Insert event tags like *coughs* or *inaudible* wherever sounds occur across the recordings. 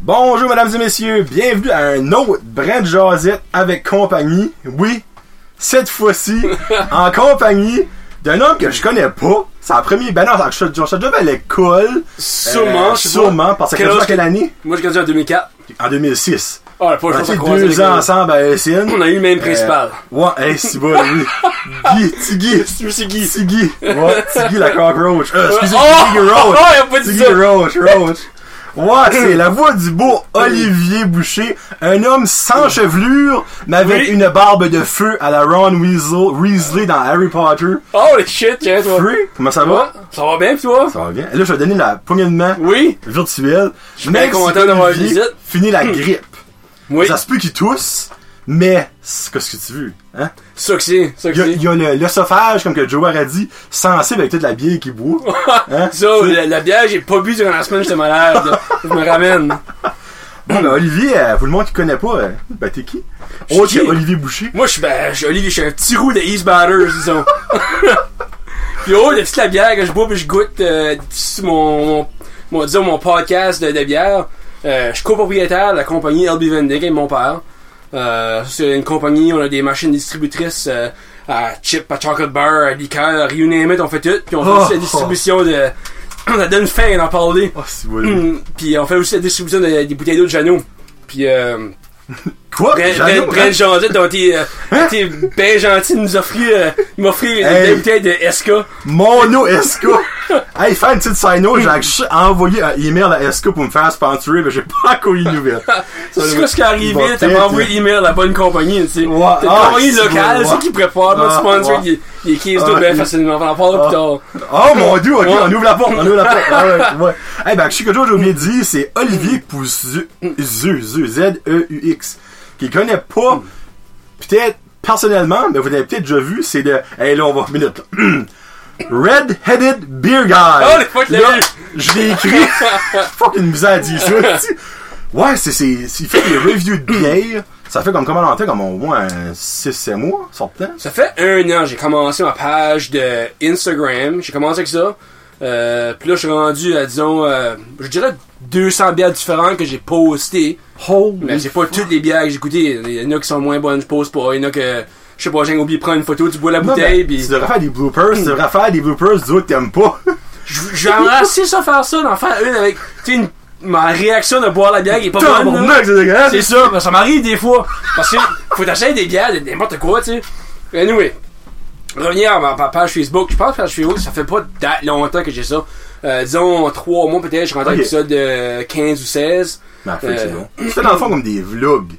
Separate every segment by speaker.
Speaker 1: Bonjour mesdames et messieurs, bienvenue à un autre Brand Jazette avec compagnie. Oui, cette
Speaker 2: *laughs*
Speaker 1: fois-ci, en compagnie d'un homme que je connais pas. C'est la première ben non, je suis déjà à l'école.
Speaker 2: Sûrement,
Speaker 1: Euh,
Speaker 2: je sais
Speaker 1: sûrement, parce que
Speaker 2: Quel
Speaker 1: tu
Speaker 2: âge-
Speaker 1: quelle année?
Speaker 2: Moi, j'ai gradué en 2004.
Speaker 1: En 2006.
Speaker 2: Oh, la première
Speaker 1: On a
Speaker 2: fois qu'on
Speaker 1: fait
Speaker 2: a croisé
Speaker 1: deux
Speaker 2: les
Speaker 1: ans Euh,
Speaker 2: gars.
Speaker 1: ensemble à Essine.
Speaker 2: On a eu le même principal.
Speaker 1: Ouais, hey, c'est bon,
Speaker 2: *laughs*
Speaker 1: oui. Guy, Tiggy.
Speaker 2: Monsieur Guy.
Speaker 1: Tiggy. Ouais, Tiggy la cockroach. Euh, excusez,
Speaker 2: Oh!
Speaker 1: Tiggy Roach.
Speaker 2: *laughs* Oh, il a pas dit
Speaker 1: Tiggy
Speaker 2: ça.
Speaker 1: Roach, Roach. Ouais, c'est la voix du beau Olivier Boucher, un homme sans chevelure, mais avec
Speaker 2: Oui.
Speaker 1: une barbe de feu à la Ron Weasel, Weasley dans Harry Potter.
Speaker 2: Oh, les shit, tiens, toi.
Speaker 1: Free, comment ça va?
Speaker 2: Ouais, Ça va bien, pis toi?
Speaker 1: Ça va bien. Là, je vais donner la poignée de main
Speaker 2: Oui.
Speaker 1: virtuelle. Je suis
Speaker 2: bien content d'avoir une visite. Hmm.
Speaker 1: Fini la grippe.
Speaker 2: Oui.
Speaker 1: Ça se peut qu'il tousse, mais c'est- qu'est-ce que tu veux, hein?
Speaker 2: Soxy.
Speaker 1: Il y a, il
Speaker 2: Soxy.
Speaker 1: y a le- l'œsophage, comme que Joe a dit, sensible avec toute la bière qu'il boit. Hein?
Speaker 2: *laughs* Ça, la, la bière, j'ai pas bu durant la semaine,
Speaker 1: *laughs*
Speaker 2: j'étais malade. Je me ramène.
Speaker 1: Bon, ben, Olivier, euh, pour le monde qui connaît pas, euh, ben, t'es qui?
Speaker 2: Je suis
Speaker 1: Autre que
Speaker 2: qui?
Speaker 1: Olivier Boucher.
Speaker 2: Moi, je suis, ben, je Olivier, je suis un petit roux de East Batters,
Speaker 1: *laughs*
Speaker 2: disons. Puis oh, la petite la bière que je bois, puis je goûte euh, sur mon, mon, mon, disons, mon podcast de, de bière. Euh, je suis copropriétaire de la compagnie LB Vending avec mon père. Euh, c'est une compagnie, on a des machines distributrices euh, à chips, à chocolate bar, à liqueur, à you name it, on fait tout. Puis on fait
Speaker 1: Oh,
Speaker 2: aussi la distribution de... *coughs* Ça donne faim d'en parler.
Speaker 1: Oh, c'est bon.
Speaker 2: Hum, Puis on fait aussi la distribution de- des bouteilles d'eau de Janot. Puis... Euh,
Speaker 1: Quoi? Jeannot, hein?
Speaker 2: Brent Josette ont été, euh, ont été bien gentil de nous offrir, euh, il m'a offert
Speaker 1: Hey.
Speaker 2: une bouteille de SK.
Speaker 1: Mono SK! hey, fais une petite side note, j'ai
Speaker 2: *laughs*
Speaker 1: ach- envoyé un email à SK pour me faire sponsorer, mais j'ai pas encore eu de nouvelles.
Speaker 2: *laughs* C'est quoi ce qui est arrivé?
Speaker 1: Bon,
Speaker 2: T'as
Speaker 1: peut-être,
Speaker 2: pas envoyé
Speaker 1: là.
Speaker 2: l'email à la bonne compagnie, tu sais.
Speaker 1: Ouais,
Speaker 2: T'as une
Speaker 1: ah,
Speaker 2: compagnie
Speaker 1: c'est
Speaker 2: locale,
Speaker 1: bon,
Speaker 2: c'est
Speaker 1: ouais.
Speaker 2: qui prépare,
Speaker 1: Ah,
Speaker 2: notre sponsor,
Speaker 1: ouais.
Speaker 2: les caisses
Speaker 1: Ah,
Speaker 2: d'eau bien
Speaker 1: ok.
Speaker 2: facilement. On va en parler plus tard.
Speaker 1: Oh mon dieu, ok,
Speaker 2: Ouais.
Speaker 1: on ouvre la porte, on ouvre la
Speaker 2: *laughs*
Speaker 1: porte. Ah ouais, ouais. Eh ben, je sais que j'ai oublié de dire, c'est Olivier Pouzu, Zu, Zu, Z-E-U-X, E qui connaît pas,
Speaker 2: Mm.
Speaker 1: peut-être personnellement, mais vous l'avez peut-être déjà vu, c'est de, hey là, on va, minute, *clears throat* là. Red-Headed Beer Guy.
Speaker 2: Oh, le fuck, je l'ai
Speaker 1: Là,
Speaker 2: vu.
Speaker 1: Je l'ai
Speaker 2: *laughs*
Speaker 1: écrit. Fucking misère à dire ça. tu sais. Ouais, c'est, c'est, s'il fait des reviews de bière, ça fait comme comment longtemps, comme au moins 6-7 mois, sortant.
Speaker 2: Ça fait un an, j'ai commencé ma page de Instagram. J'ai commencé avec ça. Euh, puis là, je suis rendu à, disons, euh, je dirais 200 bières différentes que j'ai postées. Mais
Speaker 1: Holy
Speaker 2: c'est Ben, pas toutes les bières que j'ai goûtées. Il y en a qui sont moins bonnes, je pose pas. Il y en a que, je sais pas, j'ai oublié de prendre une photo, tu bois la
Speaker 1: Non,
Speaker 2: bouteille,
Speaker 1: ben,
Speaker 2: pis...
Speaker 1: Tu devrais faire des bloopers, tu devrais faire des bloopers du que t'aimes pas.
Speaker 2: Je- J'aimerais assez ça faire ça, d'en faire une avec, tu sais, une- ma réaction de boire la bière qui est pas bonne. là.
Speaker 1: *laughs* Tabarnak, c'est dégueulasse.
Speaker 2: C'est ça, ben, ça m'arrive des fois. Parce que faut t'acheter des bières, de n'importe quoi, tu sais. Anyway, revenir à ma ma page Facebook. Je pense que page Facebook, ça fait pas that longtemps que j'ai ça. Euh, disons, trois mois peut-être, je rentre à
Speaker 1: Ok.
Speaker 2: l'épisode de 15 ou 16.
Speaker 1: Ben, fait que c'est
Speaker 2: Euh,
Speaker 1: bon. Tu fais dans le fond comme des vlogs.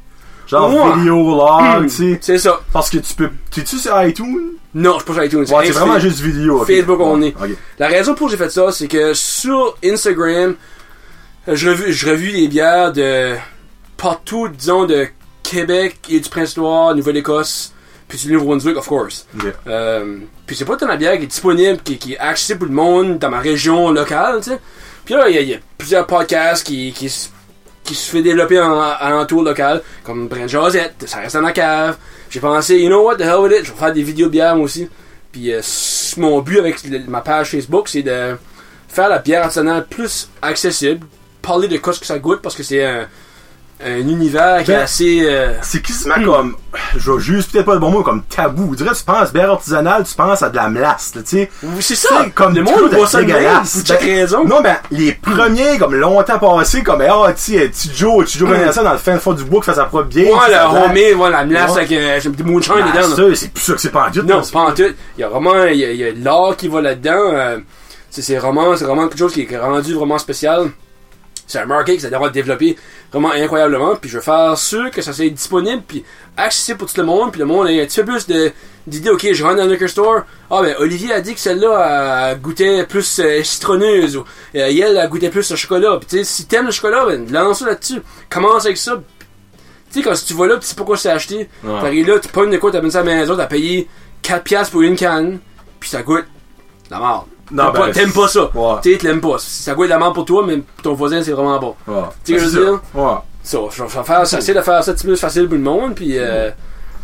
Speaker 1: Genre
Speaker 2: Ouais. Hmm.
Speaker 1: vidéo, log, tu sais.
Speaker 2: C'est ça.
Speaker 1: Parce que tu peux. T'es-tu sur iTunes?
Speaker 2: Non, je pense que iTunes.
Speaker 1: Ouais, c'est
Speaker 2: Insta-
Speaker 1: vraiment juste vidéo. ok.
Speaker 2: Facebook, on
Speaker 1: Ouais,
Speaker 2: est.
Speaker 1: ok.
Speaker 2: La raison pour que j'ai fait ça, c'est que sur Instagram, euh, je revue, je revue les bières de partout, disons, de Québec et du Prince-Édouard, Nouvelle-Écosse, puis du Nouveau-Brunswick, of course.
Speaker 1: Ok.
Speaker 2: Euh, puis c'est pas tant la bière qui est disponible, qui, qui est accessible pour le monde dans ma région locale, tu sais. Puis là, il y, a- il y a plusieurs podcasts qui, qui, s- qui se fait développer en alentour local, comme Brand Josette, ça reste dans la cave. J'ai pensé, you know what, the hell with it, je vais faire des vidéos de bière moi aussi. Puis euh, s- mon but avec le- ma page Facebook, c'est de faire la bière artisanale plus accessible, parler de quoi ce que ça goûte, parce que c'est un, un univers qui est
Speaker 1: Ben,
Speaker 2: assez... euh,
Speaker 1: C'est quasiment comme. Je vais juste peut-être pas le bon mot, comme tabou. Je dirais, tu penses bière artisanale, tu penses à de la melasse, là, tu sais.
Speaker 2: c'est ça,
Speaker 1: C'est comme
Speaker 2: Ah, le
Speaker 1: tout
Speaker 2: monde voit
Speaker 1: de
Speaker 2: ça de même,
Speaker 1: dégueulasse.
Speaker 2: pour chaque
Speaker 1: Ben,
Speaker 2: raison. Hmm.
Speaker 1: Non, ben, les premiers, comme longtemps passés, comme, ah, tu sais, Tidjo, Tidjo ça dans le fin de fond du bois qui fait sa propre bière.
Speaker 2: Hmm. Ouais,
Speaker 1: tu sais,
Speaker 2: le
Speaker 1: ça blague.
Speaker 2: homemade, ouais, la menace
Speaker 1: Ouais.
Speaker 2: avec euh, j'ai un petit moonshine
Speaker 1: Ben,
Speaker 2: dedans. là.
Speaker 1: ça, c'est plus ça que c'est pas en doute,
Speaker 2: Non,
Speaker 1: là,
Speaker 2: c'est pas en tout. Il y a vraiment, il y a, il y a de l'art qui va là-dedans. euh, c'est c'est vraiment, c'est vraiment quelque chose qui est qui est rendu vraiment spécial. C'est un market qui s'est d'avoir développé vraiment incroyablement. Puis je veux faire sûr que ça soit disponible, puis accessible pour tout le monde. Puis le monde a un petit peu plus de- d'idées. Ok, je rentre dans le liquor store. Ah ben Olivier a dit que celle-là elle goûtait plus euh, citronneuse. Ou euh, elle, elle goûtait plus le chocolat. Puis tu sais, si t'aimes le chocolat, ben lance là-dessus. Commence avec ça. Tu sais, quand tu vas là, pis tu sais pourquoi c'est acheté.
Speaker 1: Ouais.
Speaker 2: T'arrives là, tu pognes de quoi, t'amènes ça à la maison, t'as payé 4 piastres pour une canne, puis ça goûte la merde.
Speaker 1: Non,
Speaker 2: T'aimes
Speaker 1: ben,
Speaker 2: pas- T'aimes pas ça.
Speaker 1: ouais.
Speaker 2: Tu sais, t'aimes pas. Ça goûte la merde pour toi, mais pour ton voisin, c'est vraiment bon.
Speaker 1: Ouais. Ben,
Speaker 2: Tu sais ce que je veux
Speaker 1: Ouais.
Speaker 2: Ça, je vais faire, j'essaie de faire ça un petit peu plus facile pour le monde, puis euh,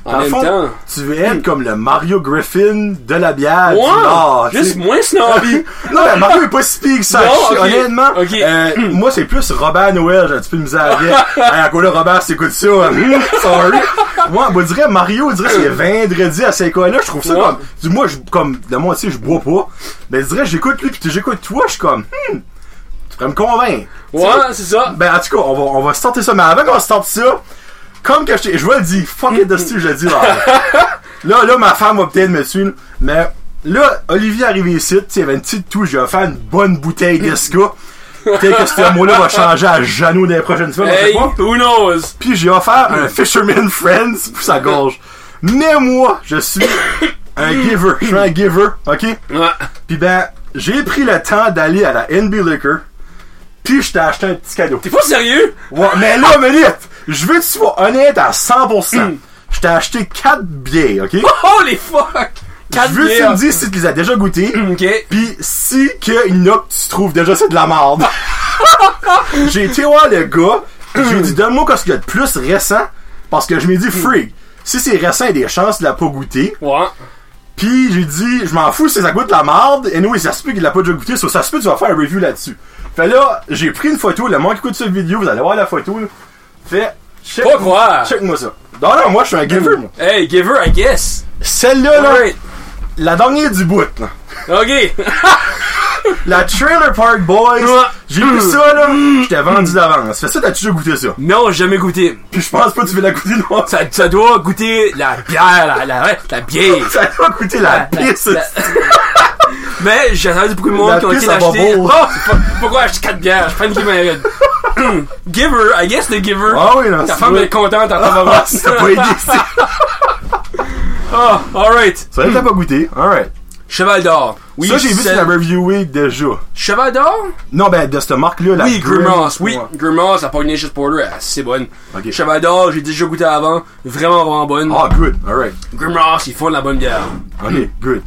Speaker 2: En
Speaker 1: Dans le
Speaker 2: même
Speaker 1: fond,
Speaker 2: temps.
Speaker 1: tu veux être comme le Mario Griffin de la bière du
Speaker 2: Ouais!
Speaker 1: Nord. tu
Speaker 2: juste
Speaker 1: sais.
Speaker 2: moins snobby!
Speaker 1: *laughs* Non, mais Mario est pas si pire que ça.
Speaker 2: Non,
Speaker 1: Je-
Speaker 2: ok.
Speaker 1: Honnêtement,
Speaker 2: Ok.
Speaker 1: euh, moi, c'est plus Robert Noël. J'ai un petit peu de misère avec.
Speaker 2: *laughs*
Speaker 1: hey, à quoi là, Robert, si t'écoutes ça? hum, Sorry. Moi, on dirait Mario, on dirait que c'est vendredi à 5 là Je trouve ça
Speaker 2: Ouais.
Speaker 1: comme. du- Moi, je, comme, la moitié, je bois pas. Mais je dirais, j'écoute lui, puis j'écoute toi, je suis comme, hum, tu pourrais me convaincre. Tu sais,
Speaker 2: ouais, c'est ça!
Speaker 1: ben, en tout cas, on va, on va starter ça. Mais avant qu'on starte ça, comme que je t'ai- je vous le dis, fuck it, Dusty, je le dis. Là, là, là, ma femme va peut-être me suivre. Mais là, Olivier est arrivé ici, tu sais, il y avait une petite touche, j'ai offert une bonne bouteille d'Esca. Peut-être que ce mot-là va changer à Jeannot dans les prochaines semaines, on sait
Speaker 2: Hey,
Speaker 1: pas.
Speaker 2: who knows?
Speaker 1: Puis j'ai offert un Fisherman Friends pour sa gorge. Mais moi, je suis un giver. Je suis un giver, ok?
Speaker 2: Ouais.
Speaker 1: Puis ben, j'ai pris le temps d'aller à la NB Liquor. Puis je t'ai acheté un petit cadeau.
Speaker 2: T'es pas sérieux?
Speaker 1: Ouais, mais là, minute! Je veux que tu sois honnête à 100%.
Speaker 2: Mm.
Speaker 1: Je t'ai acheté 4 billets, ok?
Speaker 2: Holy fuck! Quatre
Speaker 1: je veux que tu
Speaker 2: bières. Mm.
Speaker 1: me dises si tu les as déjà goûtés.
Speaker 2: Ok.
Speaker 1: Pis si qu'il y en a que tu trouves déjà, c'est de la
Speaker 2: *laughs*
Speaker 1: merde. J'ai été voir le gars. J'ai
Speaker 2: Mm.
Speaker 1: dit, donne-moi qu'est-ce qu'il y a de plus récent. Parce que je me dis, freak. Si c'est récent, il y a des chances de la pas goûté.
Speaker 2: Ouais.
Speaker 1: Pis j'ai dit, je m'en fous si ça goûte de la marde. Et nous, ça se peut qu'il l'a pas déjà goûté. So, ça se peut que tu vas faire un review là-dessus. Fait là, j'ai pris une photo. Le monde qui écoute cette vidéo, vous allez voir la photo. là. Fait, check,
Speaker 2: Pas croire.
Speaker 1: check-moi ça. Non, non, moi, je suis un giver. moi.
Speaker 2: Hey, give her, I guess!
Speaker 1: Celle-là, là,
Speaker 2: Alright!
Speaker 1: la dernière du bout. Là.
Speaker 2: Ok!
Speaker 1: La Trailer Park Boys.
Speaker 2: Ouais. Mm.
Speaker 1: J'ai vu ça, là. Je t'ai vendu d'avance. Fait ça, t'as toujours goûté ça.
Speaker 2: non, j'ai jamais goûté.
Speaker 1: Puis je pense pas que tu veux la goûter, non. Ça,
Speaker 2: Ça, ça doit goûter la bière, la, la, la bière.
Speaker 1: ça doit goûter la
Speaker 2: La-
Speaker 1: pisse.
Speaker 2: la- Ah, ben, *laughs* Mais j'ai entendu beaucoup de monde
Speaker 1: Ah, La
Speaker 2: qui ont été
Speaker 1: pisse, elle va
Speaker 2: l'acheter.
Speaker 1: beau.
Speaker 2: Ah, c'est pas- pourquoi acheter 4 bières? Je prends une qui m'arrête. *clears throat* giver, I guess the giver.
Speaker 1: Ah oui, non.
Speaker 2: Ta
Speaker 1: c'est
Speaker 2: femme
Speaker 1: vrai.
Speaker 2: est contente en
Speaker 1: Ah,
Speaker 2: t'en
Speaker 1: ça t'a pas aidé, ça.
Speaker 2: Ah, alright.
Speaker 1: Ça, t'as pas goûté. Alright.
Speaker 2: Cheval d'or. Oui,
Speaker 1: ça, j'ai vu
Speaker 2: c'est-
Speaker 1: sur la reviewée déjà.
Speaker 2: Cheval d'or?
Speaker 1: Non, ben, de cette marque-là, la
Speaker 2: Oui,
Speaker 1: Grim-
Speaker 2: Grimace, oui.
Speaker 1: Ouais.
Speaker 2: Grimace, la Pugnacious Porter, elle, Ah, c'est bonne.
Speaker 1: Ok.
Speaker 2: Cheval d'or, j'ai déjà goûté avant. Vraiment, vraiment bonne.
Speaker 1: Ah, good. Alright.
Speaker 2: Grimace, ils font de la bonne bière. Mm.
Speaker 1: Ok, good.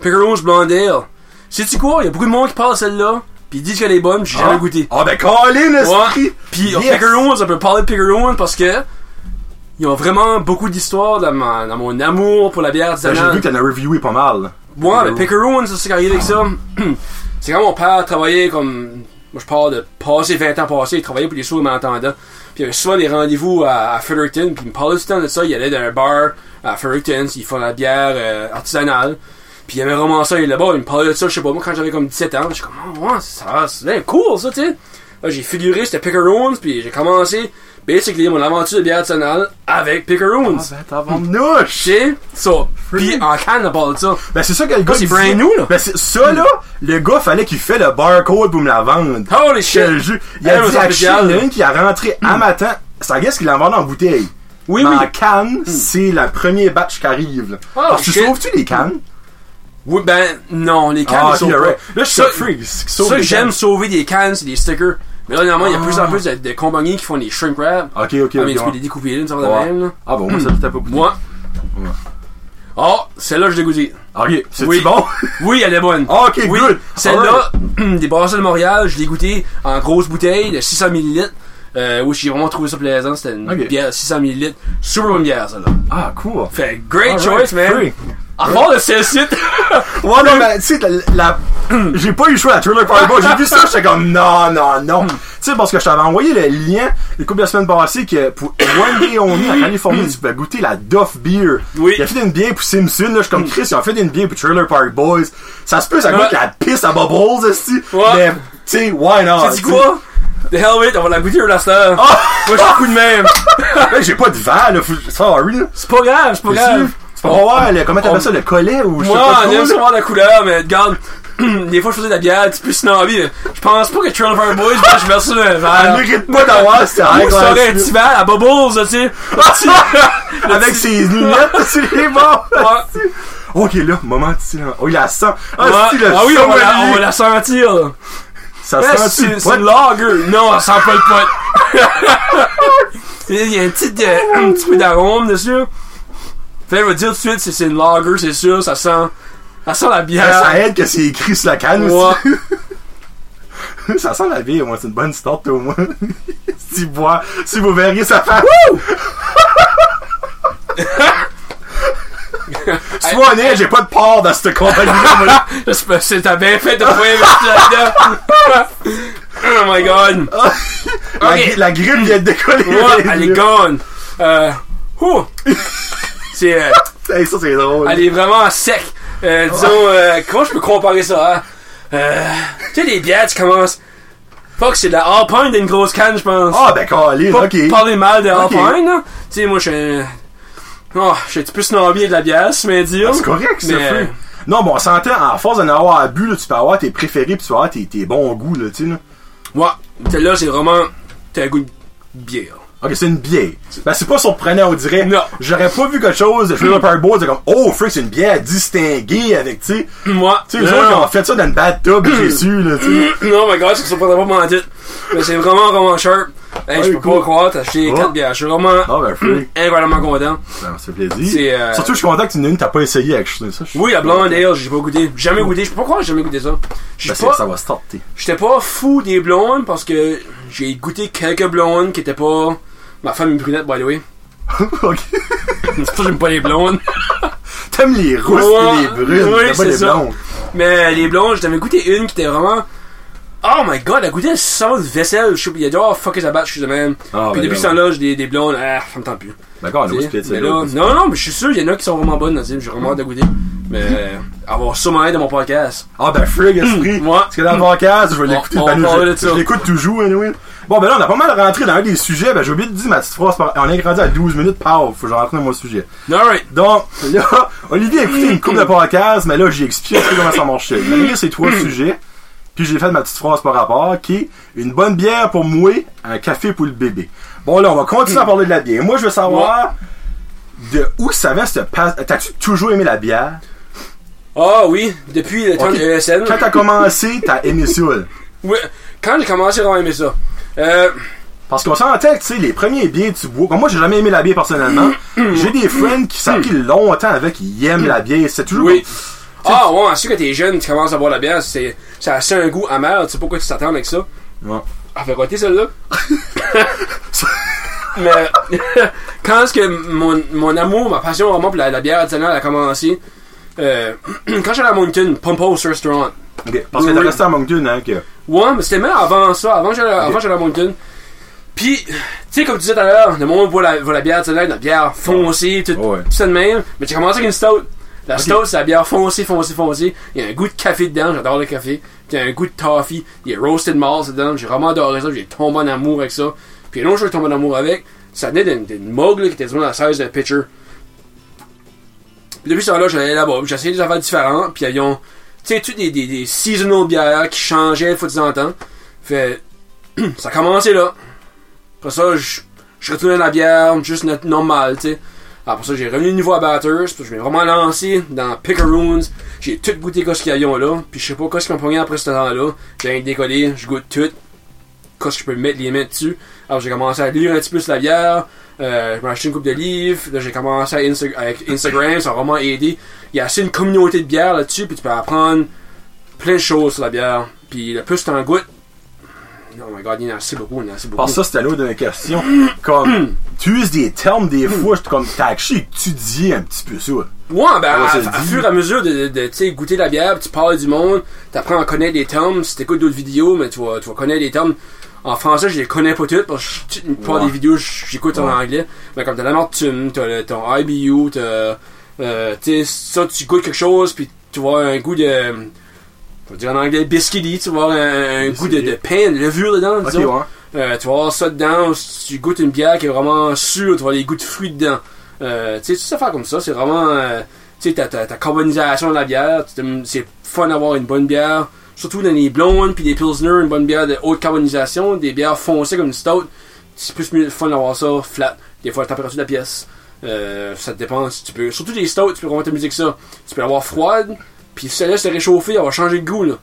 Speaker 2: Pickerose Blonde Ale. Sais-tu quoi? Il y a beaucoup de monde qui parle de celle-là, puis ils disent qu'elle est bonne, puis j'ai
Speaker 1: Ah.
Speaker 2: jamais goûté.
Speaker 1: Ah, ben, Colin,
Speaker 2: Ouais.
Speaker 1: esprit.
Speaker 2: Puis
Speaker 1: Yes.
Speaker 2: yes. on peut parler de Pickerose parce que ils ont vraiment beaucoup d'histoires dans, ma- dans mon amour pour la bière
Speaker 1: Ben, J'ai vu
Speaker 2: artisanale.
Speaker 1: que t'en as reviewé pas mal. là.
Speaker 2: Moi, mais Pickerone, ça c'est quand il est avec ça. *clears throat* C'est quand mon père travaillait comme. Moi, je parle de passer 20 ans passés, il travaillait pour les sourds et malentendants. Puis il y avait souvent des rendez-vous à, à Fredericton, puis il me parlait tout le temps de ça. Il allait dans un bar à Fredericton, ils font de la bière euh, artisanale. Puis il y avait vraiment ça, il est là-bas, il me parlait de ça, je sais pas, moi quand j'avais comme 17 ans, je suis comme, oh, ouais, ça, c'est bien cool ça, tu sais. Là, j'ai figuré, c'était Pickeroons, puis j'ai commencé, basically, mon aventure de bière artisanale avec Pickeroons.
Speaker 1: Ah, ben, t'as vendu. Nouche.
Speaker 2: Tu sais, ça. Puis en canne, on parle de ça.
Speaker 1: Ben, c'est ça que le gars.
Speaker 2: c'est
Speaker 1: disait.
Speaker 2: brand new, là. Mm.
Speaker 1: Ben, c'est ça, là. Le gars, fallait qu'il fait le barcode pour me la vendre. Je te
Speaker 2: Holy Oh, shit!
Speaker 1: le jure. Il a
Speaker 2: Elle,
Speaker 1: dit
Speaker 2: c'est
Speaker 1: à
Speaker 2: spécial,
Speaker 1: Chine, il y
Speaker 2: là. Mm.
Speaker 1: en a une qui a rentré à matin. Ça guesse qu'il l'a vendu en bouteille.
Speaker 2: Oui,
Speaker 1: Mais
Speaker 2: oui. Mm.
Speaker 1: en canne, c'est la premier batch qui arrive. là.
Speaker 2: Oh,
Speaker 1: Parce que tu
Speaker 2: shit.
Speaker 1: sauves-tu les cannes?
Speaker 2: Oui, ben, non, les cannes,
Speaker 1: Ah,
Speaker 2: ils
Speaker 1: ok,
Speaker 2: sauvent pas.
Speaker 1: alright. Là, je suis
Speaker 2: Ça-
Speaker 1: freak. Ça,
Speaker 2: Ça, j'aime sauver des cannes, c'est des stickers. Mais là, normalement, il y a de plus en plus de, de compagnies qui font des shrink wrap.
Speaker 1: Ok, Ah. ok,
Speaker 2: Ah, mais
Speaker 1: ok.
Speaker 2: tu peux les
Speaker 1: ouais.
Speaker 2: découper, une sorte de
Speaker 1: Ouais.
Speaker 2: même, là.
Speaker 1: Ah bon, moi, ça t'a pas goûté.
Speaker 2: Moi.
Speaker 1: Ouais.
Speaker 2: Oh, celle-là, je l'ai goûtée.
Speaker 1: Ok, c'est
Speaker 2: Oui.
Speaker 1: bon?
Speaker 2: *laughs*
Speaker 1: *laughs*
Speaker 2: Oui, elle est bonne.
Speaker 1: Ah, ok,
Speaker 2: oui,
Speaker 1: good.
Speaker 2: Celle-là, *clears throat* des brasseurs de Montréal, je l'ai goûtée en grosse bouteille de 600 ml. Euh, oui, j'ai vraiment trouvé ça plaisant. C'était une
Speaker 1: Ok.
Speaker 2: bière de 600 ml. Super bonne bière, celle-là.
Speaker 1: Ah, cool.
Speaker 2: Fait great
Speaker 1: Alright,
Speaker 2: choice, man.
Speaker 1: freak.
Speaker 2: À part de *laughs* celle-ci.
Speaker 1: Ouais, non,
Speaker 2: ben,
Speaker 1: mais tu sais, la. la- j'ai pas eu le choix à Thriller Park Boys. J'ai vu
Speaker 2: *laughs*
Speaker 1: ça, j'étais comme non, non, non. Tu sais, parce que je t'avais envoyé le lien une couple de semaines passées que pour One Day Only en Californie, tu peux goûter la Duff Beer.
Speaker 2: Oui.
Speaker 1: Il a fait une bière pour Simpson, là. Je suis comme Chris, ils ont fait une bière pour Trailer Park Boys. Ça se peut, ça
Speaker 2: Ouais.
Speaker 1: goûte la pisse à Bubbles, esti.
Speaker 2: Ouais.
Speaker 1: Mais, tu sais, why not?
Speaker 2: Tu dis quoi? Ah, The Helmet, on va la goûter au blaster.
Speaker 1: Ah!
Speaker 2: Moi, je coup de même.
Speaker 1: Ben, j'ai pas de verre, là. Faut- Sorry, là.
Speaker 2: C'est pas grave, c'est pas grave.
Speaker 1: Tu peux pas voir, le- comment t'appelles ça, le collet ou je sais
Speaker 2: Moi,
Speaker 1: pas
Speaker 2: on aime
Speaker 1: trop, là.
Speaker 2: savoir la couleur, mais regarde, *clears throat* des fois, je faisais de la bière un petit peu snobby. mais Je pense pas que Trail of Our Boys, moi, je verse ça dans un
Speaker 1: Elle
Speaker 2: verre. Ah,
Speaker 1: mérite pas d'avoir, c'est
Speaker 2: Moi, je serais un petit verre à Bubbles, là, tu sais.
Speaker 1: *laughs* Avec *laughs* ses
Speaker 2: *laughs*
Speaker 1: Ah, lunettes, c'est les bons.
Speaker 2: Ouais.
Speaker 1: Ok, là, moment de silence. Oh, il la sent. Ah,
Speaker 2: Ouais.
Speaker 1: si, le
Speaker 2: Ah oui, on va, la,
Speaker 1: sommelier.
Speaker 2: on va la sentir. là.
Speaker 1: Ça
Speaker 2: Ouais,
Speaker 1: sent
Speaker 2: c'est c'est une lager. Non, on sent pas le pot. Il y a un petit, euh, un petit peu d'arôme dessus. Fait, je vais dire tout de suite, c'est c'est une lager, c'est sûr, ça sent. Ça sent la bière.
Speaker 1: Ça aide que Ah, c'est écrit sur la canne
Speaker 2: Ouais.
Speaker 1: aussi. *laughs* Ça sent la vie, au moins. C'est une bonne start, *laughs* *laughs* au moins. si, bois, si vous verriez sa face. Sois honnête, j'ai pas de part dans cette compagnie-là.
Speaker 2: *laughs*
Speaker 1: moi.
Speaker 2: C'est pas- C'est t'as bien fait de pas investir là-dedans. *laughs* oh my god.
Speaker 1: La,
Speaker 2: Ok.
Speaker 1: gri- la grippe vient de décoller. *laughs*
Speaker 2: Ouais,
Speaker 1: des
Speaker 2: elle est
Speaker 1: yeux.
Speaker 2: gone. Euh, ouh. C'est, euh,
Speaker 1: Hey, ça, c'est drôle.
Speaker 2: elle est vraiment sec. Euh, disons, euh, comment je peux comparer ça? hein? Euh, tu sais, les bières, tu commences. Fuck, c'est de la Alpine d'une grosse canne, je pense.
Speaker 1: Ah, ben, calé,
Speaker 2: pas
Speaker 1: ok.
Speaker 2: parler mal de
Speaker 1: Ok.
Speaker 2: Alpine, là. Tu sais, moi, je suis. Oh, je suis un petit peu snobby de la bière, si je mets dire.
Speaker 1: Ah, C'est correct, ça
Speaker 2: Mais, euh,
Speaker 1: fait. Non, mais on s'entend, en force d'en avoir à bu, là, tu peux avoir tes préférés pis tu peux avoir tes, tes bons goûts, là, tu sais, là.
Speaker 2: Ouais, celle-là, c'est vraiment. T'as un goût de bière. *clears throat*
Speaker 1: Ok, c'est une bière. Ben, c'est pas surprenant, on dirait.
Speaker 2: Non.
Speaker 1: J'aurais pas vu quelque chose, je up un beau, c'est comme, oh, frick, c'est une bière distinguée avec, tu sais.
Speaker 2: Moi,
Speaker 1: Tu sais, les autres, ils ont fait ça dans une bathtub, j'ai su, là, tu sais.
Speaker 2: *clears throat* Non, my god, ça pas vraiment mon titre. Mais c'est vraiment, vraiment sharp. Hey, je peux
Speaker 1: cool.
Speaker 2: pas croire, t'as acheté
Speaker 1: Oh.
Speaker 2: 4 bières. Je suis vraiment
Speaker 1: Non, ben,
Speaker 2: *clears throat*
Speaker 1: frick.
Speaker 2: incroyablement content.
Speaker 1: Ben, ça fait
Speaker 2: C'est,
Speaker 1: plaisir.
Speaker 2: euh,
Speaker 1: Surtout, je suis content que tu n'aies une, que t'as pas essayé avec ça. je suis-
Speaker 2: Oui, la blonde ale, j'ai pas goûté. J'ai jamais goûté. Je peux pas croire que j'ai jamais goûté ça. J'ai
Speaker 1: Ben, c'est-
Speaker 2: pas-
Speaker 1: ça va se tenter. *laughs*
Speaker 2: J'étais pas fou des blondes parce que j'ai goûté quelques blondes qui étaient pas. Ma femme est brunette, by the way.
Speaker 1: ok.
Speaker 2: C'est pour ça que j'aime pas les blondes.
Speaker 1: T'aimes les rousses et
Speaker 2: Ouais.
Speaker 1: les brunes,
Speaker 2: Oui,
Speaker 1: t'aimes pas
Speaker 2: c'est
Speaker 1: les
Speaker 2: ça.
Speaker 1: blondes.
Speaker 2: Mais les blondes, j'avais goûté une qui était vraiment. Oh my god, elle goûtait le sang de vaisselle. Je suis- Il a dit, oh fuck, ça bat, je suis de même.
Speaker 1: Ah,
Speaker 2: Puis
Speaker 1: ben
Speaker 2: depuis ce
Speaker 1: là. Ah,
Speaker 2: temps-là, j'ai des, des blondes, ah, ça me tente plus.
Speaker 1: D'accord,
Speaker 2: Tu
Speaker 1: nous,
Speaker 2: sais.
Speaker 1: c'est
Speaker 2: Mais
Speaker 1: plaisir.
Speaker 2: là, non, non, mais je suis sûr, il y en a qui sont vraiment bonnes, là, tu sais, j'ai vraiment hâte de goûter. Mais
Speaker 1: *laughs*
Speaker 2: euh, avoir sûrement aide de mon podcast.
Speaker 1: Ah ben frig esprit!
Speaker 2: *clears throat* Ouais.
Speaker 1: Parce que dans mon podcast, je vais l'écouter.
Speaker 2: on
Speaker 1: Ben,
Speaker 2: va parler
Speaker 1: je-
Speaker 2: de ça.
Speaker 1: je l'écoute toujours, anyway. Bon ben là, on a pas mal rentré dans un des sujets. Ben j'ai oublié de dire ma petite phrase. par- On est rendu à 12 minutes, paf, faut que je rentre dans mon sujet.
Speaker 2: Alright.
Speaker 1: Donc, *laughs* là, Olivier a écouté une
Speaker 2: *clears throat*
Speaker 1: couple de podcasts, mais là, j'ai expliqué un peu comment ça marchait. Malgré ces trois sujets, puis j'ai fait ma petite phrase par rapport, qui est une bonne bière pour mouer, un café pour le bébé. Bon, là, on va continuer à parler de la bière. Moi, je veux savoir de où ça vient ce pas... T'as-tu toujours aimé la bière?
Speaker 2: Ah oui, depuis le temps
Speaker 1: Ok.
Speaker 2: de l'ESN.
Speaker 1: Quand t'as commencé, t'as aimé ça, là.
Speaker 2: Oui, quand j'ai commencé, j'ai vraiment aimé ça. Euh,
Speaker 1: Parce qu'on s'entend que, tu sais, les premiers bières que tu bois, comme moi, j'ai jamais aimé la bière personnellement.
Speaker 2: Mm-hmm.
Speaker 1: j'ai des friends qui savent qu'ils longtemps avec, ils aiment la bière. C'est toujours.
Speaker 2: oui. Ah ouais, sûr que t'es jeune, tu commences à boire la bière, c'est, ça a assez un goût amer, tu sais pas quoi tu t'attends avec ça.
Speaker 1: Ouais.
Speaker 2: Ah, fait roter celle-là. Mais *laughs* quand est-ce que mon, mon amour, ma passion vraiment pour la, la bière artisanale a commencé, euh, *clears throat* quand j'allais à Moncton, Pompous Restaurant,
Speaker 1: Ok. Parce que t'es
Speaker 2: Oui.
Speaker 1: resté à Moncton, hein, que.
Speaker 2: Ouais, mais c'était même avant ça, avant que j'allais avant que j'allais à Moncton. Puis, tu sais, comme tu disais tout à l'heure, le monde voit la, voit la bière, tu sais, la bière foncée, tout,
Speaker 1: Ouais.
Speaker 2: tout ça de même. Mais j'ai commencé avec une stout. La stout, c'est la bière foncée, foncée, foncée. Il y a un goût de café dedans, j'adore le café. Puis il y a un goût de toffee, il y a roasted malt dedans, j'ai vraiment adoré ça, j'ai tombé en amour avec ça. Puis l'autre chose que je tombe en amour avec, ça venait d'une d'une mug là, qui était dans la size d'un pitcher. Puis depuis ce temps-là, j'allais là-bas, puis j'essayais des affaires différentes, puis ils ont, tu sais, tu des, des, des seasonal bières qui changeaient, faut de temps en temps. Fait, *clears throat* ça a commencé là. Après ça, je je retournais dans la bière, juste notre normal, tu sais. Après ça, j'ai revenu niveau à Batters, puis je m'ai vraiment lancé dans Pickeroons. J'ai tout goûté qu'est-ce qu'il y avait là, puis je sais pas qu'est-ce qui m'a pogné après ce temps-là. J'ai rien décollé, je goûte tout, qu'est-ce que je peux mettre les mains dessus. Alors j'ai commencé à lire un petit peu sur la bière, euh, je m'ai acheté une coupe de livres, là j'ai commencé à Insta- avec Instagram, ça a vraiment aidé. Il y a assez une communauté de bière là-dessus, puis tu peux apprendre plein de choses sur la bière. Puis le plus t'en goûtes, oh my god, il y en a assez beaucoup, il y en a assez beaucoup.
Speaker 1: Parce que ça, c'était l'autre d'une question.
Speaker 2: Mm-hmm.
Speaker 1: Comme, tu uses des termes des fois, je- comme, t'as actually étudié un petit peu ça.
Speaker 2: Ouais, ben,
Speaker 1: Ah Ouais,
Speaker 2: à,
Speaker 1: ça le
Speaker 2: à
Speaker 1: dit.
Speaker 2: fur et à mesure de, de, de, tu sais, goûter la bière, puis tu parles du monde, t'apprends à connaître les termes, si t'écoutes d'autres vidéos, mais tu vas, tu vas connaître les termes. En français, je les connais pas toutes, parce que je parle
Speaker 1: Ouais.
Speaker 2: des vidéos, j'écoute en anglais. Mais comme t'as la tu t'as le- ton IBU, t'as, euh, tu sais, ça, tu goûtes quelque chose, puis tu vois un goût de, je vais dire en anglais, biscuity, tu vois un, un goût de, de pain, de levure dedans,
Speaker 1: Ok,
Speaker 2: disons.
Speaker 1: ouais.
Speaker 2: Euh, tu vas avoir ça dedans, ou si tu goûtes une bière qui est vraiment sûre, tu vas avoir les goûts de fruits dedans. Euh, tu sais, toutes ces affaires comme ça, c'est vraiment. euh, tu sais, ta, ta, ta carbonisation de la bière, tu t'aimes- c'est fun d'avoir une bonne bière, surtout dans les blondes, puis les pilsner, une bonne bière de haute carbonisation, des bières foncées comme une stout, c'est plus mieux- fun d'avoir ça flat, des fois la température de la pièce. Euh, ça te dépend si tu peux. Surtout les stouts, tu peux vraiment t'amuser que ça. Tu peux l'avoir froide, puis si tu la laisses se réchauffer, elle va changer de goût, là.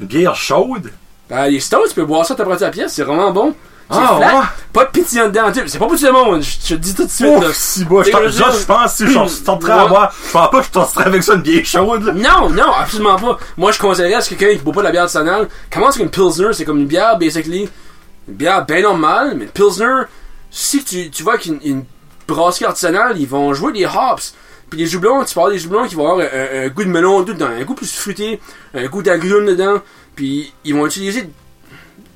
Speaker 1: Une bière chaude?
Speaker 2: Ben, les stouts, tu peux boire ça à température de la pièce, c'est vraiment bon. C'est
Speaker 1: Ah,
Speaker 2: flat,
Speaker 1: ouais?
Speaker 2: Pas de pétillant dedans, tu sais, C'est pas pour tout le monde, je je te dis tout de suite. là.
Speaker 1: Ouf, si bas. Je
Speaker 2: T'sais,
Speaker 1: t'en-
Speaker 2: je veux
Speaker 1: genre,
Speaker 2: dire-
Speaker 1: je pense, si je sortirais à
Speaker 2: Mm-hmm. Ouais.
Speaker 1: boire, je pense pas que je sortirais avec ça une bière chaude, là.
Speaker 2: Non, non, absolument pas. Moi, je conseillerais à ce que quelqu'un qui boit pas de la bière artisanale commence avec une Pilsner, c'est comme une bière, basically. Une bière bien normale, mais une Pilsner, si tu, tu vois qu'une une brasserie artisanale, ils vont jouer des hops. Puis les joublons, tu parles des joublons qui vont avoir un, un goût de melon dedans, un goût plus fruité, un goût d'agrumes dedans. Puis ils vont utiliser.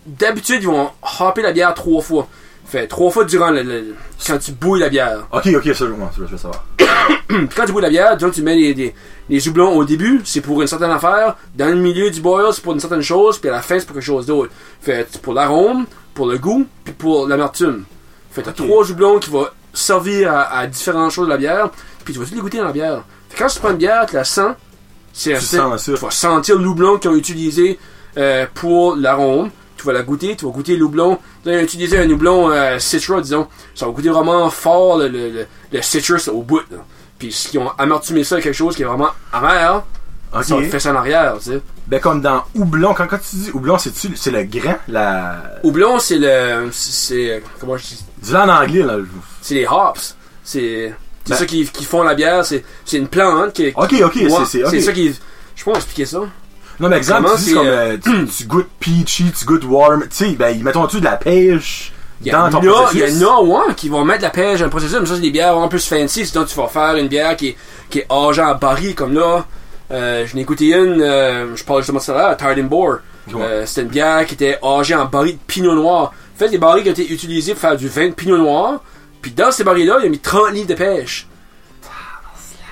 Speaker 2: D'habitude, ils vont hopper la bière trois fois. Fait trois fois durant le, le- quand tu bouilles la bière.
Speaker 1: Ok, ok, ça, je ouais, ça, je veux savoir.
Speaker 2: Puis quand tu bois de la bière, disons, tu mets les, les, les doublons au début, c'est pour une certaine affaire. Dans le milieu du boil, c'est pour une certaine chose. Puis à la fin, c'est pour quelque chose d'autre. Fait c'est pour l'arôme, pour le goût, puis pour l'amertume. Fait t'as
Speaker 1: Ok.
Speaker 2: trois doublons qui vont servir à, à différentes choses de la bière. Puis tu vas tout les goûter dans la bière. Fait quand tu prends une bière, tu la sens. C'est
Speaker 1: Tu
Speaker 2: resté-
Speaker 1: sens ça.
Speaker 2: Tu vas sentir le houblon qu'ils ont utilisé euh, pour l'arôme. Tu vas la goûter, tu vas goûter le houblon. Là, Ils ont utilisé un houblon euh, Citra, disons. Ça va goûter vraiment fort le, le, le, le citrus au bout. là. Puis s'ils ont amertumé ça à quelque chose qui est vraiment amer, hein.
Speaker 1: Ok.
Speaker 2: ça fait ça en arrière, tu sais.
Speaker 1: Ben, comme dans Houblon, quand, quand tu dis Houblon, c'est-tu, c'est le grain, la.
Speaker 2: Houblon, c'est le... c'est... comment je dis...
Speaker 1: Dis-le en anglais, là.
Speaker 2: C'est les hops. C'est... C'est
Speaker 1: Ben-
Speaker 2: ça qui, qui font la bière, c'est, c'est une plante qui...
Speaker 1: Ok, ok,
Speaker 2: Ouais,
Speaker 1: c'est, c'est, ok.
Speaker 2: ça qui... Je pense expliquer ça.
Speaker 1: Non, mais exemple,
Speaker 2: Comment
Speaker 1: tu dis
Speaker 2: c'est,
Speaker 1: comme,
Speaker 2: euh,
Speaker 1: euh, tu, tu goûtes peachy, tu goûtes warm, tu sais, ben, ils mettons-tu de la pêche
Speaker 2: Il y en
Speaker 1: dans
Speaker 2: a,
Speaker 1: ton
Speaker 2: il
Speaker 1: processus?
Speaker 2: y en a, ouais, qui vont mettre de la pêche dans le processus, mais ça, c'est des bières en plus fancy, sinon tu vas faire une bière qui est, qui est âgée en baril, comme là. Euh, je n'ai goûté une, euh, je parle justement de ça là, à Tardinbor.
Speaker 1: Ouais.
Speaker 2: Euh, C'était une bière qui était âgée en baril de pinot noir. En fait, des barils qui ont été utilisés pour faire du vin de pinot noir, puis dans ces barils-là, il a mis 30 livres de pêche.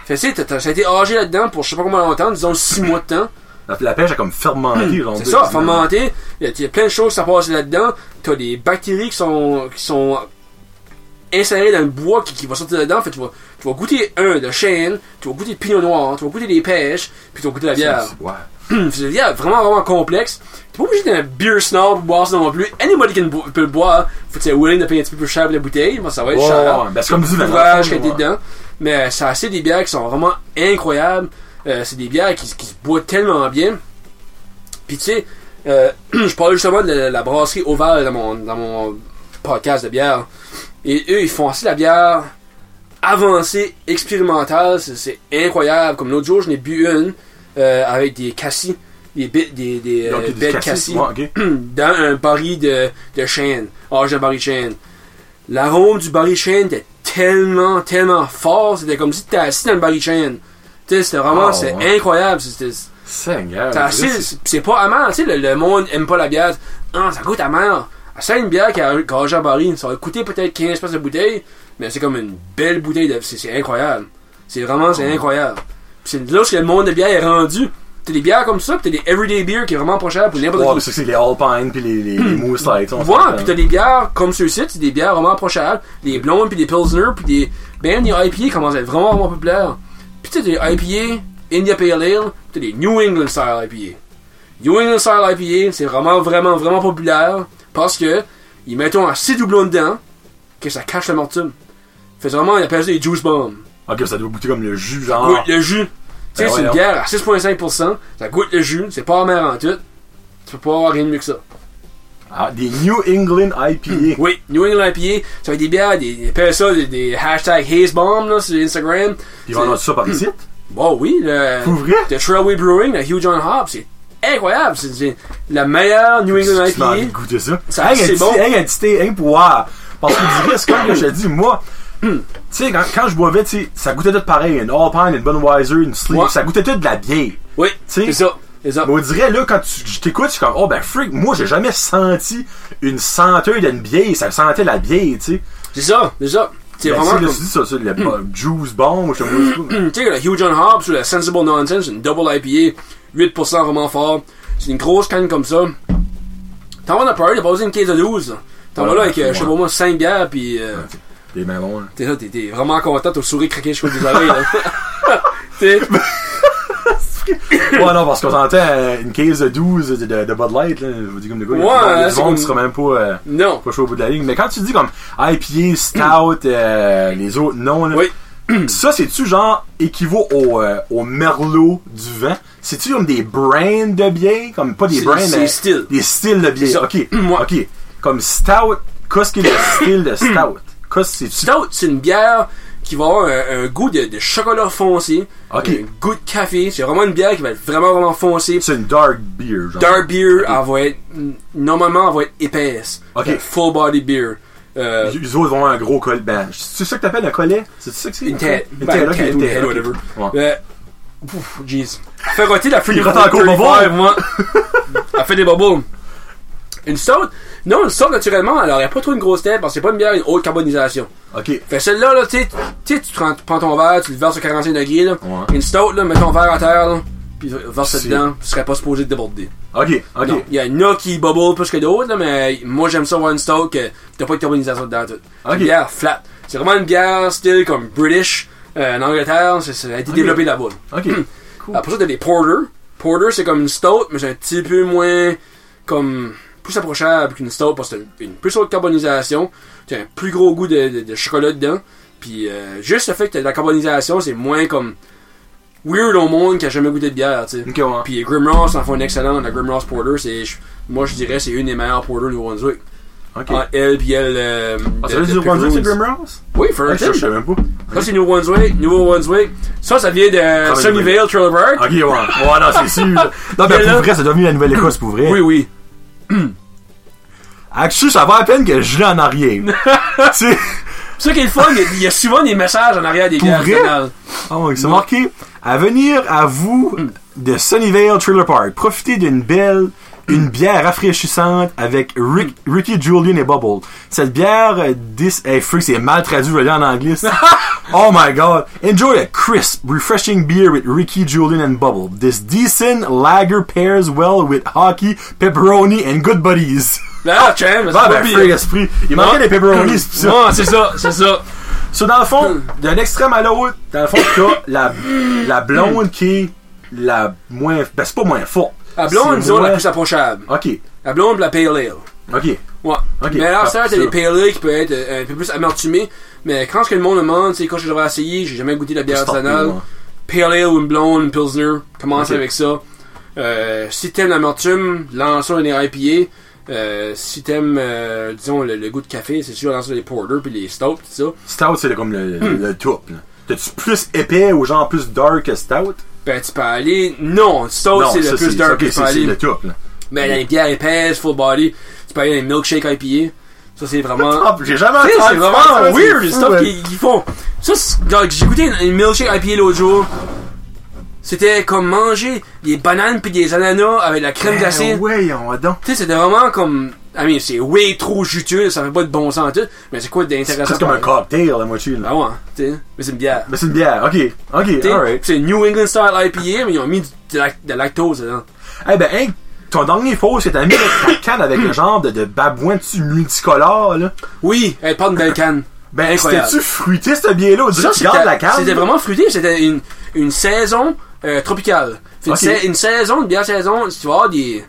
Speaker 2: Fait que, tu sais, t'as- t'as- ça a été âgé là-dedans pour je sais pas combien longtemps, disons 6 mois de temps.
Speaker 1: La, la pêche a comme fermenté, genre.
Speaker 2: Hmm, C'est
Speaker 1: de-
Speaker 2: ça, fermenté. Il y a- il y a plein de choses qui sont passées là-dedans. T'as des bactéries qui sont, qui sont insérées dans le bois qui, qui va sortir là-dedans. Fait que tu vas, tu vas goûter un de chêne, tu vas goûter de pinot noir, tu vas goûter des pêches, puis tu vas goûter de la
Speaker 1: C'est-
Speaker 2: bière.
Speaker 1: c'est- Ouais.
Speaker 2: *clears throat* C'est une bière vraiment, vraiment complexe. T'es pas obligé d'un beer snob pour boire ça non plus. Anybody can bo- peut le boire. Faut que tu sois willing de payer un petit peu plus cher pour la bouteille. Bon, ça va être
Speaker 1: Ouais,
Speaker 2: cher
Speaker 1: ouais, ouais. Ben, c'est comme du vin.
Speaker 2: ouvrage qui a
Speaker 1: Ouais.
Speaker 2: été dedans. Mais euh, ça a assez des bières qui sont vraiment incroyables. Euh, c'est des bières qui, qui se boivent tellement bien. Puis tu sais, euh, *clears throat* je parlais justement de la, la brasserie Oval dans mon, dans mon podcast de bière. Et eux, ils font aussi la bière avancée, expérimentale. C'est, c'est incroyable. Comme l'autre jour, je n'ai bu une euh, avec des cassis, des, bi- des, des,
Speaker 1: Donc, il
Speaker 2: euh,
Speaker 1: y a du
Speaker 2: belles
Speaker 1: cassis,
Speaker 2: cassis
Speaker 1: ouais, ok.
Speaker 2: *clears throat* dans un baril de, de chêne. Ah, j'ai un baril de chêne. L'arôme du baril de chêne était tellement, tellement fort. C'était comme si t'étais assis dans le baril de chêne. Tu sais, c'était vraiment,
Speaker 1: Ah,
Speaker 2: c'est
Speaker 1: ouais.
Speaker 2: incroyable. C'était-
Speaker 1: Seigneur.
Speaker 2: t'es assis,
Speaker 1: c'est-
Speaker 2: c'est- c'est pas amer. Tu sais, le, le monde aime pas la bière. Ah, ça goûte amer. C'est une bière qui a gorgé en baril. Ça va coûter peut-être 15 piastres de bouteille, mais c'est comme une belle bouteille. de- C'est c'est incroyable. C'est vraiment, c'est incroyable. Puis c'est lorsque le monde de bière est rendu. T'as des bières comme ça, pis t'as des everyday beer qui est vraiment pas cher pour n'importe
Speaker 1: Ouais,
Speaker 2: qui.
Speaker 1: mais ça, c'est les Alpine puis les, les, les Moose Light. on
Speaker 2: Hmm. Ouais,
Speaker 1: s'entend.
Speaker 2: puis t'as des bières comme ceux-ci, c'est des bières vraiment approchables, des blondes puis des pilsner puis des ben des IPA commencent à être vraiment vraiment populaires. Puis t'as des IPA, India Pale Ale, pis t'as des New England style IPA. New England style IPA, c'est vraiment vraiment vraiment populaire parce que ils mettent assez de doublons dedans que ça cache l'amertume. Fait que vraiment, ils appellent ça des juice bombs.
Speaker 1: Ok, ça doit goûter comme le jus,
Speaker 2: Ça
Speaker 1: genre.
Speaker 2: goûte le jus. Tu sais,
Speaker 1: Ah. Ben
Speaker 2: c'est une
Speaker 1: voyons.
Speaker 2: bière à 6,5%, ça goûte le jus, c'est pas amer en tout. Tu peux pas avoir rien de mieux que ça.
Speaker 1: Ah, des New England IPA.
Speaker 2: Oui, New England IPA, ça va être des bières, des, ils appellent ça des, des hashtag Haze Bomb là, sur Instagram.
Speaker 1: Ils vendent ça
Speaker 2: Hmm.
Speaker 1: par ici.
Speaker 2: Bon, oui, le,
Speaker 1: Pour vrai?
Speaker 2: le Trailway Brewing, le Hugh John Hobbs, c'est incroyable. C'est, c'est la meilleure New England
Speaker 1: Tu m'as envie de
Speaker 2: IPA.
Speaker 1: goûter ça.
Speaker 2: Ça,
Speaker 1: Hey,
Speaker 2: c'est
Speaker 1: un petit-
Speaker 2: bon.
Speaker 1: hey, un petit thé, hein, pour voir. Parce que du risque, comme je te dis, moi,
Speaker 2: Hmm.
Speaker 1: tu sais, quand, quand je boivais, tu sais, ça goûtait tout pareil. Une Alpine, une Budweiser, une Sleep,
Speaker 2: Ouais.
Speaker 1: ça goûtait tout de la bière.
Speaker 2: Oui,
Speaker 1: sais-
Speaker 2: c'est ça. C'est ça.
Speaker 1: Mais on dirait, là, quand tu, je t'écoute, je suis comme, oh ben freak, moi, j'ai jamais senti une senteur d'une bière. Ça sentait la bière, tu sais.
Speaker 2: C'est ça, c'est ça. C'est
Speaker 1: Ben,
Speaker 2: vraiment
Speaker 1: tu sais, là,
Speaker 2: comme, Hmm.
Speaker 1: tu dis ça, ça, le bo- juice bomb, ou je sais pas, je sais pas.
Speaker 2: *clears throat* tu sais, le Hugh John Hobbs ou le Sensible Nonsense, une double IPA, 8% vraiment fort. C'est une grosse canne comme ça. T'en vas dans la party, t'as pas besoin d'une 15 à 12. là. T'en vas là avec, euh, je sais pas moi, 5 bières, puis... euh,
Speaker 1: Des mamons, là.
Speaker 2: T'es là, t'es, t'es vraiment content, t'as le sourire craqué jusqu'au des oreilles, là. T'sais,
Speaker 1: *laughs* Ben, Ouais, non, parce qu'on s'entend euh, une case de 12 de, de, de Bud Light, là, je vous dis comme de quoi, il y a
Speaker 2: Ouais,
Speaker 1: du monde- il y a du
Speaker 2: c'est
Speaker 1: monde
Speaker 2: comme-
Speaker 1: qui sera même pas, euh,
Speaker 2: non.
Speaker 1: pas chaud au bout de la ligne. Mais quand tu dis comme ah, IPA, Stout, euh, les autres non, là,
Speaker 2: Oui.
Speaker 1: *clears throat* ça, c'est-tu genre équivaut au, euh, au merlot du vent? C'est-tu comme des brands de bière? Comme pas des
Speaker 2: C'est-
Speaker 1: brands,
Speaker 2: c'est
Speaker 1: mais
Speaker 2: style.
Speaker 1: des styles de bière.
Speaker 2: ça.
Speaker 1: Ok,
Speaker 2: *clears throat* Ouais.
Speaker 1: ok. Comme Stout, qu'est-ce qui
Speaker 2: *coughs*
Speaker 1: est le style de Stout? Qu'est-ce que c'est-tu?
Speaker 2: Stout, c'est une bière qui va avoir un, un goût de, de chocolat foncé,
Speaker 1: Ok.
Speaker 2: un goût de café. C'est vraiment une bière qui va être vraiment, vraiment foncée.
Speaker 1: C'est une dark beer, genre.
Speaker 2: Dark beer, elle va être, normalement, elle va être épaisse.
Speaker 1: Ok.
Speaker 2: Un Full body beer. Euh,
Speaker 1: Les autres vont avoir un gros collet. Ben, c'est ça que t'appelles un collet? C'est ça que c'est?
Speaker 2: Une tête.
Speaker 1: Une
Speaker 2: Ben,
Speaker 1: tête, ok,
Speaker 2: une tête,
Speaker 1: une
Speaker 2: ou une
Speaker 1: tête,
Speaker 2: tête,
Speaker 1: ok.
Speaker 2: whatever.
Speaker 1: Ouais.
Speaker 2: Euh, ouf, jeez. Fait roter la Fruity
Speaker 1: Il rote encore,
Speaker 2: Fruit
Speaker 1: on va
Speaker 2: 35, moi. Elle fait des bobos. Une stout? Non, une stout, naturellement, elle aurait pas trop une grosse tête parce que c'est pas une bière, une haute carbonisation.
Speaker 1: Ok.
Speaker 2: Fait celle-là, là, tu sais, tu sais, tu te rends- prends ton verre, tu le verses à 45 degrés, là.
Speaker 1: Ouais.
Speaker 2: Une stout, là, mets ton verre à terre, là, pis verse
Speaker 1: C'est-
Speaker 2: dedans, tu serais pas supposé te déborder.
Speaker 1: Ok, ok.
Speaker 2: Non, il y en a qui bubble plus que d'autres, là, mais moi j'aime ça One Stoke, que t'as pas de carbonisation dedans tout. C'est
Speaker 1: Ok.
Speaker 2: Une bière flat. C'est vraiment une bière style comme British euh, en Angleterre, c'est, c'est- elle a été
Speaker 1: Ok.
Speaker 2: développée là-bas.
Speaker 1: Ok. Cool.
Speaker 2: Après Ah, ça, t'as des Porter. Porter, c'est comme une Stout, mais c'est un petit peu moins comme plus approchable qu'une Stout parce que t'as une plus haute carbonisation, t'as un plus gros goût de, de- de chocolat dedans. Puis euh, juste le fait que t'as de la carbonisation, c'est moins comme weird au monde qui a jamais goûté de bière, tu sais.
Speaker 1: Ok, ouais.
Speaker 2: Puis Grim Ross en fait une excellente. La Grim Ross Porter, c'est, je- moi je dirais, c'est une des meilleures Porter du Brunswick.
Speaker 1: Ok.
Speaker 2: En elle puis elle. Euh,
Speaker 1: Ah,
Speaker 2: de-
Speaker 1: ça veut
Speaker 2: de
Speaker 1: dire Brunswick, c'est
Speaker 2: Pickeroons.
Speaker 1: Grimross?
Speaker 2: Oui,
Speaker 1: Ah,
Speaker 2: Fredericton.
Speaker 1: Je sais même pas.
Speaker 2: Ça, c'est New Brunswick. New Brunswick. Ça, ça vient de
Speaker 1: oui.
Speaker 2: Sunnyvale, Trailer Park.
Speaker 1: Ok, ouais. Ouais, non, c'est sûr. là. Non,
Speaker 2: Mais
Speaker 1: ben,
Speaker 2: là-
Speaker 1: pour vrai, c'est devenu la Nouvelle-Écosse, pour vrai.
Speaker 2: Oui, oui.
Speaker 1: Actuellement, ça va à peine que je l'ai en *laughs* arrière. tu sais.
Speaker 2: C'est ça qui est le fun, il y a- il y, a souvent des messages en arrière des
Speaker 1: Pour
Speaker 2: bières
Speaker 1: vrai?
Speaker 2: nationales.
Speaker 1: Oh, c'est marqué à venir à vous de Sunnyvale Trailer Park. Profitez d'une belle, une bière rafraîchissante avec Rick- Ricky, Julian et Bubble. Cette bière, euh, this, hey, freak, c'est mal traduit, je vais le dire en anglais. ça. oh my god. Enjoy a crisp, refreshing beer with Ricky, Julian and Bubble. This decent lager pairs well with hockey, pepperoni and good buddies.
Speaker 2: Ah, tiens, mais c'est
Speaker 1: Ah
Speaker 2: pas
Speaker 1: ben, *laughs*
Speaker 2: pire.
Speaker 1: freak, esprit. Il manquait des pepperonis, c'est ça.
Speaker 2: Non, c'est ça, c'est ça.
Speaker 1: So, dans le fond,
Speaker 2: Hmm.
Speaker 1: d'un extrême à l'autre, dans le fond, t'as la, la blonde qui est la moins. Ben, c'est pas moins forte.
Speaker 2: La blonde,
Speaker 1: C'est
Speaker 2: disons,
Speaker 1: moins-
Speaker 2: la plus approchable.
Speaker 1: Ok,
Speaker 2: La blonde, la pale ale.
Speaker 1: ok.
Speaker 2: Ouais.
Speaker 1: Ok,
Speaker 2: mais alors,
Speaker 1: ah,
Speaker 2: ça, t'as
Speaker 1: ça.
Speaker 2: des pale ale qui peuvent être euh, un peu plus amertumés. Mais quand ce que le monde demande, c'est quand je devrais essayer, j'ai jamais goûté la bière
Speaker 1: C'est parti,
Speaker 2: artisanale.
Speaker 1: ouais.
Speaker 2: Pale ale ou une blonde, une pilsner, commence
Speaker 1: Ok.
Speaker 2: avec ça. Euh, si t'aimes l'amertume, lance un des IPA. Euh, si t'aimes, euh, disons, le, le goût de café, c'est sûr, lance des porters puis les stouts, tout ça.
Speaker 1: Stout, c'est le- comme le, le, le top. là. T'as-tu plus épais ou genre plus dark que stout?
Speaker 2: Ben, tu peux aller. Non, stout, Oh, c'est le
Speaker 1: ça,
Speaker 2: plus dark
Speaker 1: ok,
Speaker 2: que tu peux
Speaker 1: c'est- c'est
Speaker 2: aller.
Speaker 1: le top. là.
Speaker 2: Mais dans les bières épaisses, full body, tu peux aller dans les milkshake IPA. Ça, c'est vraiment.
Speaker 1: Ah, j'ai jamais
Speaker 2: Tu sais, c'est
Speaker 1: entendu
Speaker 2: vraiment
Speaker 1: ça, c'est
Speaker 2: weird
Speaker 1: fou,
Speaker 2: le stuff
Speaker 1: ouais.
Speaker 2: qu'ils qu'ils font. Ça, c'est- genre, j'ai goûté une, une milkshake IPA l'autre jour. C'était comme manger des bananes puis des ananas avec de la crème glacée.
Speaker 1: Ben, ouais, on va donc.
Speaker 2: Tu sais, c'était vraiment comme. Ah, mais c'est way trop juteux, ça fait pas de bon sens tout. Mais c'est quoi
Speaker 1: C'est
Speaker 2: d'intéressant?
Speaker 1: presque comme un
Speaker 2: par-
Speaker 1: cocktail, la moitié. là.
Speaker 2: Ah ouais, tu sais. Mais c'est une bière.
Speaker 1: Mais c'est une bière, ok, ok,
Speaker 2: Tu sais,
Speaker 1: alright.
Speaker 2: C'est New England Style IPA, mais ils ont mis du, de, la, de la lactose dedans.
Speaker 1: Eh ben, hein, ton dernier pause que t'as mis là, ta canne
Speaker 2: *coughs*
Speaker 1: avec le genre de, de babouin dessus multicolore, là.
Speaker 2: Oui, elle porte une belle canne.
Speaker 1: Ben,
Speaker 2: Incroyable.
Speaker 1: c'était-tu fruité, ce bien-là? On dirait
Speaker 2: Ça,
Speaker 1: que tu
Speaker 2: c'était
Speaker 1: gardes la carte.
Speaker 2: c'était vraiment fruité. C'était une, une saison euh, tropicale. C'est une,
Speaker 1: Ok.
Speaker 2: sa- une saison, une bière saison, si tu vas avoir des...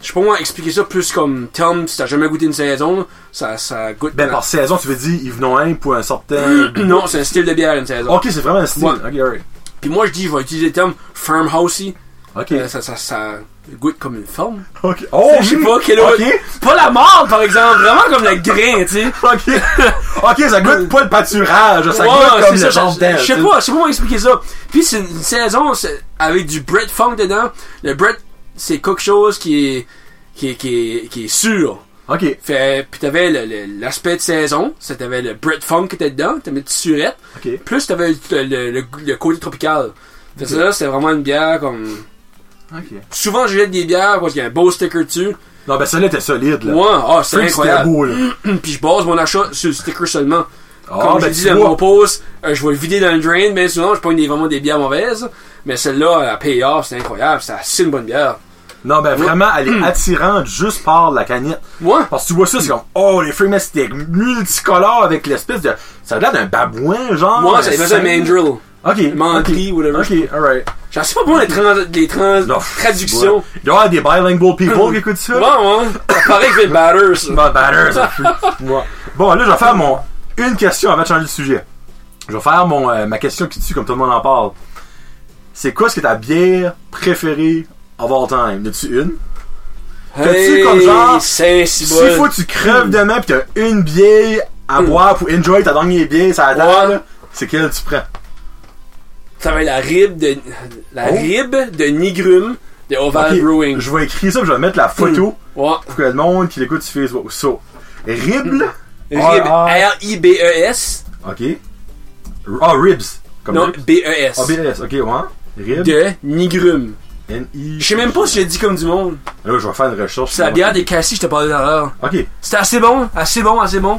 Speaker 2: Je sais pas moi expliquer ça plus comme terme, si t'as jamais goûté une saison, ça, ça goûte...
Speaker 1: Ben,
Speaker 2: la- *clears throat*
Speaker 1: par saison, tu veux dire, ils venons un pour un certain...
Speaker 2: Non, c'est un style de bière, une saison.
Speaker 1: ok, c'est vraiment un style.
Speaker 2: Euh, Ouais.
Speaker 1: Ok, alright.
Speaker 2: Puis moi, je dis, je vais utiliser le terme farmhousey.
Speaker 1: Ok.
Speaker 2: Euh, ça, ça, ça goûte comme une forme.
Speaker 1: ok. Oh,
Speaker 2: Je sais
Speaker 1: hmm,
Speaker 2: pas quel autre...
Speaker 1: Ok.
Speaker 2: Pas la mort, par exemple, vraiment comme le grain, tu sais.
Speaker 1: Ok. *laughs* ok, ça goûte pas le pâturage. Ça
Speaker 2: Ouais,
Speaker 1: goûte comme
Speaker 2: c'est
Speaker 1: le
Speaker 2: ça,
Speaker 1: genre
Speaker 2: je-
Speaker 1: d'air,
Speaker 2: Je sais
Speaker 1: tu
Speaker 2: pas, je sais pas comment expliquer ça. Puis c'est une, une saison c'est- avec du bread funk dedans. Le bread, c'est quelque chose qui est, qui est, qui est, qui est sûr.
Speaker 1: Ok.
Speaker 2: Fait, puis t'avais le- le- l'aspect de saison, c'est t'avais le bread funk qui était dedans, t'avais une petite surette.
Speaker 1: Ok.
Speaker 2: Plus t'avais le, le, le, le côté tropical. Fait que ça, c'est vraiment une bière comme...
Speaker 1: Ok.
Speaker 2: Souvent, je jette des bières parce qu'il y a un beau sticker dessus.
Speaker 1: Non, ben, celle-là était solide, là.
Speaker 2: Ouais, ah, c'est
Speaker 1: Freak, C'était
Speaker 2: incroyable.
Speaker 1: beau, là.
Speaker 2: *clears throat* Puis je base mon achat sur le sticker seulement.
Speaker 1: Ah,
Speaker 2: Comme
Speaker 1: ben, tu
Speaker 2: je dis dans
Speaker 1: vois.
Speaker 2: mon post, euh, je vais le vider dans le drain, mais sinon, je prends des- vraiment des bières mauvaises. Mais celle-là, la payoff, c'est incroyable. C'est assez une bonne bière.
Speaker 1: Non, ben, vraiment, elle
Speaker 2: Hmm.
Speaker 1: est attirante juste par la canette.
Speaker 2: Moi,
Speaker 1: Parce que tu vois ça, c'est comme, oh, les Freemen, c'était multicolore avec l'espèce de. Ça a l'air d'un babouin, genre.
Speaker 2: moi, ça faisait un mandrill.
Speaker 1: Ok.
Speaker 2: Mandri, whatever.
Speaker 1: Ok, alright.
Speaker 2: J'en sais pas pour les, trans, les trans,
Speaker 1: Non,
Speaker 2: traductions.
Speaker 1: ouais. Il doit y avoir des bilingual people qui écoutent ça.
Speaker 2: Bon, hein? Ça paraît que c'est le batter, ça.
Speaker 1: Bon, batter, ça fout. *laughs* Ouais. Bon, là, je vais faire mon. Une question avant de changer de sujet. Je vais faire mon, euh, ma question qui tue, comme tout le monde en parle. C'est quoi ce que ta bière préférée of all time? N'as-tu une? T'as-tu comme genre-
Speaker 2: saint
Speaker 1: S'il faut que tu crèves demain pis t'as une bière à boire pour enjoy ta dernière bière ça la table,
Speaker 2: Ouais.
Speaker 1: là, c'est quelle tu prends?
Speaker 2: Ça va être la rib de, la
Speaker 1: Oh.
Speaker 2: rib de Nigrum de Oval
Speaker 1: Ok,
Speaker 2: Brewing.
Speaker 1: Je vais écrire ça pis je vais mettre la photo
Speaker 2: Ouais.
Speaker 1: pour que le monde qui l'écoute sur Facebook. So, Ribble
Speaker 2: Rib-
Speaker 1: R-
Speaker 2: R-I-B-E-S.
Speaker 1: Ok. R- Ah, ribs. Comme
Speaker 2: Non,
Speaker 1: ribs.
Speaker 2: B-E-S.
Speaker 1: Ah, BS, ok, ouais. Ribs.
Speaker 2: De Nigrum.
Speaker 1: N-I.
Speaker 2: Je sais même pas si j'ai dit comme du monde.
Speaker 1: Là, je vais faire une recherche.
Speaker 2: C'est la bière des Cassis, je te parlais tout à l'heure.
Speaker 1: Ok.
Speaker 2: C'était assez bon, assez bon, assez bon.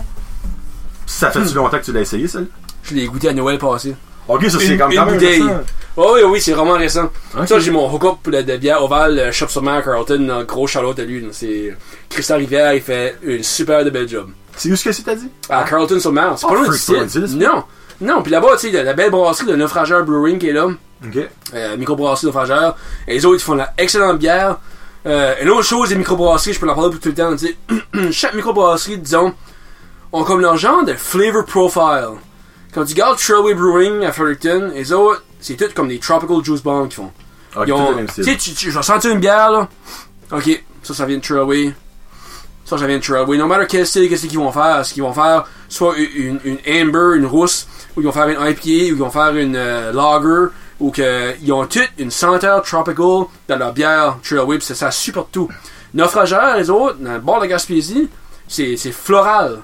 Speaker 1: Ça
Speaker 2: Hmm.
Speaker 1: fait-tu longtemps que tu l'as essayé, celle
Speaker 2: Je l'ai goûté à Noël passé.
Speaker 1: Ok, ça,
Speaker 2: Une-
Speaker 1: c'est comme quand
Speaker 2: une
Speaker 1: même.
Speaker 2: bouteille.
Speaker 1: récent.
Speaker 2: Oh oui, oui, c'est vraiment récent.
Speaker 1: Ok.
Speaker 2: Ça, j'ai mon hook-up de, de bière ovale, euh, shop sur mer Carlton, euh, gros charlotte à lui. là. C'est Christian Rivière, il fait une super de belle job.
Speaker 1: C'est où ce que c'est, t'as dit
Speaker 2: À Carlton sur mer, c'est
Speaker 1: Oh,
Speaker 2: pas loin
Speaker 1: Freak
Speaker 2: d'ici.
Speaker 1: Coincidence.
Speaker 2: Non, non, puis là-bas, tu sais, il y a la belle brasserie, le naufrageur Brewing qui est là.
Speaker 1: Ok. Ah,
Speaker 2: euh, microbrasserie naufrageur. Et les autres, ils font de la excellente bière. Euh, une autre chose, les microbrasseries, je peux en parler pour tout le temps. tu sais, *clears throat* Chaque microbrasserie, disons, ont comme leur genre de flavor profile. Quand tu regardes Trailway Brewing à Fredericton, les autres, c'est tout comme des tropical juice bombs qu'ils font.
Speaker 1: Ok,
Speaker 2: Ils
Speaker 1: tout
Speaker 2: ont-
Speaker 1: le même
Speaker 2: tu sais,
Speaker 1: style.
Speaker 2: tu- tu- je vais sentir une bière, là. Ok, ça, ça vient de Trailway. Ça, ça vient de Trailway. No matter quel style, qu'est-ce qu'ils vont faire. Ce qu'ils vont faire, soit une, une une Amber, une rousse, ou ils vont faire une IPA, ou ils vont faire une euh, Lager, ou qu'ils ont toutes une senteur tropical dans leur bière Trailway, pis ça, ça supporte tout. Naufrageurs, les autres, dans le bord de Gaspésie, c'est c'est floral.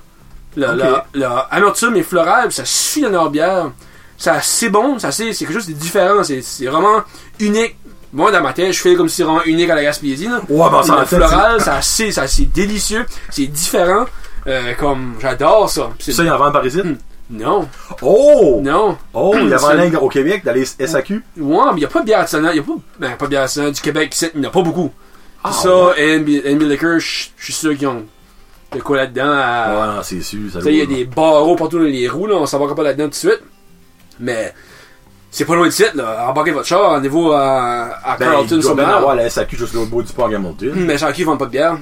Speaker 2: Le,
Speaker 1: Ok.
Speaker 2: leur- leur amertume est florale, pis ça suit dans leur bière. Ça, c'est bon, ça, c'est c'est quelque chose de différent. C'est c'est vraiment unique. Moi, dans ma tête, je fais comme si c'est vraiment unique à la Gaspésie. Là.
Speaker 1: Ouais, ben,
Speaker 2: C'est
Speaker 1: ça en fait. c'est-
Speaker 2: floral, ça c'est, ça c'est délicieux, c'est différent. Euh, comme j'adore ça. Puis c'est-
Speaker 1: Ça, il en vend par ici?
Speaker 2: Non,
Speaker 1: Oh!
Speaker 2: Hmm. non.
Speaker 1: Oh, il y avait
Speaker 2: C'est-
Speaker 1: un lingue au Québec, dans les SAQ.
Speaker 2: Ouais, mais il n'y a pas de bière artisanale. Il n'y a pas, ben, pas de bière artisanale du Québec ici, il n'y en a pas beaucoup.
Speaker 1: Ah,
Speaker 2: ça, NB NB Liquor, je je suis sûr qu'ils ont de quoi là-dedans à,
Speaker 1: Ouais, non, Ah, c'est sûr. Ça
Speaker 2: Tu sais, il y a
Speaker 1: doit-
Speaker 2: des barreaux partout dans les roues, là, on s'en va pas là-dedans tout de suite. Mais c'est pas loin de site, là. Embarquez votre char, rendez-vous à, à
Speaker 1: Ben, il
Speaker 2: Carlton
Speaker 1: doit
Speaker 2: sur
Speaker 1: bien
Speaker 2: mer.
Speaker 1: avoir la SAQ juste l'autre bout du parc à Moncton.
Speaker 2: Mais SAQ, ils vendent pas de bière.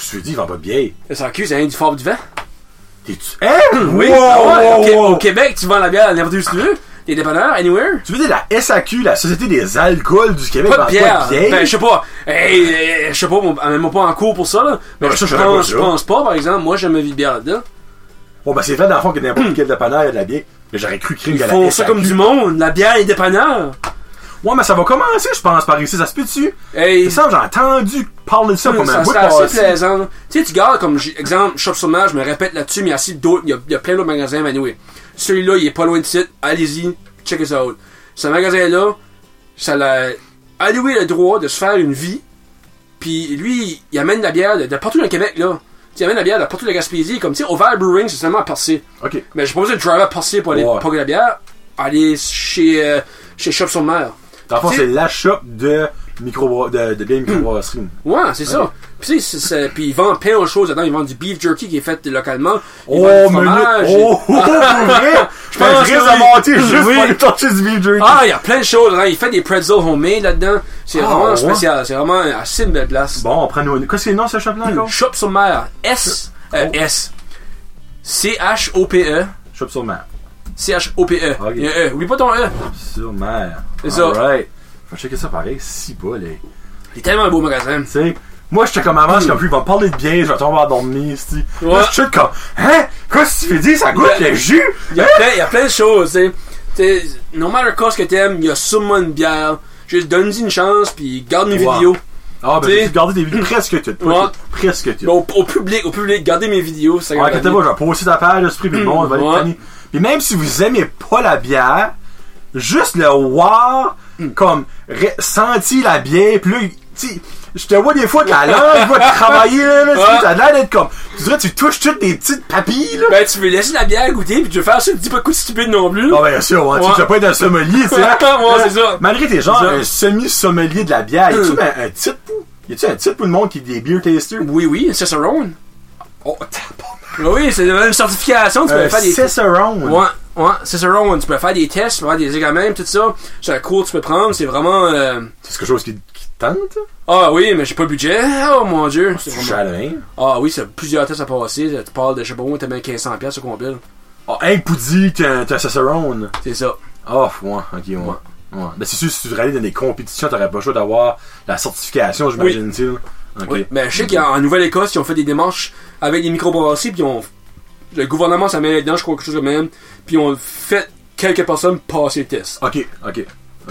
Speaker 1: Je te dis, il vend pas de bière.
Speaker 2: SAQ, c'est rien du fort du vent.
Speaker 1: T'es-tu. Hein?
Speaker 2: Eh, Oui,
Speaker 1: Wow,
Speaker 2: ah ouais, au
Speaker 1: wow,
Speaker 2: Qué-
Speaker 1: wow.
Speaker 2: au Québec, tu vends la bière n'importe où si tu veux. Les dépanneurs, anywhere.
Speaker 1: Tu veux dire la SAQ, la Société des alcools du Québec,
Speaker 2: Pas de
Speaker 1: vend
Speaker 2: bière. Ben, je sais pas. Hey, hey, je sais pas, on même pas en cours pour ça, là. Mais
Speaker 1: Ben,
Speaker 2: je
Speaker 1: ça, je savais pas
Speaker 2: pense,
Speaker 1: ça.
Speaker 2: je pense pas, par exemple. Moi, j'aime ma vie de bière là-dedans.
Speaker 1: Bon, ben, c'est vrai, dans le fond, que n'importe quel dépanneur, il y a de la bière. Mais j'aurais cru créer
Speaker 2: Ils
Speaker 1: une
Speaker 2: font ça comme du monde. La bière, les dépanneurs.
Speaker 1: Ouais, mais ça va commencer, je pense, par ici. Ça se peut-tu?
Speaker 2: Hey,
Speaker 1: Il semble, j'ai entendu parler de ça comme un
Speaker 2: ça
Speaker 1: bout de
Speaker 2: serait assez
Speaker 1: passé.
Speaker 2: plaisant. là. Tu sais, tu gardes comme j'ai- exemple, Shop sur Mer, je me répète là-dessus, mais il y a aussi d'autres- il y a, il y a plein d'autres magasins, mais anyway. Celui-là, il est pas loin de site, allez-y, check it out. Ce magasin-là, ça l'a alloué le droit de se faire une vie, puis lui, il amène la bière de, de partout dans le Québec, là. Tu sais, Il amène la bière de partout de la Gaspésie, comme tu sais, Oval Brewing, c'est seulement à Percé.
Speaker 1: Ok.
Speaker 2: Mais j'ai pas besoin de driver à Percé pour aller
Speaker 1: Ouais.
Speaker 2: pour la bière, aller chez, euh, chez Shop sur Mer.
Speaker 1: Dans le fond,
Speaker 2: Tu sais-
Speaker 1: c'est la shop de micro de, de bière microbrasserie.
Speaker 2: Ouais, c'est ça. Puis, tu sais, c'est- c'est- puis ils vendent plein de choses dedans. Ils vendent du beef jerky qui est fait localement. Ils vendent
Speaker 1: Oh,
Speaker 2: du
Speaker 1: minute!
Speaker 2: fromage.
Speaker 1: Oh,
Speaker 2: *laughs*
Speaker 1: oh, vrai! Je
Speaker 2: pense
Speaker 1: pense que
Speaker 2: que oui.
Speaker 1: monté juste
Speaker 2: Oui.
Speaker 1: pour aller torcher du beef jerky.
Speaker 2: Ah, il y a plein de choses dedans. Ils font des pretzels homemade là-dedans. C'est
Speaker 1: Ah,
Speaker 2: vraiment
Speaker 1: ouais.
Speaker 2: spécial. C'est vraiment assez une belle place.
Speaker 1: Bon, on prend nos... Qu'est-ce que c'est le nom de ce shop-là, encore?
Speaker 2: Shop sur mer. S. euh,
Speaker 1: Oh.
Speaker 2: S. C-H-O-P-E.
Speaker 1: Shop sur mer.
Speaker 2: C-H-O-P-E.
Speaker 1: Ok.
Speaker 2: Il y a un E. Oublie pas ton E.
Speaker 1: Sur mer.
Speaker 2: C'est ça.
Speaker 1: Alright. Faut checker ça pareil, si bas, les.
Speaker 2: Il est tellement un beau magasin.
Speaker 1: Tu sais, moi, j'étais comme avant, j'étais comme, il va me parler de bien, je vais tomber à dormir, si.
Speaker 2: Hmm. Ouais.
Speaker 1: Là, je suis comme, hein? Qu'est-ce que tu fais dire? Ça goûte
Speaker 2: Ben-
Speaker 1: le jus? Hein?
Speaker 2: Il y a plein, il y a plein de choses, tu sais. Tu sais. No matter quoi ce que t'aimes, il y a sûrement une bière. Juste donne-y une chance, puis garde mes
Speaker 1: Wow.
Speaker 2: vidéos.
Speaker 1: Ah, ben,
Speaker 2: Tu sais-
Speaker 1: j'ai regardé des vidéos presque toutes. pas
Speaker 2: Ouais.
Speaker 1: toutes, Presque toutes.
Speaker 2: Au, au public, au public, gardez mes vidéos. ça
Speaker 1: Ouais,
Speaker 2: garde la
Speaker 1: inquiétez
Speaker 2: vie.
Speaker 1: pas, je vais poster ta page, l'esprit, puis le monde va
Speaker 2: Hmm, Ouais.
Speaker 1: être tanné. Puis même si vous aimez pas la bière, juste le voir,
Speaker 2: Hmm.
Speaker 1: comme, ré- sentir la bière, puis là, tu sais, je te vois des fois qu'à l'heure, tu
Speaker 2: *laughs*
Speaker 1: vas travailler, là, là, tu sais,
Speaker 2: Ouais.
Speaker 1: t'as l'air d'être comme, tu dirais, tu touches toutes des petites papilles, là.
Speaker 2: Ben, tu veux laisser la bière goûter, puis tu veux faire ça, tu dis pas de coups stupides non plus.
Speaker 1: Ah ben bien sûr, ouais, tu-
Speaker 2: Ouais.
Speaker 1: tu vas pas être un sommelier, tu sais.
Speaker 2: Ouais, *laughs* c'est ça.
Speaker 1: Malgré tes genres,
Speaker 2: C'est ça. Euh.
Speaker 1: un semi-sommelier de la bière, y tu un, un titre pour... Y a-tu un titre pour le monde qui est des beer tasters?
Speaker 2: Oui, oui, Cicerone.
Speaker 1: Oh, t'as
Speaker 2: Ben oui, c'est une certification, tu peux
Speaker 1: pas
Speaker 2: faire des tests.
Speaker 1: Euh, Cicerone.
Speaker 2: Ouais, ouais, Cicerone, tu peux faire des tests, tu peux faire des examens, tout ça. C'est un cours que tu peux prendre, c'est vraiment. euh,
Speaker 1: C'est quelque chose qui, qui te tente?
Speaker 2: Ah oui, mais j'ai pas le budget. Oh mon dieu. C'est
Speaker 1: Tu
Speaker 2: vraiment-
Speaker 1: chalins.
Speaker 2: Ah oui, c'est plusieurs tests à passer. Tu parles de, je sais pas où, t'as mis 1500$ au complet. là.
Speaker 1: Ah, hey, Poudi, t'es un t'es un Cicerone.
Speaker 2: C'est ça.
Speaker 1: Oh, ouais, ok, ouais. Ouais. Ben c'est sûr, si tu rallais dans des compétitions, t'aurais pas le choix d'avoir la certification, j'imagine, tu sais. là. Ok.
Speaker 2: Oui, mais je sais qu'en Nouvelle-Écosse, ils ont fait des démarches avec les microbrasseries, puis ils ont- le gouvernement s'est mêlé là-dedans, je crois, quelque chose de même, puis ils ont fait quelques personnes passer le test,
Speaker 1: Ok, ok.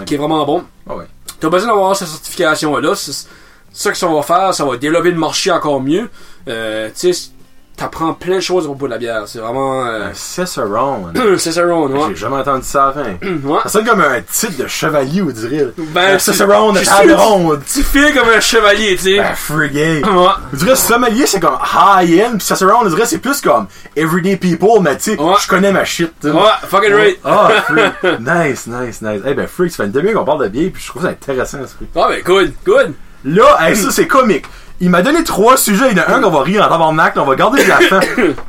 Speaker 2: qui est vraiment bon.
Speaker 1: Ah ouais.
Speaker 2: T'as besoin d'avoir cette certification-là, c'est c'est ça que ça va faire, ça va développer le marché encore mieux. Euh, tu sais, t'apprends plein de choses à propos de la bière. C'est vraiment. euh, *clears throat*
Speaker 1: Un Cicéron.
Speaker 2: c'est ça, Ron, ouais.
Speaker 1: J'ai jamais entendu ça hein. à la fin.
Speaker 2: Ouais.
Speaker 1: Ça sonne comme un titre de chevalier, on dirait.
Speaker 2: Ben,
Speaker 1: un
Speaker 2: c'est-
Speaker 1: Cicéron de
Speaker 2: je
Speaker 1: table
Speaker 2: suis-
Speaker 1: ronde.
Speaker 2: Tu files comme un chevalier, tu sais.
Speaker 1: Ben, frigate.
Speaker 2: Ouais.
Speaker 1: On dirait sommelier, c'est comme high-end, pis Cicéron, on dirait c'est plus comme everyday people, mais tu sais,
Speaker 2: Ouais.
Speaker 1: je connais ma shit. tu sais.
Speaker 2: Ouais, fucking right.
Speaker 1: Ah, freak. Nice, nice, nice. Eh ben, freak, ça fait une demi-heure qu'on parle de bière, puis je trouve ça intéressant, ce truc.
Speaker 2: Ah, ben, good, good.
Speaker 1: Là, hey, ça, c'est comique. Il m'a donné trois sujets. Il y en a un qu'on va rire en tabarnak, on va garder de la
Speaker 2: *coughs*
Speaker 1: fin.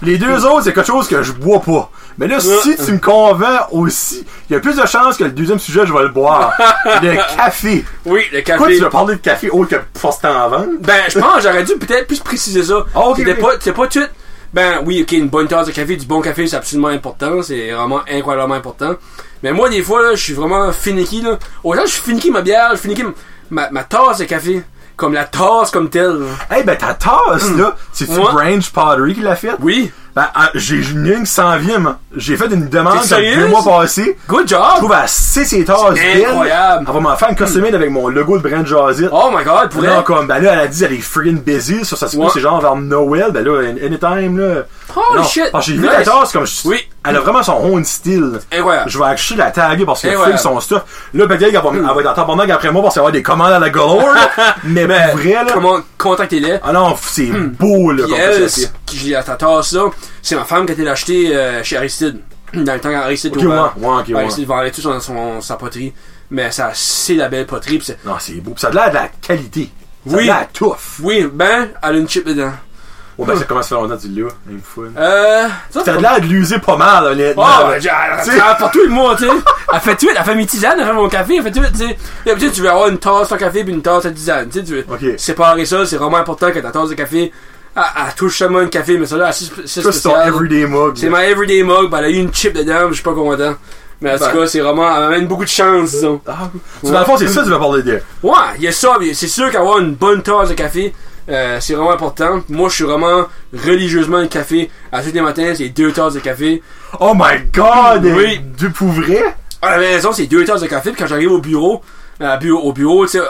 Speaker 1: Les deux autres, c'est quelque chose que je bois pas. Mais là, si tu me convaincs aussi, il y a plus de chances que le deuxième sujet, je vais le
Speaker 2: *laughs*
Speaker 1: boire. Le café.
Speaker 2: Oui, le café.
Speaker 1: Pourquoi tu veux parler de café autre que force t'en vendre?
Speaker 2: Ben, je pense, j'aurais dû peut-être plus préciser ça.
Speaker 1: Ah, ok,
Speaker 2: C'était
Speaker 1: ok.
Speaker 2: pas, c'était pas tout. Ben oui, ok, une bonne tasse de café, du bon café, c'est absolument important, c'est vraiment incroyablement important. Mais moi, des fois, là, je suis vraiment finicky, là. Autant je finicky ma bière, je finicky ma- ma, ma tasse de café, comme la tasse comme telle. là.
Speaker 1: Eh ben, ta tasse, là, c'est-tu
Speaker 2: Hmm. Ouais.
Speaker 1: Branch Pottery qui l'a faite?
Speaker 2: Oui,
Speaker 1: Ben, ah, j'ai une ligne qui s'en vient, moi. J'ai fait une demande
Speaker 2: T'es
Speaker 1: comme
Speaker 2: sérieuse?
Speaker 1: deux mois passés.
Speaker 2: good
Speaker 1: Je
Speaker 2: job!
Speaker 1: trouve à 6 et tasses
Speaker 2: C'est
Speaker 1: belles.
Speaker 2: incroyable.
Speaker 1: Elle va m'en faire une custom made avec mon logo de brand Jazit.
Speaker 2: Oh my god, pour
Speaker 1: Non,
Speaker 2: elle.
Speaker 1: comme, ben là, elle a dit, elle est friggin' busy sur sa
Speaker 2: Ouais.
Speaker 1: scoop, c'est genre vers Noël, ben là, an- anytime, là.
Speaker 2: Oh
Speaker 1: Non.
Speaker 2: shit!
Speaker 1: Ah, j'ai vu
Speaker 2: Nice.
Speaker 1: la tasse, comme, je-
Speaker 2: Oui.
Speaker 1: elle a vraiment son own style.
Speaker 2: Incroyable.
Speaker 1: Je vais acheter la taguer parce que
Speaker 2: Et
Speaker 1: le
Speaker 2: voilà.
Speaker 1: film, son stuff. Là, peut-être qu'elle va, elle va être en tabarnak après moi parce qu'elle va avoir des commandes à la galore, là. Mais, ben, vrai, là.
Speaker 2: Comment contactez-les?
Speaker 1: Ah non, c'est beau, là,
Speaker 2: Puis
Speaker 1: comme ça,
Speaker 2: elle,
Speaker 1: c'est-
Speaker 2: ce qui j'ai à ta tasse, là, c'est ma femme qui était l'acheter euh, chez Aristide. Dans le temps qu'Aristide
Speaker 1: Ok, ouais, ouais, ok, ouais.
Speaker 2: ben, Aristide vendait tout son, son- sa poterie. Mais ça, c'est la belle poterie. pis c'est-
Speaker 1: Non, c'est beau. Puis ça a de l'air de la qualité. Ça
Speaker 2: Oui.
Speaker 1: a de la touffe.
Speaker 2: Oui, ben, elle a une chip dedans.
Speaker 1: Oh, ben, ça commence à faire longtemps, tu l'as. Une fois.
Speaker 2: Euh. Ça,
Speaker 1: Ça a de l'air de l'user pas mal, honnêtement.
Speaker 2: Oh,
Speaker 1: là.
Speaker 2: ben, j'ai- elle
Speaker 1: Tu sais-
Speaker 2: elle pour tout le monde, tu sais. Elle fait tout, elle fait mes tisanes, elle fait mon café, elle fait tout, tu sais. D'habitude, tu veux avoir une tasse de café puis une tasse de tisane, tu sais. Tu veux
Speaker 1: Ok.
Speaker 2: séparer ça, c'est vraiment important que ta tasse de café, elle, elle touche seulement une café, mais ça là, c'est
Speaker 1: Ça, c'est ton
Speaker 2: spécial.
Speaker 1: everyday mug.
Speaker 2: C'est
Speaker 1: là.
Speaker 2: ma everyday mug, ben elle a eu une chip dedans, je suis pas content. Mais en tout
Speaker 1: Ben.
Speaker 2: cas, c'est vraiment, elle m'amène beaucoup de chance, disons.
Speaker 1: Ah, cool. C'est Dans le fond, c'est ça que tu vas parler de.
Speaker 2: Ouais, il y a ça, mais c'est sûr qu'avoir une bonne tasse de café, euh, c'est vraiment important. Moi, je suis vraiment religieusement le café. À tous les matins, c'est deux tasses de café.
Speaker 1: Oh my god!
Speaker 2: Oui.
Speaker 1: eh, Du pour vrai?
Speaker 2: À la maison, c'est deux tasses de café. Puis quand j'arrive au bureau, euh, bu- au bureau, tu sais,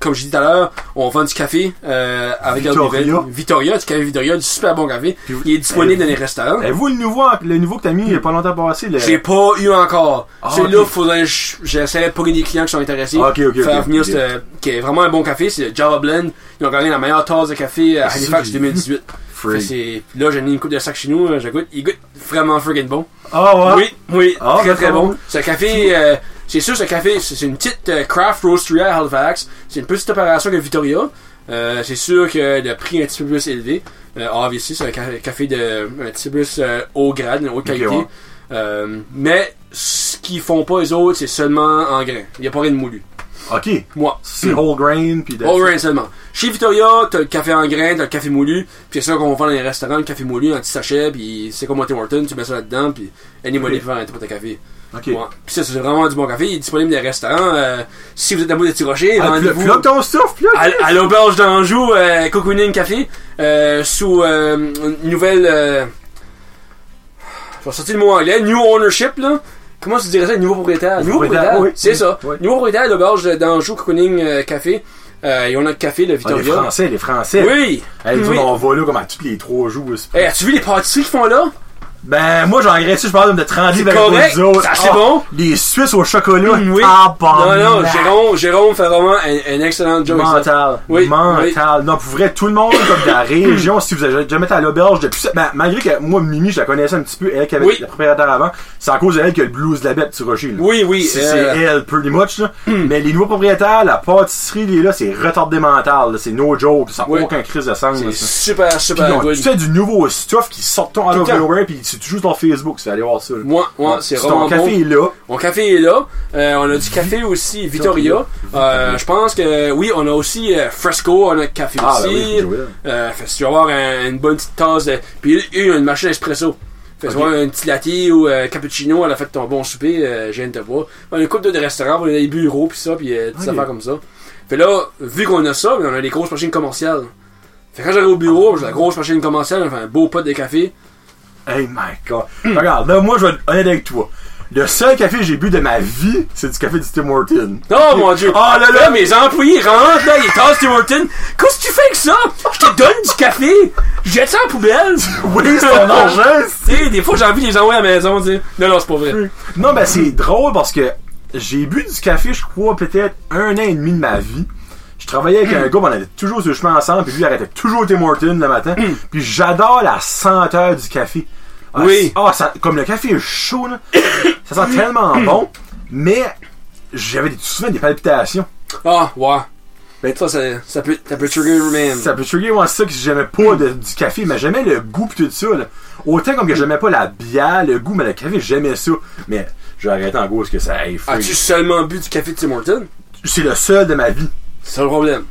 Speaker 2: comme je dit tout à l'heure, on vend du café euh, avec un
Speaker 1: Victoria.
Speaker 2: Victoria, du café Victoria, du super bon café.
Speaker 1: Puis vous-
Speaker 2: Il est disponible dans les restaurants.
Speaker 1: Avez-vous Eh, le nouveau, le nouveau que t'as mis il y a pas longtemps passé? Le...
Speaker 2: J'ai pas eu encore.
Speaker 1: Euh, Ah,
Speaker 2: Celui-là,
Speaker 1: ok.
Speaker 2: faudrait, j- j'essaierai de pogner des clients qui sont intéressés.
Speaker 1: Ah, ok, ok,
Speaker 2: Faire
Speaker 1: ok,
Speaker 2: venir
Speaker 1: ok.
Speaker 2: ce- qui est vraiment un bon café, c'est le Java Blend. Ils ont gagné la meilleure tasse de café à
Speaker 1: C'est ça
Speaker 2: Halifax
Speaker 1: que
Speaker 2: 2018. Fait que
Speaker 1: Freak.
Speaker 2: c'est- Là, j'ai mis une coupe de sac chez nous, euh, je goûte. Il goûte vraiment friggin' bon.
Speaker 1: Ah ouais?
Speaker 2: Oui, oui,
Speaker 1: Ah,
Speaker 2: très
Speaker 1: ben,
Speaker 2: très
Speaker 1: ça
Speaker 2: bon.
Speaker 1: va.
Speaker 2: Ce café, euh, c'est sûr, ce café, c'est c'est une petite euh, craft roastery à Halifax. C'est une petite opération que Victoria. Euh, c'est sûr que le prix est un petit peu plus élevé. Euh, obviously, c'est un ca- café de un petit peu plus euh, haut grade, une haute qualité.
Speaker 1: ouais.
Speaker 2: Euh, mais ce qu'ils font pas les autres, c'est seulement en grains. Il n'y a pas rien de moulu.
Speaker 1: Ok.
Speaker 2: Moi.
Speaker 1: C'est whole grain, pis de...
Speaker 2: All grain seulement. Chez Victoria, t'as le café en grain, t'as le café moulu, puis c'est ça qu'on vend dans les restaurants, le café moulu, un petit sachet, puis c'est comme Monty Wharton, tu mets ça là-dedans, puis anybody
Speaker 1: Ok.
Speaker 2: peut faire un pot de café.
Speaker 1: Ok. Ah,
Speaker 2: Ouais. Puis ça, c'est vraiment du bon café. Il est disponible dans les restaurants. Euh, si vous êtes amoureux de Tirocher,
Speaker 1: Ah, pl-
Speaker 2: rendez-vous
Speaker 1: plug ton stuff, plug!
Speaker 2: à, à l'auberge d'Anjou, euh, Cocooning Café, euh, sous euh, une nouvelle... Euh, je vais sortir le mot anglais. New ownership, là. Comment tu dirais ça, nouveau propriétaire? Nouveau
Speaker 1: Propriétaire,
Speaker 2: propriétaire,
Speaker 1: oui.
Speaker 2: c'est
Speaker 1: Oui,
Speaker 2: ça.
Speaker 1: oui.
Speaker 2: Nouveau propriétaire de l'auberge d'Anjou, Cocooning euh, Café. Euh, ils ont notre café,
Speaker 1: Ah,
Speaker 2: le
Speaker 1: les
Speaker 2: Victoria.
Speaker 1: Français, les Français.
Speaker 2: oui!
Speaker 1: Hey, dis,
Speaker 2: Oui.
Speaker 1: on va là comme à tous les trois jours. c'est-
Speaker 2: Hey, as-tu vu les pâtisseries qu'ils font là?
Speaker 1: Ben, moi, j'en graisse, je parle de 30 livres
Speaker 2: correct.
Speaker 1: avec les autres.
Speaker 2: Ça, c'est
Speaker 1: Ah,
Speaker 2: bon.
Speaker 1: Les Suisses au chocolat.
Speaker 2: Mm, oui.
Speaker 1: Ah, bon.
Speaker 2: non, non, Jérôme, Jérôme fait vraiment un, un excellent job. avec ça.
Speaker 1: Mental.
Speaker 2: Oui,
Speaker 1: Mental. Non, pour vrai, tout le monde, comme de la région, si vous avez jamais été à l'auberge depuis ça, ben, malgré que moi, Mimi, je la connaissais un petit peu, elle qui avait
Speaker 2: Oui.
Speaker 1: la propriétaire avant, c'est à cause de elle que le blues de la bête, tu rocher, là.
Speaker 2: Oui, oui.
Speaker 1: C'est
Speaker 2: euh, Hmm.
Speaker 1: c'est elle, pretty much, là. Mais les nouveaux propriétaires, la pâtisserie, les là, c'est retardé mental, là. C'est no joke. Ça n'a
Speaker 2: Oui.
Speaker 1: aucun crise de sens, là,
Speaker 2: C'est
Speaker 1: ça.
Speaker 2: super,
Speaker 1: Puis ils
Speaker 2: super
Speaker 1: ont tout
Speaker 2: good.
Speaker 1: fait du nouveau stuff qui sort ton out of
Speaker 2: Tout le temps.
Speaker 1: nowhere, puis c'est toujours sur Facebook, c'est aller voir ça, là.
Speaker 2: Moi, moi, c'est
Speaker 1: Si
Speaker 2: vraiment
Speaker 1: Ton café
Speaker 2: bon.
Speaker 1: est là.
Speaker 2: Mon café est là. Euh, on a du café aussi, Vittoria. Euh, je pense que oui, on a aussi euh, Fresco, on a notre café
Speaker 1: Ah, ben
Speaker 2: aussi.
Speaker 1: oui, Joël.
Speaker 2: Euh, fait que si tu vas avoir un- une bonne petite tasse, de... puis eux, ils ont une machine espresso. Fait que tu
Speaker 1: Ok.
Speaker 2: vois, un petit latte ou euh, cappuccino, elle a fait ton bon souper, euh, gêne de bois. On a une couple de restaurants, on a des bureaux, puis ça, puis euh, des
Speaker 1: Ok.
Speaker 2: affaires comme ça. Fait là, vu qu'on a ça, ben, on a des grosses machines commerciales. Fait que quand j'arrive au bureau, j'ai la grosse machine commerciale, on fait un beau pot de café.
Speaker 1: Hey my god. *clears throat* Regarde, là, moi, je vais être honnête avec toi. Le seul café que j'ai bu de ma vie, c'est du café du Tim Horton.
Speaker 2: Oh mon dieu!
Speaker 1: Ah là là!
Speaker 2: mes employés rentrent, là, ils tassent Tim Hortons. Qu'est-ce que tu fais avec ça? Je te donne du café! Jette ça en poubelle!
Speaker 1: Oui,
Speaker 2: *laughs*
Speaker 1: c'est ton argent!
Speaker 2: Tu sais, des fois, j'ai envie de les envoyer à la maison, tu sais. Non, non, c'est pas vrai.
Speaker 1: Non, ben c'est drôle parce que j'ai bu du café, je crois, peut-être un an et demi de ma vie. Je travaillais avec un gars, puis on avait toujours ce chemin ensemble, puis lui il arrêtait toujours Tim Hortons le matin. puis j'adore la senteur du café. Ah,
Speaker 2: Oui.
Speaker 1: c'est- ah, ça- comme le café est chaud, là, *coughs* ça sent tellement bon, mais j'avais des- souvent des palpitations.
Speaker 2: Ah, ouais.
Speaker 1: Ben,
Speaker 2: ça, ça, ça peut, ça peut trigger man.
Speaker 1: Ça peut trigger moi c'est ça que j'aimais pas de- du café, mais j'aimais le goût pis tout ça. là. Autant comme que j'aimais pas la bière, le goût, mais le café, j'aimais ça. Mais je vais arrêter en gros parce que ça hey, freak.
Speaker 2: As-tu seulement bu du café de Tim Hortons?
Speaker 1: Ah, C'est le seul de ma vie.
Speaker 2: C'est ça le problème.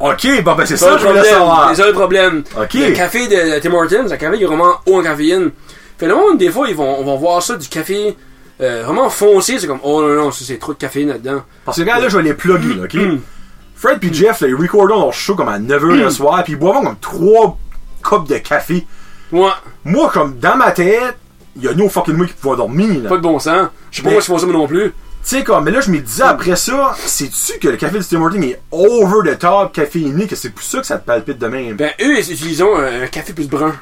Speaker 1: Ok, bon ben c'est
Speaker 2: C'est ça
Speaker 1: ça,
Speaker 2: le
Speaker 1: que je voulais
Speaker 2: problème.
Speaker 1: savoir.
Speaker 2: C'est ça le problème.
Speaker 1: Ok.
Speaker 2: Le café de Tim Hortons, le café qui est vraiment haut en caféine. Fait le monde, des fois, ils vont, on va voir ça du café euh, vraiment foncé. C'est comme, oh non, non, ça, c'est trop de caféine là-dedans.
Speaker 1: Parce que regarde là, je vais les plugger, là, ok? Fred pis Jeff, là, ils recordent leur show comme à 9h le soir, pis ils boivent comme 3 copes de café.
Speaker 2: Ouais,
Speaker 1: Moi, comme dans ma tête, il y a no fucking moi qui pouvait dormir, là.
Speaker 2: pas de bon sens. Je sais pas
Speaker 1: Mais-
Speaker 2: moi si font ça moi non plus.
Speaker 1: Tu sais, comme, mais là, je me
Speaker 2: Mm.
Speaker 1: disais après ça, sais-tu que le café du Tim Hortons est over the top, caféiné, que c'est pour ça que ça te palpite de même?
Speaker 2: Ben, eux, ils utilisent un, un café plus brun.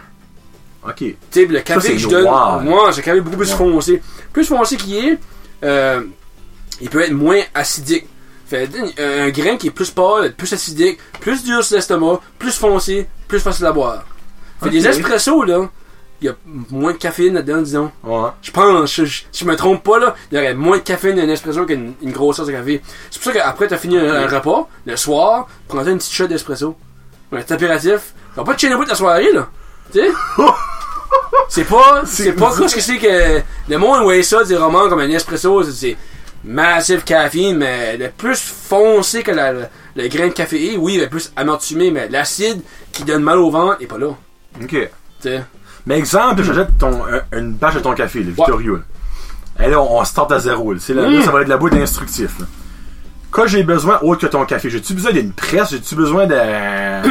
Speaker 1: ok.
Speaker 2: Tu sais, le café
Speaker 1: c'est
Speaker 2: que je donne,
Speaker 1: noir.
Speaker 2: moi, c'est un café beaucoup plus
Speaker 1: Ouais.
Speaker 2: foncé. Plus foncé qu'il est, euh, il peut être moins acidique. Fait un, un grain qui est plus pâle, plus acidique, plus dur sur l'estomac, plus foncé, plus facile à boire. Fait
Speaker 1: Ok.
Speaker 2: des espressos, là, il y a moins de caféine là-dedans, disons.
Speaker 1: Ouais.
Speaker 2: Je pense, je, je- si je me trompe pas, là, il y aurait moins de caféine d'un espresso qu'une une grosse tasse de café. C'est pour ça qu'après, t'as fini un, un repas, le soir, prends-toi une petite shot d'espresso. Un petit apéritif. T'as pas de chien de la soirée, là. Tu sais? c'est pas, c'est pas quoi ce que c'est que le monde voyait ça, des romans comme un espresso, c'est- c'est massive caféine, mais le plus foncé que la- le, le grain de café est, oui, le plus amortumé, mais l'acide qui donne mal au ventre est pas là.
Speaker 1: Ok.
Speaker 2: Tu sais?
Speaker 1: Mais exemple, j'achète ton, un- une bâche de ton café, le Victorio. là. Et là, on, on start à zéro. là. C'est là,
Speaker 2: Mm.
Speaker 1: là, ça va être la boîte d'instructif. là. Quoi j'ai besoin autre que ton café? J'ai-tu besoin d'une presse? J'ai-tu besoin
Speaker 2: *clears throat*
Speaker 1: d'un.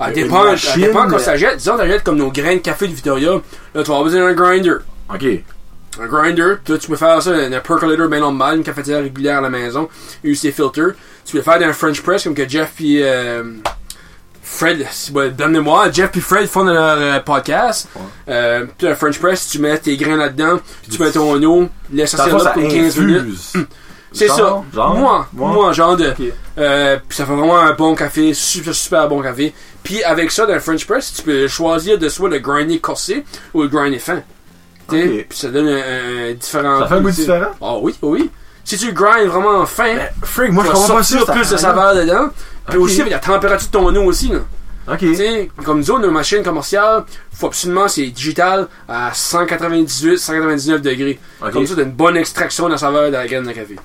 Speaker 2: Ah,
Speaker 1: d'une
Speaker 2: dépend,
Speaker 1: machine?
Speaker 2: ah, dépend quand ça jette. Disons, ça jette comme nos grains de café de Victoria. Là, tu vas avoir besoin d'un grinder.
Speaker 1: Ok.
Speaker 2: Un grinder, toi, tu peux faire ça, un un percolator bien normal, une cafetière régulière à la maison, UC filter. Tu peux le faire d'un French press, comme que Jeff puis euh, Fred, si bon, bonne mémoire, Jeff puis Fred font dans leur euh, podcast. Euh, puis un French press, tu mets tes grains là-dedans, tu mets ton eau, laisse
Speaker 1: Dans
Speaker 2: ça
Speaker 1: le fond, ça
Speaker 2: pour 15 minutes. Mm.
Speaker 1: infuse.
Speaker 2: C'est ça.
Speaker 1: Genre, genre,
Speaker 2: moi,
Speaker 1: moi.
Speaker 2: moi, genre de.
Speaker 1: Ok.
Speaker 2: Euh, puis ça fait vraiment un bon café, super, super bon café. Puis avec ça, dans le French press, tu peux choisir de soit le grinder corsé ou le grinder fin. T'sais,
Speaker 1: Ok.
Speaker 2: Puis ça donne un, un- un différent.
Speaker 1: Ça fait un goût
Speaker 2: t'sais.
Speaker 1: différent?
Speaker 2: Ah oui, oui. Si tu le grindes vraiment fin,
Speaker 1: Ben, Frank, moi,
Speaker 2: tu
Speaker 1: je
Speaker 2: vas
Speaker 1: comprends pas
Speaker 2: sortir
Speaker 1: ça.
Speaker 2: plus de
Speaker 1: ça-
Speaker 2: saveur dedans. Puis
Speaker 1: Ok.
Speaker 2: aussi avec la température de ton eau aussi. Là.
Speaker 1: Ok.
Speaker 2: Tu sais, comme nous autres, nos machines commerciales, faut absolument, c'est digital à 198, 199 degrés.
Speaker 1: Ok.
Speaker 2: Comme ça, t'as une bonne extraction de la saveur de la graine de café.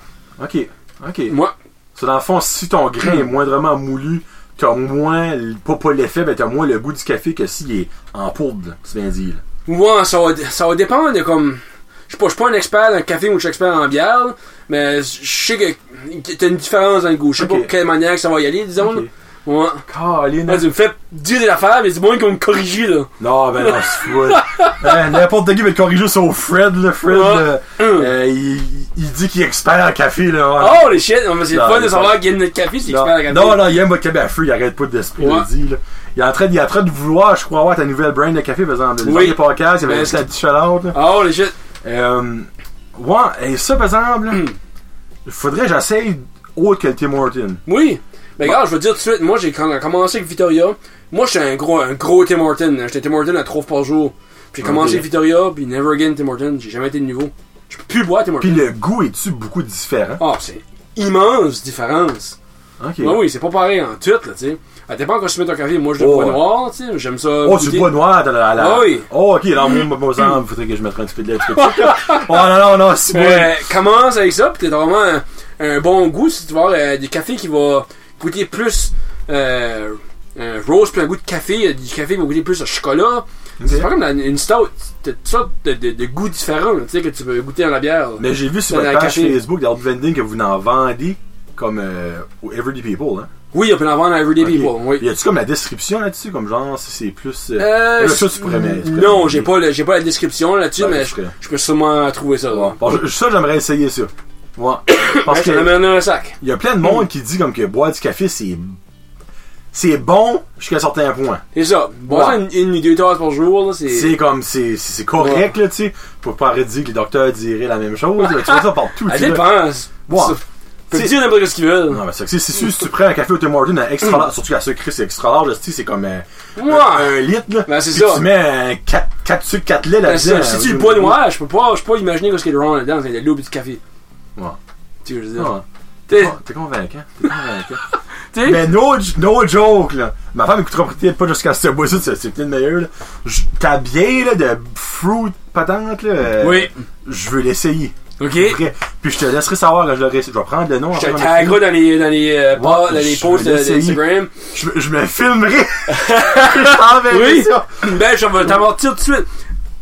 Speaker 1: Ok. Ok.
Speaker 2: Moi,
Speaker 1: C'est dans le fond, si ton grain est moindrement moulu, t'as moins, l- pas, pas l'effet, mais t'as moins le goût du café que s'il est en poudre, c'est bien dit. là.
Speaker 2: Ouais, ça va, ça va dépendre de comme. Je suis pas, je suis pas un expert en café ou je suis expert en bière, mais je sais que t'as une différence dans le goût. Je sais
Speaker 1: Ok.
Speaker 2: pas quelle manière que ça va y aller, disons.
Speaker 1: Ok.
Speaker 2: là. Ouais.
Speaker 1: Colin.
Speaker 2: Là, tu me fais dire des affaires, mais du moins qu'on me corrige, là.
Speaker 1: Non, ben non, c'est fou.
Speaker 2: *laughs*
Speaker 1: Ben, N'importe qui va te corriger sauf Fred, là. Fred,
Speaker 2: Ouais.
Speaker 1: là, euh, il, il dit qu'il est expert en café, là.
Speaker 2: Oh, les shit! Non, mais c'est le
Speaker 1: Ah. Non,
Speaker 2: fun de
Speaker 1: il
Speaker 2: savoir qu'il y a une café, c'est
Speaker 1: non.
Speaker 2: expert en café.
Speaker 1: non, non, il aime votre café à feu, il arrête pas de se
Speaker 2: Ouais.
Speaker 1: dit, là. Il est, en train, de- il est en train de vouloir, je crois, avoir ta nouvelle brand de café, par exemple. Le
Speaker 2: Oui.
Speaker 1: dernier podcast, il
Speaker 2: Ben,
Speaker 1: avait laissé la petite chaleur, là.
Speaker 2: Oh, les shit!
Speaker 1: Euh, ouais, et ça, par exemple, *clears throat* là, faudrait que j'essaye autre que le Tim Horton.
Speaker 2: Oui! Mais regarde, je veux dire tout de suite, moi j'ai quand- commencé avec Victoria. Moi j'étais un gros, un gros Tim Horton. J'étais Tim Horton à 3 par jour. Puis j'ai commencé
Speaker 1: Ok.
Speaker 2: Victoria, puis Never Again Tim Horton. J'ai jamais été de niveau. Je peux plus boire Tim Horton.
Speaker 1: Puis le goût est-tu beaucoup différent?
Speaker 2: Ah, c'est immense différence.
Speaker 1: Ok.
Speaker 2: Ouais, Ah oui, c'est pas pareil en tout, là, tu sais. Ça dépend quand je mets ton café. Moi, je le
Speaker 1: Oh,
Speaker 2: bois
Speaker 1: ouais.
Speaker 2: noir, tu sais. J'aime ça.
Speaker 1: Oh,
Speaker 2: goûter.
Speaker 1: du bois noir, t'as la. la...
Speaker 2: Ah oui.
Speaker 1: Oh, ok, alors, moi, moi, il faudrait que je mette un petit peu de lait. dessus.
Speaker 2: *laughs*
Speaker 1: oh, non, non, non, c'est bon.
Speaker 2: Euh, commence avec ça, pis t'as vraiment un, un bon goût. Si tu vois euh, du café qui va goûter plus euh, un rose, plus un goût de café. euh, Du café qui va goûter plus le chocolat. C'est pas comme la- une stout. T'as toutes sortes de, de, de goûts différents, là, tu sais, que tu peux goûter dans la bière. là.
Speaker 1: Mais j'ai vu sur
Speaker 2: Dans
Speaker 1: votre
Speaker 2: la
Speaker 1: page
Speaker 2: café.
Speaker 1: Facebook d'Art Vending que vous en vendez comme euh, au Everyday People, hein.
Speaker 2: Oui, on peut en vendre à Everyday
Speaker 1: Ok.
Speaker 2: People, oui.
Speaker 1: Y a-tu comme la description là-dessus, comme genre, si c'est plus. euh,
Speaker 2: Euh,
Speaker 1: là, ça, tu pourrais me- tu pourrais
Speaker 2: non,
Speaker 1: me-
Speaker 2: j'ai pas, le- j'ai pas la description là-dessus,
Speaker 1: Ouais,
Speaker 2: mais
Speaker 1: je
Speaker 2: je,
Speaker 1: ferais.
Speaker 2: je peux sûrement trouver ça. là.
Speaker 1: Ouais. Bon, je- ça, j'aimerais essayer ça.
Speaker 2: *coughs*
Speaker 1: Ouais. Parce
Speaker 2: Ouais,
Speaker 1: que.
Speaker 2: je te l'amène dans un sac.
Speaker 1: Il y a plein de monde qui dit comme que boire du café, c'est. c'est bon jusqu'à un certain point.
Speaker 2: C'est ça. Bon,
Speaker 1: Ouais.
Speaker 2: une, une ou deux tasses par jour, là, c'est.
Speaker 1: C'est comme, c'est c'est- c'est correct, là, tu sais. Faut pas arrêter de dire que les docteurs diraient la même chose. là. Tu vois ça partout.
Speaker 2: Elle
Speaker 1: tu sais, là.
Speaker 2: dépense.
Speaker 1: Ouais.
Speaker 2: Ça- Peut
Speaker 1: C'est-
Speaker 2: dire n'importe ce qu'ils veulent.
Speaker 1: Non, mais c'est que c'est c'est sûr, si tu prends un café au Tim Hortons à extra large, surtout qu'à ce Chris, c'est extra large, là, tu sais, c'est comme un,
Speaker 2: Ouais.
Speaker 1: un, un litre, là.
Speaker 2: Ben, c'est
Speaker 1: Puis
Speaker 2: ça.
Speaker 1: tu mets un 4 quatre sucres, 4 laits
Speaker 2: Ben,
Speaker 1: là-dedans. euh,
Speaker 2: c'est- si tu le bois noir, je peux pas, je peux pas imaginer qu'est-ce qu'il y a de wrong là-dedans. C'est de l'eau et du café.
Speaker 1: Ouais.
Speaker 2: Tu veux dire.
Speaker 1: Ouais.
Speaker 2: T'es-
Speaker 1: Ouais, T'es convaincant. T'es convaincant.
Speaker 2: t'es-
Speaker 1: Mais no, no joke, là. Ma femme écoutera peut-être pas jusqu'à ce bout-là, c'est c'est peut-être meilleur, là. Je- Ta bière, là, de fruit patente, là. euh,
Speaker 2: Oui.
Speaker 1: Je veux l'essayer.
Speaker 2: Ok.
Speaker 1: Après, Puis je te laisserai savoir quand je l'aurai essayé. Je vais prendre le nom.
Speaker 2: Je te
Speaker 1: après, on
Speaker 2: taguerai
Speaker 1: le
Speaker 2: dans les, dans les, euh, pas-
Speaker 1: Ouais,
Speaker 2: dans les
Speaker 1: je
Speaker 2: posts
Speaker 1: vais
Speaker 2: de-
Speaker 1: l'essayer.
Speaker 2: d'Instagram.
Speaker 1: filme. je, je me filmerai. *laughs* je t'enverrai
Speaker 2: Oui.
Speaker 1: ça.
Speaker 2: *laughs* Ben, je vais t'amortir tout de suite.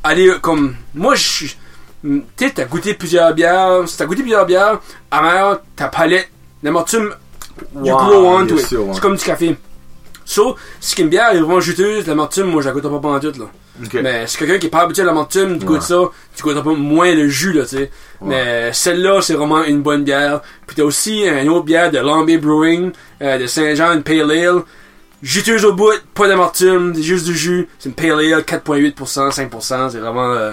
Speaker 2: Allez, euh, comme. Moi, je suis. hmm, Tu sais, t'as goûté plusieurs bières. Si t'as goûté plusieurs bières, amère, ta palette, l'amortime, you
Speaker 1: Wow,
Speaker 2: grow on to
Speaker 1: yes,
Speaker 2: it.
Speaker 1: yeah, ouais.
Speaker 2: C'est comme du café. So, si une bière est vraiment juteuse, l'amortime, moi, je la goûte pas pendant tout, là.
Speaker 1: Ok.
Speaker 2: Mais si quelqu'un qui est pas habitué à l'amortime, tu goûtes ça, tu goûtes un peu moins le jus, là, tu sais. Mais celle-là, c'est vraiment une bonne bière. Puis t'as aussi une autre bière de Lambay Brewing, euh, de Saint-Jean, une Pale Ale. Juteuse au bout, pas d'amortime, c'est juste du jus. C'est une Pale Ale, 4.8%, 5%, c'est vraiment... euh,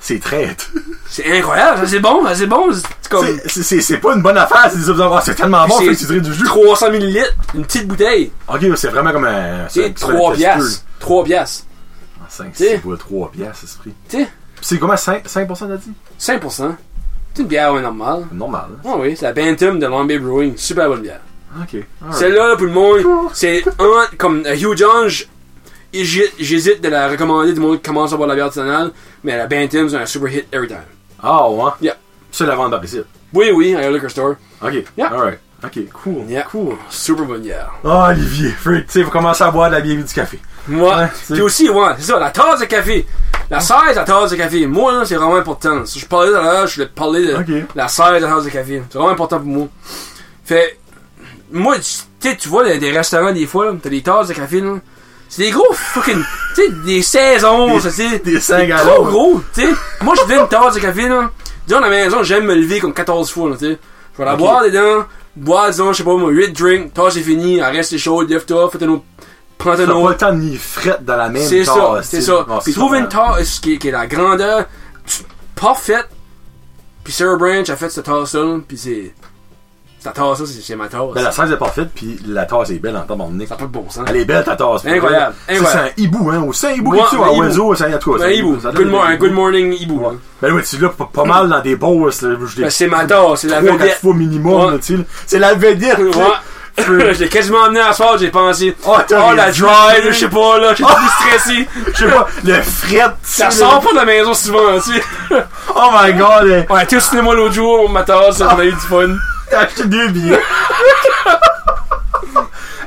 Speaker 1: C'est traite.
Speaker 2: c'est incroyable, ça, c'est bon, ça, c'est bon. C'est comme
Speaker 1: C'est- C'est c'est pas une bonne affaire, c'est des observateurs. C'est tellement bon,
Speaker 2: C'est-
Speaker 1: fait que tu dirais du jus.
Speaker 2: 300 ml, une petite bouteille.
Speaker 1: Ok, c'est vraiment comme un.
Speaker 2: C'est 3 piastres. 3 piastres.
Speaker 1: 5,
Speaker 2: T'sais.
Speaker 1: 6 bois, 3 piastres, c'est ce prix.
Speaker 2: Tu sais,
Speaker 1: Puis c'est comment 5, 5% t'as dit
Speaker 2: 5%. C'est une bière ouais, normale.
Speaker 1: Normal. hein?
Speaker 2: Ah oui, c'est la Bantam de Lambay Brewing, super bonne bière.
Speaker 1: Ok. alright.
Speaker 2: Celle-là, là, pour le monde, c'est un, comme euh, Hugh John, j- j'hésite j'hésite de la recommander du monde qui commence à boire de la bière artisanale, mais la Bantam, c'est un super hit every time.
Speaker 1: Ah ouais.
Speaker 2: Yeah.
Speaker 1: C'est la vente par ici.
Speaker 2: Oui, oui, à la liquor store.
Speaker 1: Ok.
Speaker 2: Yeah.
Speaker 1: Alright. Ok, cool.
Speaker 2: Yeah.
Speaker 1: Cool.
Speaker 2: Super bonne bière.
Speaker 1: Ah, Olivier, Freak, tu sais, vous commencez à boire de la bière et du café.
Speaker 2: Moi,
Speaker 1: Ouais, c'est- Ah.
Speaker 2: puis aussi, ouais, c'est ça, la tasse de café. La size de la tasse de café. Moi, là, c'est vraiment important. Si je parlais tout à l'heure, je voulais te parler de
Speaker 1: Ok.
Speaker 2: la size de la tasse de café. C'est vraiment important pour moi. Fait, moi, tu sais, tu vois, les- des restaurants, des fois, là, t'as des tasses de café, là. C'est des gros fucking, tu sais, des saisons, ça, Oh, c'est
Speaker 1: Des 5
Speaker 2: trop
Speaker 1: gallons.
Speaker 2: gros, tu sais. Moi, je fais une tasse de café, là. Disons, à la maison, j'aime me lever comme 14 fois, là, tu sais. Je vais la
Speaker 1: Ok.
Speaker 2: boire dedans, boire, disons, je sais pas, moi, 8 drinks, tasse est finie, elle reste chaude, lève-toi, fais ton autre, prends
Speaker 1: T'as
Speaker 2: ton
Speaker 1: pas
Speaker 2: autre.
Speaker 1: le temps de ni frette dans la même
Speaker 2: C'est
Speaker 1: tasse,
Speaker 2: ça,
Speaker 1: tu
Speaker 2: c'est
Speaker 1: sais.
Speaker 2: ça.
Speaker 1: Ah,
Speaker 2: Puis
Speaker 1: c'est
Speaker 2: trouve
Speaker 1: ça,
Speaker 2: une tasse qui, est- qui est la grandeur parfaite. Puis Sarah Branch a fait cette tasse-là, puis c'est. Ta tasse-là, c'est c'est ma tasse.
Speaker 1: Ben, la scène est parfaite, puis la tasse est belle en temps, mon nez.
Speaker 2: Ça n'a pas de bon sens.
Speaker 1: Elle est belle, ta tasse.
Speaker 2: Incroyable,
Speaker 1: Ça, C'est un
Speaker 2: incroyable.
Speaker 1: hibou, hein. Ou c'est un hibou
Speaker 2: Ouais,
Speaker 1: qui tue,
Speaker 2: un
Speaker 1: un
Speaker 2: hibou.
Speaker 1: oiseau, c'est un truc.
Speaker 2: Un Ben, hibou.
Speaker 1: Ça donne
Speaker 2: Good,
Speaker 1: des
Speaker 2: mo- un
Speaker 1: hiboux.
Speaker 2: good morning, hibou.
Speaker 1: Ouais.
Speaker 2: hein.
Speaker 1: Ben oui, tu l'as pas, pas mal dans des bosses, là. Je
Speaker 2: Ben,
Speaker 1: l'ai
Speaker 2: c'est ma tasse, c'est la
Speaker 1: trois, quatre
Speaker 2: vedette.
Speaker 1: fois minimum,
Speaker 2: Ouais.
Speaker 1: là, tu sais. C'est la vedette, tu sais.
Speaker 2: Ouais. *laughs* J'ai quasiment emmené à soir, j'ai pensé.
Speaker 1: Oh, t'as
Speaker 2: Oh, la
Speaker 1: raison.
Speaker 2: drive, je sais pas, là, j'étais *laughs* plus stressé.
Speaker 1: Je sais pas, le fret, tu sais,
Speaker 2: Ça
Speaker 1: là.
Speaker 2: sort pas de la maison souvent, tu sais.
Speaker 1: Oh my god, eh.
Speaker 2: On a été au cinéma l'autre jour, ma tasse, on a eu du fun.
Speaker 1: T'as acheté deux billets. *laughs*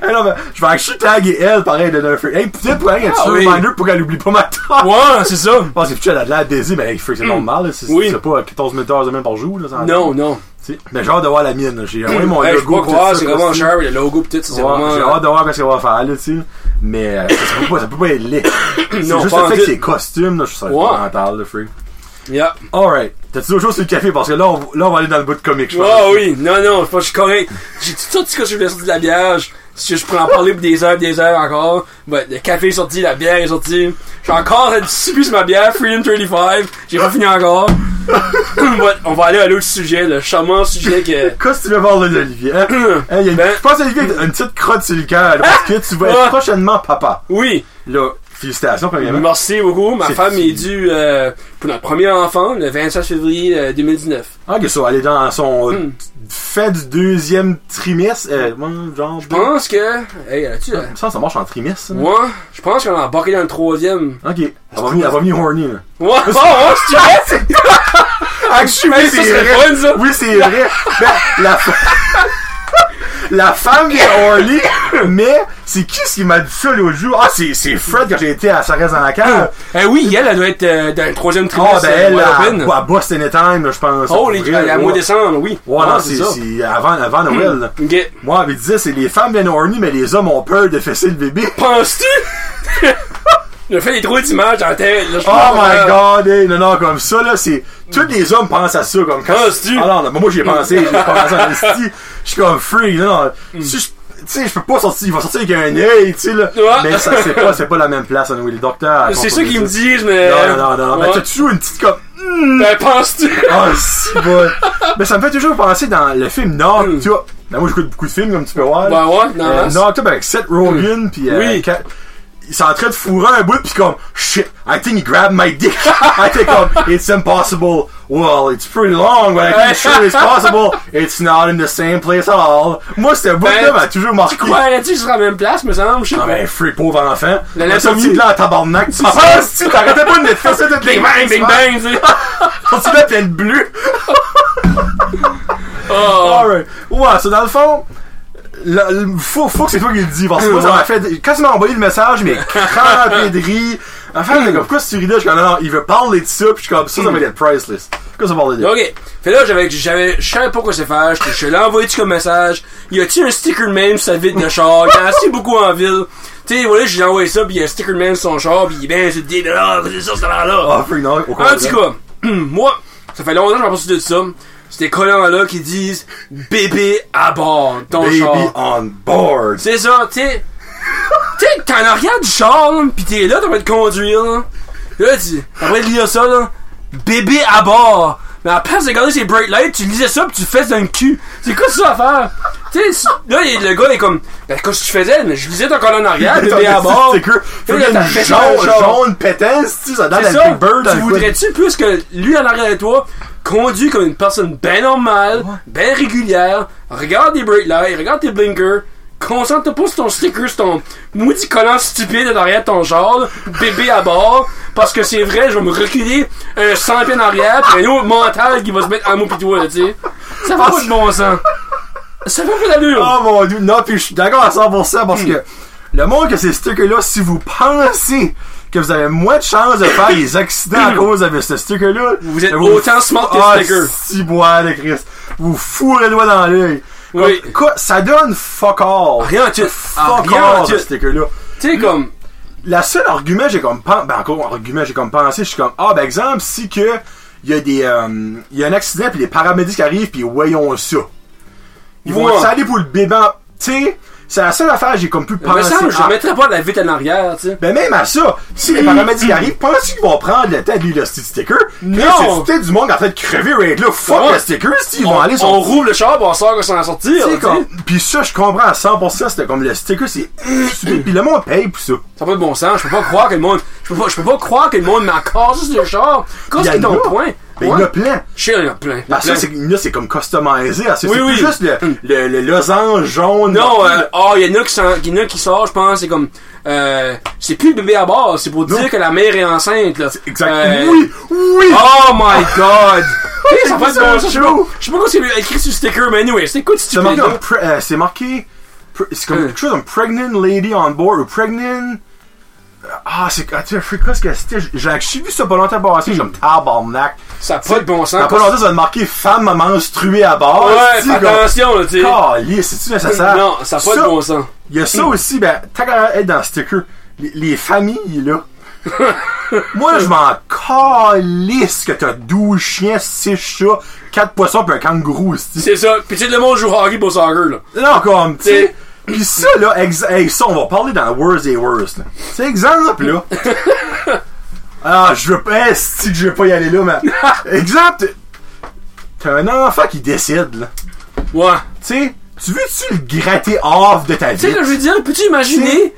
Speaker 1: Eh non, ben, je vais acheter Tag et elle, pareil, de Nerf. Hey, hein, peut-être pour elle, elle
Speaker 2: Ah
Speaker 1: tue
Speaker 2: oui.
Speaker 1: un reminder pour qu'elle oublie pas ma tasse.
Speaker 2: *laughs* Ouais, c'est ça.
Speaker 1: Je pense que tu as de la désir, mais hey, freak, c'est normal, là. C'est
Speaker 2: Oui.
Speaker 1: c'est pas 14 000 dollars de même par jour, là. ça en-
Speaker 2: Non, non.
Speaker 1: Tu sais, Mais j'ai hâte de voir la mienne, là. J'ai envoyé mon
Speaker 2: Hey, je
Speaker 1: logo.
Speaker 2: crois
Speaker 1: tout
Speaker 2: quoi,
Speaker 1: ça,
Speaker 2: c'est
Speaker 1: quoi,
Speaker 2: vraiment
Speaker 1: tu sais.
Speaker 2: cher, le logo pis tout, ça, c'est
Speaker 1: Ouais, J'ai
Speaker 2: vraiment.
Speaker 1: hâte de voir qu'est-ce qu'on va faire, là, tu sais. Mais euh, ça, ça peut pas, ça peut pas être
Speaker 2: *coughs*
Speaker 1: laid. C'est
Speaker 2: Non,
Speaker 1: juste
Speaker 2: pas
Speaker 1: le
Speaker 2: en
Speaker 1: fait
Speaker 2: tout.
Speaker 1: que c'est costume, là, je suis
Speaker 2: Ouais.
Speaker 1: mental, le freak.
Speaker 2: Yeah.
Speaker 1: Alright. T'as-tu autre chose sur le café? Parce que là, on, là, on va aller dans le bout de comique, je pense.
Speaker 2: Ah oui, non, non, je pense que je suis correct. J'ai tout sorti ce que je voulais sortir de la bière. Je, si je pourrais en parler pour des heures et des heures encore. Ben, le café est sorti, la bière est sortie. Je suis encore en train de siffler sur ma bière, Freedom 35. J'ai pas fini encore. *coughs* But on va aller à l'autre sujet, le charmant sujet que. *coughs*
Speaker 1: Qu'est-ce que tu veux voir là, Olivier? Hein? Hein, y a une-
Speaker 2: Ben-
Speaker 1: Je pense Olivier a une petite crotte sur le cœur, là, parce que tu vas être
Speaker 2: Ah!
Speaker 1: prochainement papa.
Speaker 2: Oui,
Speaker 1: Là, félicitations, premièrement.
Speaker 2: merci beaucoup. Ma
Speaker 1: C'est
Speaker 2: femme
Speaker 1: petit.
Speaker 2: est due euh, pour notre premier enfant le 25 février euh, 2019.
Speaker 1: Ok, ça, elle est dans son
Speaker 2: Mm.
Speaker 1: euh, fin du deuxième trimestre. Euh, moi, genre,
Speaker 2: Je pense que. Hey, là-tu. euh,
Speaker 1: Ça, ça marche en trimestre, ça.
Speaker 2: Moi, je pense qu'on a embarqué dans le troisième.
Speaker 1: Ok. Elle va venir, elle va venir horny, là. *laughs*
Speaker 2: Ouais, oh, oh, si tu veux!
Speaker 1: Ah, je suis
Speaker 2: Mais ça serait fun, ça!
Speaker 1: Oui, c'est
Speaker 2: *laughs*
Speaker 1: vrai. Ben, la, *laughs* la femme est horny, mais c'est qui ce qui m'a dit ça l'autre jour? Ah, c'est c'est Fred quand j'ai été à Sarès dans la cave.
Speaker 2: *laughs* Eh oui, elle, elle doit être euh, dans le
Speaker 1: Ah,
Speaker 2: troisième trimestre.
Speaker 1: ben
Speaker 2: euh,
Speaker 1: elle,
Speaker 2: wide
Speaker 1: à,
Speaker 2: open.
Speaker 1: à Boston Time, je pense.
Speaker 2: Oh, les,
Speaker 1: Vrai,
Speaker 2: à la
Speaker 1: ouais.
Speaker 2: mois décembre, oui.
Speaker 1: Ouais,
Speaker 2: Ah,
Speaker 1: non, c'est c'est avant, avant
Speaker 2: Hmm.
Speaker 1: Noël. là.
Speaker 2: Ok.
Speaker 1: Moi, elle me disait, c'est les femmes viennent horny, mais les hommes ont peur de fesser le bébé.
Speaker 2: Penses-tu? *laughs* Je fais des trous d'images dans la tête. là, je
Speaker 1: Oh
Speaker 2: pense,
Speaker 1: my
Speaker 2: euh,
Speaker 1: god, hey, non, non, comme ça, là, c'est. Tous les hommes pensent à ça, comme quand.
Speaker 2: Penses-tu? *laughs* Hmm.
Speaker 1: Ah non, non, moi, j'y ai pensé, j'ai pensé à l'esti. Je suis comme free, non, non. Si je- tu sais, je peux pas sortir, il va sortir avec un œil, tu sais, là.
Speaker 2: Ouais.
Speaker 1: Mais ça, c'est pas, c'est pas la même place, anyway. Le docteur.
Speaker 2: C'est
Speaker 1: contre-
Speaker 2: ça qu'ils me disent, mais.
Speaker 1: Non, non, non, non. Mais
Speaker 2: Ouais.
Speaker 1: t'as toujours une petite comme.
Speaker 2: Ben, penses-tu?
Speaker 1: Oh, si bon. Mais ça me fait toujours penser dans le film Nord,
Speaker 2: Mm.
Speaker 1: tu vois. Ben, moi, j'écoute beaucoup de films, comme tu peux voir.
Speaker 2: Ben ouais, non,
Speaker 1: Euh,
Speaker 2: non,
Speaker 1: Knocked Up avec Seth Rogen, puis euh,
Speaker 2: Oui.
Speaker 1: Kat- il s'est en train de fourrer un bout, puis comme shit, I think he grabbed my dick. *laughs* I think comme it's impossible. Well, it's pretty long, but I think sure it's possible. It's not in the same place at all. Moi, ce bout-là
Speaker 2: Ben,
Speaker 1: m'a toujours marqué.
Speaker 2: Ouais, là-dessus, je serais à la même place, me semble, je sais
Speaker 1: Ah
Speaker 2: pas.
Speaker 1: ben, freak, pauvre enfant.
Speaker 2: La
Speaker 1: Mais
Speaker 2: la
Speaker 1: ça,
Speaker 2: sortie-
Speaker 1: mis de là en tabarnak. Tu penses, si t'arrêtais pas de te faire ça toutes les *laughs*
Speaker 2: Bing bang, bing bang, tu sais.
Speaker 1: Tu là, plein de bleu.
Speaker 2: Oh.
Speaker 1: Alright. Ouais, ça dans le fond. la- le- faut, faut que c'est toi qui le dis, parce que moi, ça m'a fait. Quand tu m'as envoyé le message,
Speaker 2: *laughs*
Speaker 1: mais crampé de rire. Enfin, comme, pourquoi si tu ris là, je suis comme, non, non, il veut parler de ça, puis je suis comme, ça, ça va être priceless. Pourquoi ça parler de ça?
Speaker 2: Ok. Fait là, j'avais, j'avais, je savais pas quoi c'est faire. Je, je l'ai envoyé comme message. Y a-tu un sticker de même sur sa vitre de char? Il y en a assez beaucoup en ville. Tu sais, voilà, j'ai envoyé ça, pis y a un sticker de même sur son char, pis il est bien, c'est 10 dollars, c'est ça, c'est là.
Speaker 1: Ah, freak, non, au
Speaker 2: En
Speaker 1: contraire.
Speaker 2: tout cas, *clears throat* moi, ça fait longtemps que je m'en souviens de ça. C'est des collants-là qui disent bébé à bord, ton
Speaker 1: Baby
Speaker 2: char.
Speaker 1: on board.
Speaker 2: C'est ça, tu sais. Tu sais, t'es en arrière du char, là, pis t'es là, t'as pas de conduire, là. Là, tu. T'as pas de lire ça, là. Bébé à bord. Mais à place de regarder ses bright lights, tu lisais ça pis tu le fesses dans le cul. C'est quoi ça à faire? Tu sais, là, il- le gars, il est comme. Ben, qu'est-ce que tu faisais? Mais je lisais ton
Speaker 1: *laughs*
Speaker 2: colonne arrière, bébé à bord.
Speaker 1: C'est que,
Speaker 2: Puis
Speaker 1: faut
Speaker 2: là,
Speaker 1: qu'il y
Speaker 2: t'as
Speaker 1: ait une
Speaker 2: fait
Speaker 1: jaune,
Speaker 2: ça, le char.
Speaker 1: jaune pétasse, tu sais, ça donne
Speaker 2: C'est
Speaker 1: la
Speaker 2: ça.
Speaker 1: Ah, ben, Big Bird dans
Speaker 2: tu
Speaker 1: le coin.
Speaker 2: voudrais-tu plus que lui en arrière de toi conduit comme une personne ben normale, ben régulière, regarde tes brake lights, regarde tes blinkers, concentre-toi pas sur ton sticker, sur ton maudit collant stupide en arrière de ton genre, là, bébé à bord, parce que c'est vrai, je vais me reculer un 100 pieds en arrière, pis un autre mental qui va se mettre à mon pis toi, là, tu sais. Ça
Speaker 1: Ah,
Speaker 2: va pas de bon sens. Ça fait pas Hmm. d'allure.
Speaker 1: Oh mon dieu, non, puis je suis d'accord à 100% parce que le monde que ces stickers-là, si vous pensez que vous avez moins de chances de faire des accidents à cause de ce sticker-là,
Speaker 2: Hmm. Vous êtes autant smart que
Speaker 1: Ah,
Speaker 2: sticker.
Speaker 1: si bois de Christ. Vous fourrez le doigt dans l'œil.
Speaker 2: Oui.
Speaker 1: Comme, quoi, ça donne fuck all.
Speaker 2: Rien en tout.
Speaker 1: Fuck
Speaker 2: Rien en
Speaker 1: all,
Speaker 2: tout.
Speaker 1: ce sticker-là.
Speaker 2: Tu sais, comme,
Speaker 1: La seule argument que j'ai comme pensé, ben encore argument que j'ai comme pensé, je suis comme ah ben exemple si que il y a des euh, il y a un accident puis les paramédics arrivent puis voyons ça. Ils vont
Speaker 2: Ouais.
Speaker 1: aller pour le bébé. en- Tu sais, c'est la seule affaire que j'ai comme pu
Speaker 2: me
Speaker 1: penser.
Speaker 2: semble, je
Speaker 1: à-
Speaker 2: mettrais pas la vite en arrière, tu sais.
Speaker 1: ben même à ça, si les
Speaker 2: Mm-hmm.
Speaker 1: paramédics arrivent, penses-tu qu'ils vont prendre le temps de lire le petit sticker?
Speaker 2: Non.
Speaker 1: Chris, C'est peut-être du monde en train de crever right là. Fuck
Speaker 2: Ouais.
Speaker 1: le sticker, si ils
Speaker 2: on,
Speaker 1: vont aller sur
Speaker 2: on roule le char, pis on sort qu'on s'en sortir.
Speaker 1: Tu
Speaker 2: tu
Speaker 1: sais,
Speaker 2: sais.
Speaker 1: comme- Puis ça, je comprends à 100%, c'était comme le sticker, c'est *clears throat* stupide. Puis le monde paye pour ça.
Speaker 2: Ça n'a pas de bon sens. Je peux pas croire que le monde. Je peux pas, je peux pas croire que le monde m'a cassé sur le char. Qu'est-ce
Speaker 1: Il y
Speaker 2: que c'est
Speaker 1: en
Speaker 2: ton
Speaker 1: a.
Speaker 2: point?
Speaker 1: Ben, il y en a plein.
Speaker 2: Je sais, il y en a plein.
Speaker 1: Parce que
Speaker 2: Plein.
Speaker 1: là, c'est- là, c'est comme customisé. parce que
Speaker 2: Oui,
Speaker 1: c'est
Speaker 2: oui.
Speaker 1: plus juste le, le, le losange jaune.
Speaker 2: Non, euh, oh, il y en a qui, s'en- il y en a qui sort, je pense, c'est comme. Euh, c'est plus le bébé à bord, c'est pour
Speaker 1: Non.
Speaker 2: dire que la mère est enceinte, là.
Speaker 1: Exact.
Speaker 2: Euh,
Speaker 1: Oui, oui.
Speaker 2: Oh my
Speaker 1: *laughs*
Speaker 2: god! Hey, ça
Speaker 1: C'est
Speaker 2: fait de
Speaker 1: ça,
Speaker 2: bon sens. Je sais
Speaker 1: chaud.
Speaker 2: pas- je sais pas quoi c'est écrit sur le sticker, mais anyway, c'est quoi tu
Speaker 1: c'est marqué,
Speaker 2: fais,
Speaker 1: comme pre- euh, c'est marqué, pre- c'est comme
Speaker 2: Hein.
Speaker 1: quelque chose comme pregnant lady on board ou pregnant. Ah, c'est. Ah, tu sais, free cross que c'était. J'ai j'ai vu ça pas longtemps passé, j'ai comme tabarnak.
Speaker 2: Ça a Hmm. pas de bon sens.
Speaker 1: T'as pas longtemps, ça a marqué femme menstruée à bord.
Speaker 2: Ouais,
Speaker 1: Tu
Speaker 2: fais
Speaker 1: sais, comme-
Speaker 2: attention, là, tu sais.
Speaker 1: Caliste, c'est-tu nécessaire?
Speaker 2: Non, ça a pas de bon sens.
Speaker 1: Il y a ça aussi, ben, t'as qu'à être dans le sticker. Les, les familles,
Speaker 2: *laughs*
Speaker 1: là. Moi, je m'en calisse que t'as 12 chiens, 6 chats, 4 poissons pis un kangourou, aussi.
Speaker 2: C'est ça. Puis tu sais, le monde joue au hockey pour soccer, là.
Speaker 1: Là, comme, tu sais.
Speaker 2: *coughs* C'est-
Speaker 1: Pis ça, là, ex hey, ça, on va parler dans Worst et Worst, là. C'est exemple,
Speaker 2: *laughs*
Speaker 1: là. Ah, je veux pas, si je veux pas y aller là, mais.
Speaker 2: *laughs*
Speaker 1: Exemple, t'as un enfant qui décide, là.
Speaker 2: Ouais.
Speaker 1: Tu sais, tu veux-tu le gratter off de ta vie?
Speaker 2: Tu sais, là, je veux dire, peux-tu imaginer?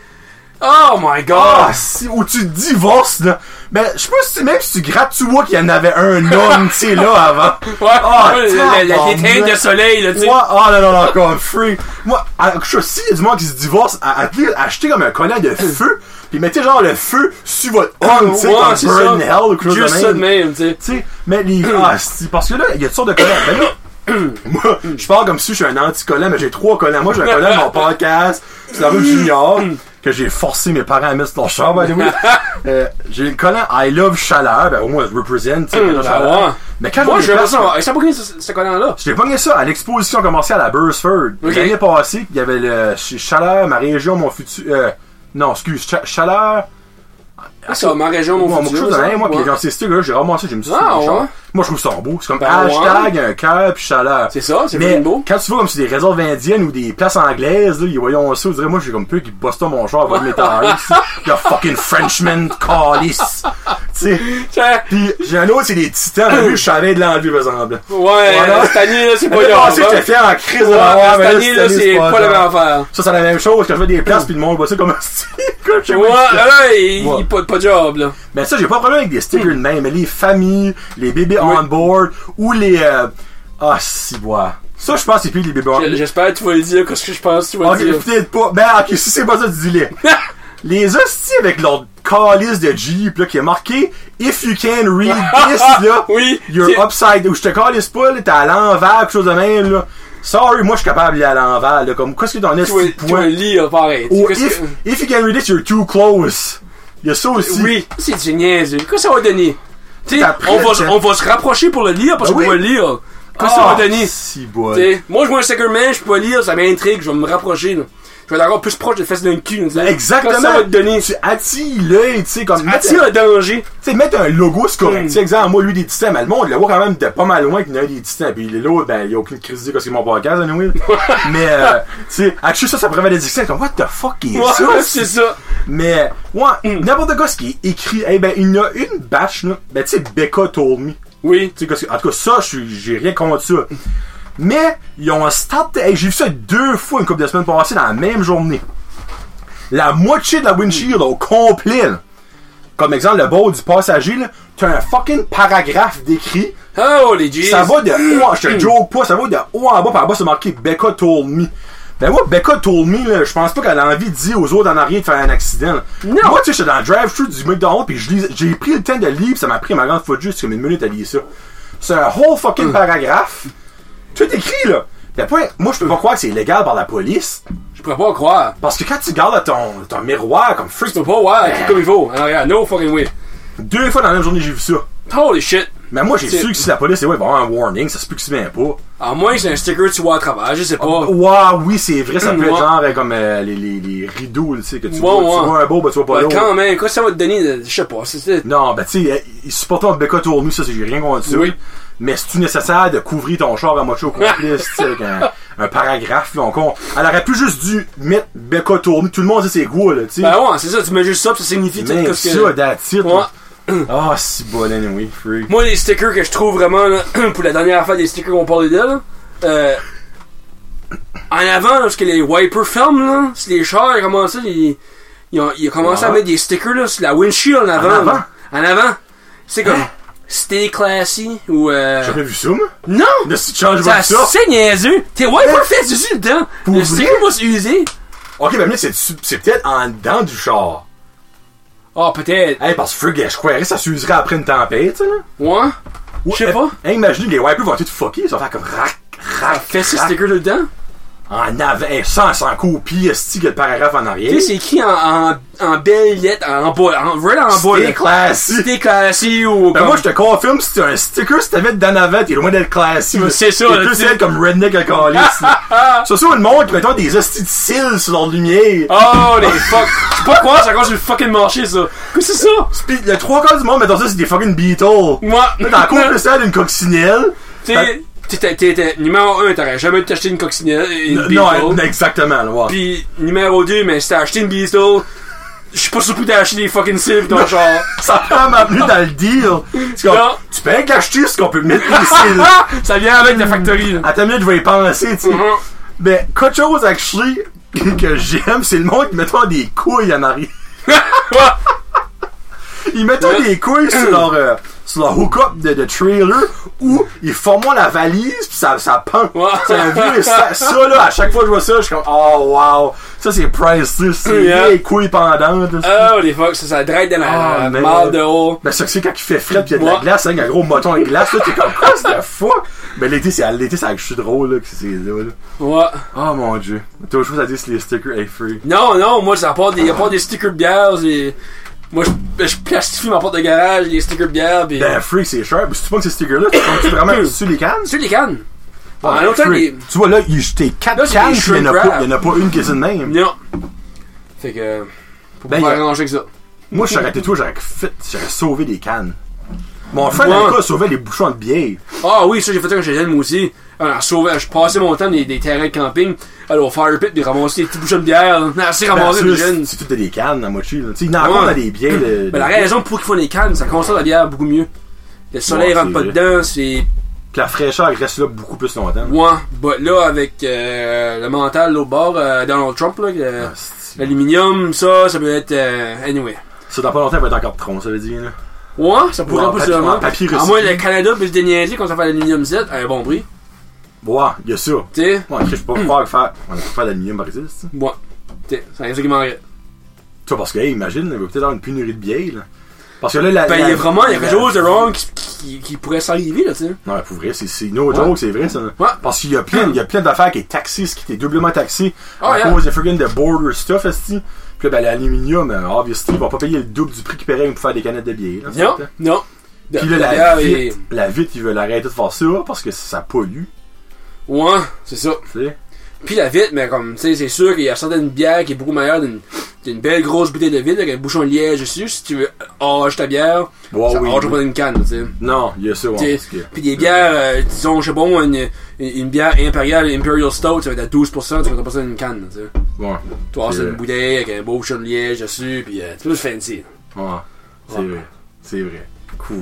Speaker 2: Oh
Speaker 1: Ah,
Speaker 2: my god!
Speaker 1: si, ou tu divorces, là. Ben, je sais pas si, même si tu grattes, tu vois qu'il y en avait un homme, tu sais, là, avant.
Speaker 2: *laughs* Ouais,
Speaker 1: Ah,
Speaker 2: ouais, la, la, la
Speaker 1: tabarnak.
Speaker 2: déteinte de soleil, là, tu sais.
Speaker 1: Moi, ah, non, non, non, comme free. Moi, à- je sais, il y a du monde qui se divorce, à, à- acheter comme un collant de
Speaker 2: *laughs*
Speaker 1: feu, pis mettez genre le feu sur votre homme, tu sais,
Speaker 2: Ouais,
Speaker 1: comme
Speaker 2: c'est
Speaker 1: burn
Speaker 2: ça.
Speaker 1: hell ou quelque chose de
Speaker 2: Juste ça de même, tu sais.
Speaker 1: tu sais, mais
Speaker 2: *coughs*
Speaker 1: les. Ah, si, parce que là, il y a toutes sortes de collants. Ben là, *coughs* moi, je parle comme si je suis un anti-collant, mais j'ai trois collants. Moi, j'ai un collant de mon podcast, c'est la rue Junior, que j'ai forcé mes parents à mettre sur leur char, by the
Speaker 2: *coughs*
Speaker 1: way. Euh, j'ai le collant I Love Chaleur, ben au moins, je represent, tu sais,
Speaker 2: Hum,
Speaker 1: la
Speaker 2: ben
Speaker 1: chaleur.
Speaker 2: ouais.
Speaker 1: Mais quand
Speaker 2: Moi,
Speaker 1: je
Speaker 2: je
Speaker 1: me
Speaker 2: vais
Speaker 1: déplace,
Speaker 2: pas ça. Ça pas gagné ce, ce collant-là.
Speaker 1: j'ai pogné ça à l'exposition commerciale à Burrsford.
Speaker 2: Ok.
Speaker 1: L'année passée, il y avait le ch- Chaleur, ma région, mon futur. euh, non, excuse, Cha- Chaleur.
Speaker 2: Ah, c'est ma région, mon
Speaker 1: Moi, moi, quelque
Speaker 2: futur.
Speaker 1: chose de
Speaker 2: ça.
Speaker 1: rien, moi,
Speaker 2: Ouais.
Speaker 1: pis quand c'est ce là j'ai ramassé, j'ai mis ça. sur
Speaker 2: Ah,
Speaker 1: mon char.
Speaker 2: ouais?
Speaker 1: Moi, je trouve ça beau. C'est comme
Speaker 2: Ben,
Speaker 1: hashtag, un cœur, pis chaleur.
Speaker 2: C'est ça, c'est
Speaker 1: Mais
Speaker 2: bien beau.
Speaker 1: quand tu vois comme sur des réserves indiennes ou des places anglaises, là, ils voyons ça, on dirait, moi, j'ai comme peu qui bossent dans mon char, va mes
Speaker 2: *laughs*
Speaker 1: tarifs. Le fucking Frenchman, calice. Tu sais.
Speaker 2: Tiens,
Speaker 1: Pis j'ai un autre, c'est des titans. Lui, je savais de l'enlever, par exemple.
Speaker 2: Ouais,
Speaker 1: Voilà.
Speaker 2: cette année, là, c'est
Speaker 1: *laughs*
Speaker 2: pas
Speaker 1: L'année
Speaker 2: grave.
Speaker 1: passée, j'étais fier en crise de
Speaker 2: Ah,
Speaker 1: l'envers,
Speaker 2: cette
Speaker 1: mais là,
Speaker 2: année, là, c'est
Speaker 1: pas
Speaker 2: pas la
Speaker 1: grave.
Speaker 2: même affaire.
Speaker 1: Ça, c'est la même chose quand je fais des places pis le monde voit ça comme un sticker. chez
Speaker 2: Ouais,
Speaker 1: moi, du
Speaker 2: là, il,
Speaker 1: Ouais.
Speaker 2: il- pas, pas de job, là.
Speaker 1: Mais Ben, ça, j'ai pas de problème avec des stickers de même, mais les familles, les bébés on board ou les. euh, Ah, si, bois. Ça, je pense que c'est plus les bébés on
Speaker 2: J-
Speaker 1: board.
Speaker 2: J'espère que tu vas le dire, qu'est-ce que je pense que tu vas
Speaker 1: Ok,
Speaker 2: le dire.
Speaker 1: peut-être pas. Ben, ok, si c'est pas ça, dis-le.
Speaker 2: *laughs*
Speaker 1: les hosties avec leur calice de Jeep, là, qui est marqué If you can
Speaker 2: *laughs*
Speaker 1: read this, là,
Speaker 2: Oui,
Speaker 1: you're
Speaker 2: c'est-
Speaker 1: upside. Ou je te calisse pas, là, t'es à l'envers, quelque chose de même, là. Sorry, moi, je suis capable d'aller à l'envers, là. Comme, qu'est-ce que t'en es,
Speaker 2: Tu vas,
Speaker 1: ce
Speaker 2: tu vas
Speaker 1: point?
Speaker 2: le lire, pareil.
Speaker 1: Ou
Speaker 2: Qu'est-ce
Speaker 1: if,
Speaker 2: que-
Speaker 1: if you can read it, you're too close. Il y a ça aussi.
Speaker 2: Oui, c'est du niaiseux. Qu'est-ce que ça va donner? Tu sais,
Speaker 1: T'apprends,
Speaker 2: on va, se-
Speaker 1: t'sais.
Speaker 2: on va se rapprocher pour le lire parce
Speaker 1: Ben
Speaker 2: qu'on
Speaker 1: oui.
Speaker 2: va le lire. Qu'est-ce que ça
Speaker 1: Ah,
Speaker 2: va donner?
Speaker 1: si, boy.
Speaker 2: T'sais, moi, je vois un sticker man, je peux pas lire, ça m'intrigue, je vais me rapprocher. là. Je vais être encore plus proche de la fesse d'un cul. là, t'sais.
Speaker 1: Exactement.
Speaker 2: Qu'est-ce que ça va te donner?
Speaker 1: Tu attires l'œil, tu sais, comme.
Speaker 2: Attire
Speaker 1: Attire.
Speaker 2: le danger.
Speaker 1: Tu sais, mettre un logo, c'est correct.
Speaker 2: Mm.
Speaker 1: Tu sais, exemple, moi, lui, des titans, mais le monde, il le voit quand même de pas mal loin qu'il y en a un des titans. Puis l'autre, ben, il y a aucune crise de parce que c'est mon podcast, anyway. mais, euh, tu sais, actually, ça, ça prévient des dictions. Comme, what the fuck is
Speaker 2: Ouais,
Speaker 1: ça?
Speaker 2: *laughs* c'est ça. Hmm.
Speaker 1: Mais, ouais, n'importe quoi, ce qui est écrit, eh ben, il y en a une batch, là. Ben, tu sais, Becca told me.
Speaker 2: Oui.
Speaker 1: Tu sais, parce que- en tout cas, ça, je suis- j'ai rien contre ça. Mais, ils ont un start. hey, j'ai vu ça deux fois une couple de semaines passées dans la même journée. La moitié de la windshield au complet. là. Comme exemple, le bord du passager, là, t'as un fucking paragraphe d'écrit.
Speaker 2: Oh, les jeez.
Speaker 1: Ça va de haut en- je te joke pas, ça va de haut en bas, par en bas, c'est marqué Becca told me. Ben moi, Becca told me, là, je pense pas qu'elle a envie de dire aux autres en arrière de faire un accident. là. Moi, tu sais, j'étais dans le drive-thru du McDonald's, puis je lis- j'ai pris le temps de lire, puis ça m'a pris ma grande faute juste comme une minute à lire ça. C'est un whole fucking paragraphe. Tout écrit, là. Ben, point, moi, je peux pas croire que c'est illégal par la police.
Speaker 2: Je pourrais pas croire.
Speaker 1: Parce que quand tu regardes à ton, ton miroir, comme freak,
Speaker 2: Tu peux pas voir, c'est comme il faut. Ah, regarde, no fucking way.
Speaker 1: deux fois dans la même journée, j'ai vu ça.
Speaker 2: Holy shit.
Speaker 1: Mais moi, j'ai
Speaker 2: C'est-
Speaker 1: su que si la police, c'est ouais, il va y avoir un warning, ça se peut que c'est bien pas.
Speaker 2: À moins que c'est un sticker que tu vois à travers, je sais pas.
Speaker 1: Waouh, oui, c'est vrai, ça peut
Speaker 2: Ouais.
Speaker 1: être genre euh, comme euh, les, les, les rideaux, tu sais, que tu,
Speaker 2: Ouais,
Speaker 1: vois,
Speaker 2: ouais.
Speaker 1: tu vois un beau, ben tu vois pas
Speaker 2: Ouais,
Speaker 1: l'autre.
Speaker 2: quand même, qu'est-ce que ça va te donner? de- Je sais pas. c'est- c'est-
Speaker 1: Non, ben tu sais, euh, ils supportent un bécot tour nous, ça, c'est- j'ai rien contre ça.
Speaker 2: Oui.
Speaker 1: Mais c'est-tu nécessaire de couvrir ton char à
Speaker 2: *laughs*
Speaker 1: moitié au complet, tu sais, avec un, un paragraphe, là, on compte. Elle aurait plus juste dû mettre bécot tour tout le monde sait c'est quoi, là, tu sais.
Speaker 2: Ben ouais, c'est ça, tu mets juste ça, puis ça signifie tout
Speaker 1: Mais
Speaker 2: ce que...
Speaker 1: ça, that's it,
Speaker 2: Ouais.
Speaker 1: là. Ah, si bon, anyway, freak.
Speaker 2: Moi, les stickers que je trouve vraiment, là, *clears throat* pour la dernière affaire des stickers qu'on parlait de, là, euh, en avant, là, parce que les wipers ferment, là, c'est les chars, ils commencent, ils, ils ont, ils ont commencé à
Speaker 1: Ouais.
Speaker 2: mettre des stickers, là, sur la windshield en avant.
Speaker 1: En avant?
Speaker 2: là. En avant. C'est comme,
Speaker 1: Hein?
Speaker 2: stay classy, ou, euh,
Speaker 1: J'avais vu ça, moi.
Speaker 2: non!
Speaker 1: Mais si tu changes
Speaker 2: Ça,
Speaker 1: pas ça. Hein?
Speaker 2: c'est niaiseux! Tes wipers fessent dessus dedans!
Speaker 1: Pour
Speaker 2: le
Speaker 1: vrai?
Speaker 2: sticker va s'user!
Speaker 1: Ok, ben, mais c'est c'est peut-être en dedans du char.
Speaker 2: Ah, peut-être.
Speaker 1: Hey, parce que freak, je croirais que ça s'userait après une tempête, ça, là.
Speaker 2: Ouais?
Speaker 1: Ouais,
Speaker 2: Je sais pas.
Speaker 1: Hey, imaginez, les wipers vont être fuckés, ils vont faire comme rac, rac,
Speaker 2: Fais ce
Speaker 1: rac,
Speaker 2: sticker dedans?
Speaker 1: En avant, hey, sans, sans copie, esti, que le paragraphe en arrière.
Speaker 2: Tu sais, c'est qui en, en, en belle lettre, en bas, en, vrai en bas, là.
Speaker 1: C'était classique.
Speaker 2: C'était classé ou
Speaker 1: Ben
Speaker 2: comme...
Speaker 1: moi, je te confirme, si t'as un sticker, si t'avais dedans avant, t'es loin d'être classique.
Speaker 2: Mais c'est ça,
Speaker 1: T'es
Speaker 2: là,
Speaker 1: plus
Speaker 2: tu-
Speaker 1: être comme redneck à calice,
Speaker 2: *laughs*
Speaker 1: là. Ça, c'est le monde qui mettait des hosties de cils sur leur lumière.
Speaker 2: Oh les fuck! Je sais pas quoi, ça commence sur le fucking marché ça! Qu'est-ce que c'est ça?
Speaker 1: Pis le trois quarts du monde, mettons ça, c'est des fucking Beatles.
Speaker 2: *laughs* Moi!
Speaker 1: Là, t'en coupes le sel d'une coccinelle.
Speaker 2: T'sais, t'es- t'es- t'es- t'es- numéro 1, t'aurais jamais dû t'acheter une coccinelle, une
Speaker 1: Non,
Speaker 2: Beetle.
Speaker 1: exactement, là, ouais.
Speaker 2: Pis numéro 2, mais si t'as acheté une Beetle, je suis pas surpris que t'as acheté des fucking cibles dans le *laughs* genre.
Speaker 1: Ça prend ma venue dans le deal. C'est comme,
Speaker 2: Non.
Speaker 1: tu peux rien qu'acheter ce qu'on peut mettre ici,
Speaker 2: Ah! *laughs* Ça vient avec la factory là.
Speaker 1: À ta minute, je vais y penser, tu sais.
Speaker 2: Mhm.
Speaker 1: Ben, quelque chose, actually, *laughs* que j'aime, c'est le monde qui mettent des couilles en arrière. Ils mettent
Speaker 2: Ouais.
Speaker 1: des couilles sur leur, euh, sur leur hook-up de, de trailer où ils forment la valise pis ça, ça pend.
Speaker 2: Ouais.
Speaker 1: C'est un vieux sac. Ça, là, à chaque fois que je vois ça, je suis comme, oh wow. Ça, c'est priceless. C'est
Speaker 2: Yeah.
Speaker 1: les couilles pendantes. là.
Speaker 2: Oh les fuck, ça, ça drague dans la
Speaker 1: Ah, mais-
Speaker 2: malle de haut.
Speaker 1: Ben, ça que c'est quand il fait frais pis y a de
Speaker 2: Ouais.
Speaker 1: la glace, hein, y a un gros moton de glace, là, t'es comme, quoi, c'est la fuck? Ben, l'été, c'est, l'été, c'est que je suis drôle, là, que c'est, là, là.
Speaker 2: Ouais.
Speaker 1: Oh mon dieu. T'as autre chose à dire sur les stickers, hey, free.
Speaker 2: Non, non, moi, ça part des, y a pas des stickers de bière, c'est- Moi, je, je plastifie ma porte de garage, les stickers de bière, pis...
Speaker 1: Ben, free, c'est cher. Mais si tu penses que ces stickers-là, tu penses
Speaker 2: *coughs*
Speaker 1: vraiment sur les cannes?
Speaker 2: Tu les cannes? en
Speaker 1: Ah, Ouais,
Speaker 2: autant
Speaker 1: free.
Speaker 2: les...
Speaker 1: Tu vois, là, il jetait 4
Speaker 2: Là, c'est
Speaker 1: cannes,
Speaker 2: des
Speaker 1: puis il y en a
Speaker 2: shrimp
Speaker 1: pas-
Speaker 2: wrap.
Speaker 1: il y en a pas une qui est une même.
Speaker 2: Non. Fait que... Pour
Speaker 1: Ben,
Speaker 2: pas
Speaker 1: y a-
Speaker 2: arranger que ça.
Speaker 1: Moi, je serais arrêté tout, j'aurais fit, j'aurais sauvé des cannes. Mon frère,
Speaker 2: Ouais.
Speaker 1: dans le cas, sauvait les bouchons de bière.
Speaker 2: Ah oui, ça j'ai fait ça quand j'étais jeune, moi aussi. Alors, sauvé, je passais mon temps dans des, des terrains de camping, aller au fire pit, puis ramasser des petits bouchons de bière. là. assez ramassé
Speaker 1: Ben,
Speaker 2: les
Speaker 1: ça,
Speaker 2: jeunes.
Speaker 1: C'est toutes des cannes, à moitié. là. Tu sais, il en
Speaker 2: Ouais.
Speaker 1: rencontre dans des bières. de-
Speaker 2: *coughs* Mais la
Speaker 1: de-
Speaker 2: raison pour qu'il faut des cannes, ça consomme la bière beaucoup mieux. Le soleil
Speaker 1: Ouais,
Speaker 2: rentre
Speaker 1: c'est
Speaker 2: pas
Speaker 1: vrai.
Speaker 2: dedans, c'est
Speaker 1: Puis la fraîcheur elle reste là beaucoup plus longtemps.
Speaker 2: Ouais, bah là, avec euh, le mental au bord, euh, Donald Trump, là, euh,
Speaker 1: Ah, c'est-
Speaker 2: l'aluminium, ça, ça peut être. euh, anyway.
Speaker 1: Ça, dans pas longtemps, elle va être encore tronc, ça veut dire. là.
Speaker 2: Ouais, ça pourrait
Speaker 1: Ouais, en papier-
Speaker 2: possiblement.
Speaker 1: en papier
Speaker 2: à
Speaker 1: recyclé.
Speaker 2: moins le Canada puisse déniaiser quand ça fait l'aluminium 7 à un bon prix.
Speaker 1: Ouais, il ah, y a ça. Moi,
Speaker 2: Tu sais,
Speaker 1: je peux pas croire que faire. On peut faire d'aluminium par existe. ça.
Speaker 2: ouais. Tu sais, c'est un truc qui manquerait.
Speaker 1: Tu vois, parce que, hey, imagine, il va peut-être avoir une pénurie de bière, là. Parce que là, la.
Speaker 2: Ben, il
Speaker 1: la-
Speaker 2: y a vraiment il y a quelque
Speaker 1: la-
Speaker 2: chose de wrong qui, qui, qui pourrait s'arriver, là, tu sais.
Speaker 1: Non, mais pour vrai, c'est- c'est no
Speaker 2: Ouais.
Speaker 1: joke, c'est vrai, ça.
Speaker 2: Ouais.
Speaker 1: Parce qu'il y a plein, il y a plein d'affaires qui est taxé, ce qui est doublement taxé.
Speaker 2: Ah,
Speaker 1: à
Speaker 2: yeah.
Speaker 1: cause de friggin' de border stuff, esti. Puis là, ben, l'aluminium, euh, obviously, ils vont pas payer le double du prix qu'ils paieraient pour faire des canettes de bière, là,
Speaker 2: Non,
Speaker 1: c'est ça.
Speaker 2: non.
Speaker 1: Puis là,
Speaker 2: La
Speaker 1: la,
Speaker 2: bière est-
Speaker 1: vite, la vite, ils veulent arrêter de faire ça, parce que ça pollue,
Speaker 2: Ouais, c'est ça.
Speaker 1: tu sais.
Speaker 2: Puis la vitre, mais comme, tu sais, c'est sûr qu'il y a certaines bières qui est beaucoup meilleure d'une d'une belle grosse bouteille de vitre avec un bouchon de liège dessus. Si tu veux âge ta bière,
Speaker 1: Ouais,
Speaker 2: ça
Speaker 1: oui.
Speaker 2: âge pas une canne, tu sais.
Speaker 1: Non, il y a ça, ouais,
Speaker 2: T'sais,
Speaker 1: parce que-
Speaker 2: Puis des bières, euh, disons, je sais pas moi, une, une, une bière impériale, Imperial Stout, ça va être à 12%, tu vas pas ça dans une canne, tu sais.
Speaker 1: Ouais,
Speaker 2: Toi, c'est
Speaker 1: C'est
Speaker 2: une
Speaker 1: vrai.
Speaker 2: bouteille avec un beau bouchon de liège dessus, puis euh, c'est plus fancy.
Speaker 1: ouais. C'est
Speaker 2: Ouais.
Speaker 1: vrai. C'est vrai.
Speaker 2: *laughs*
Speaker 1: Cool.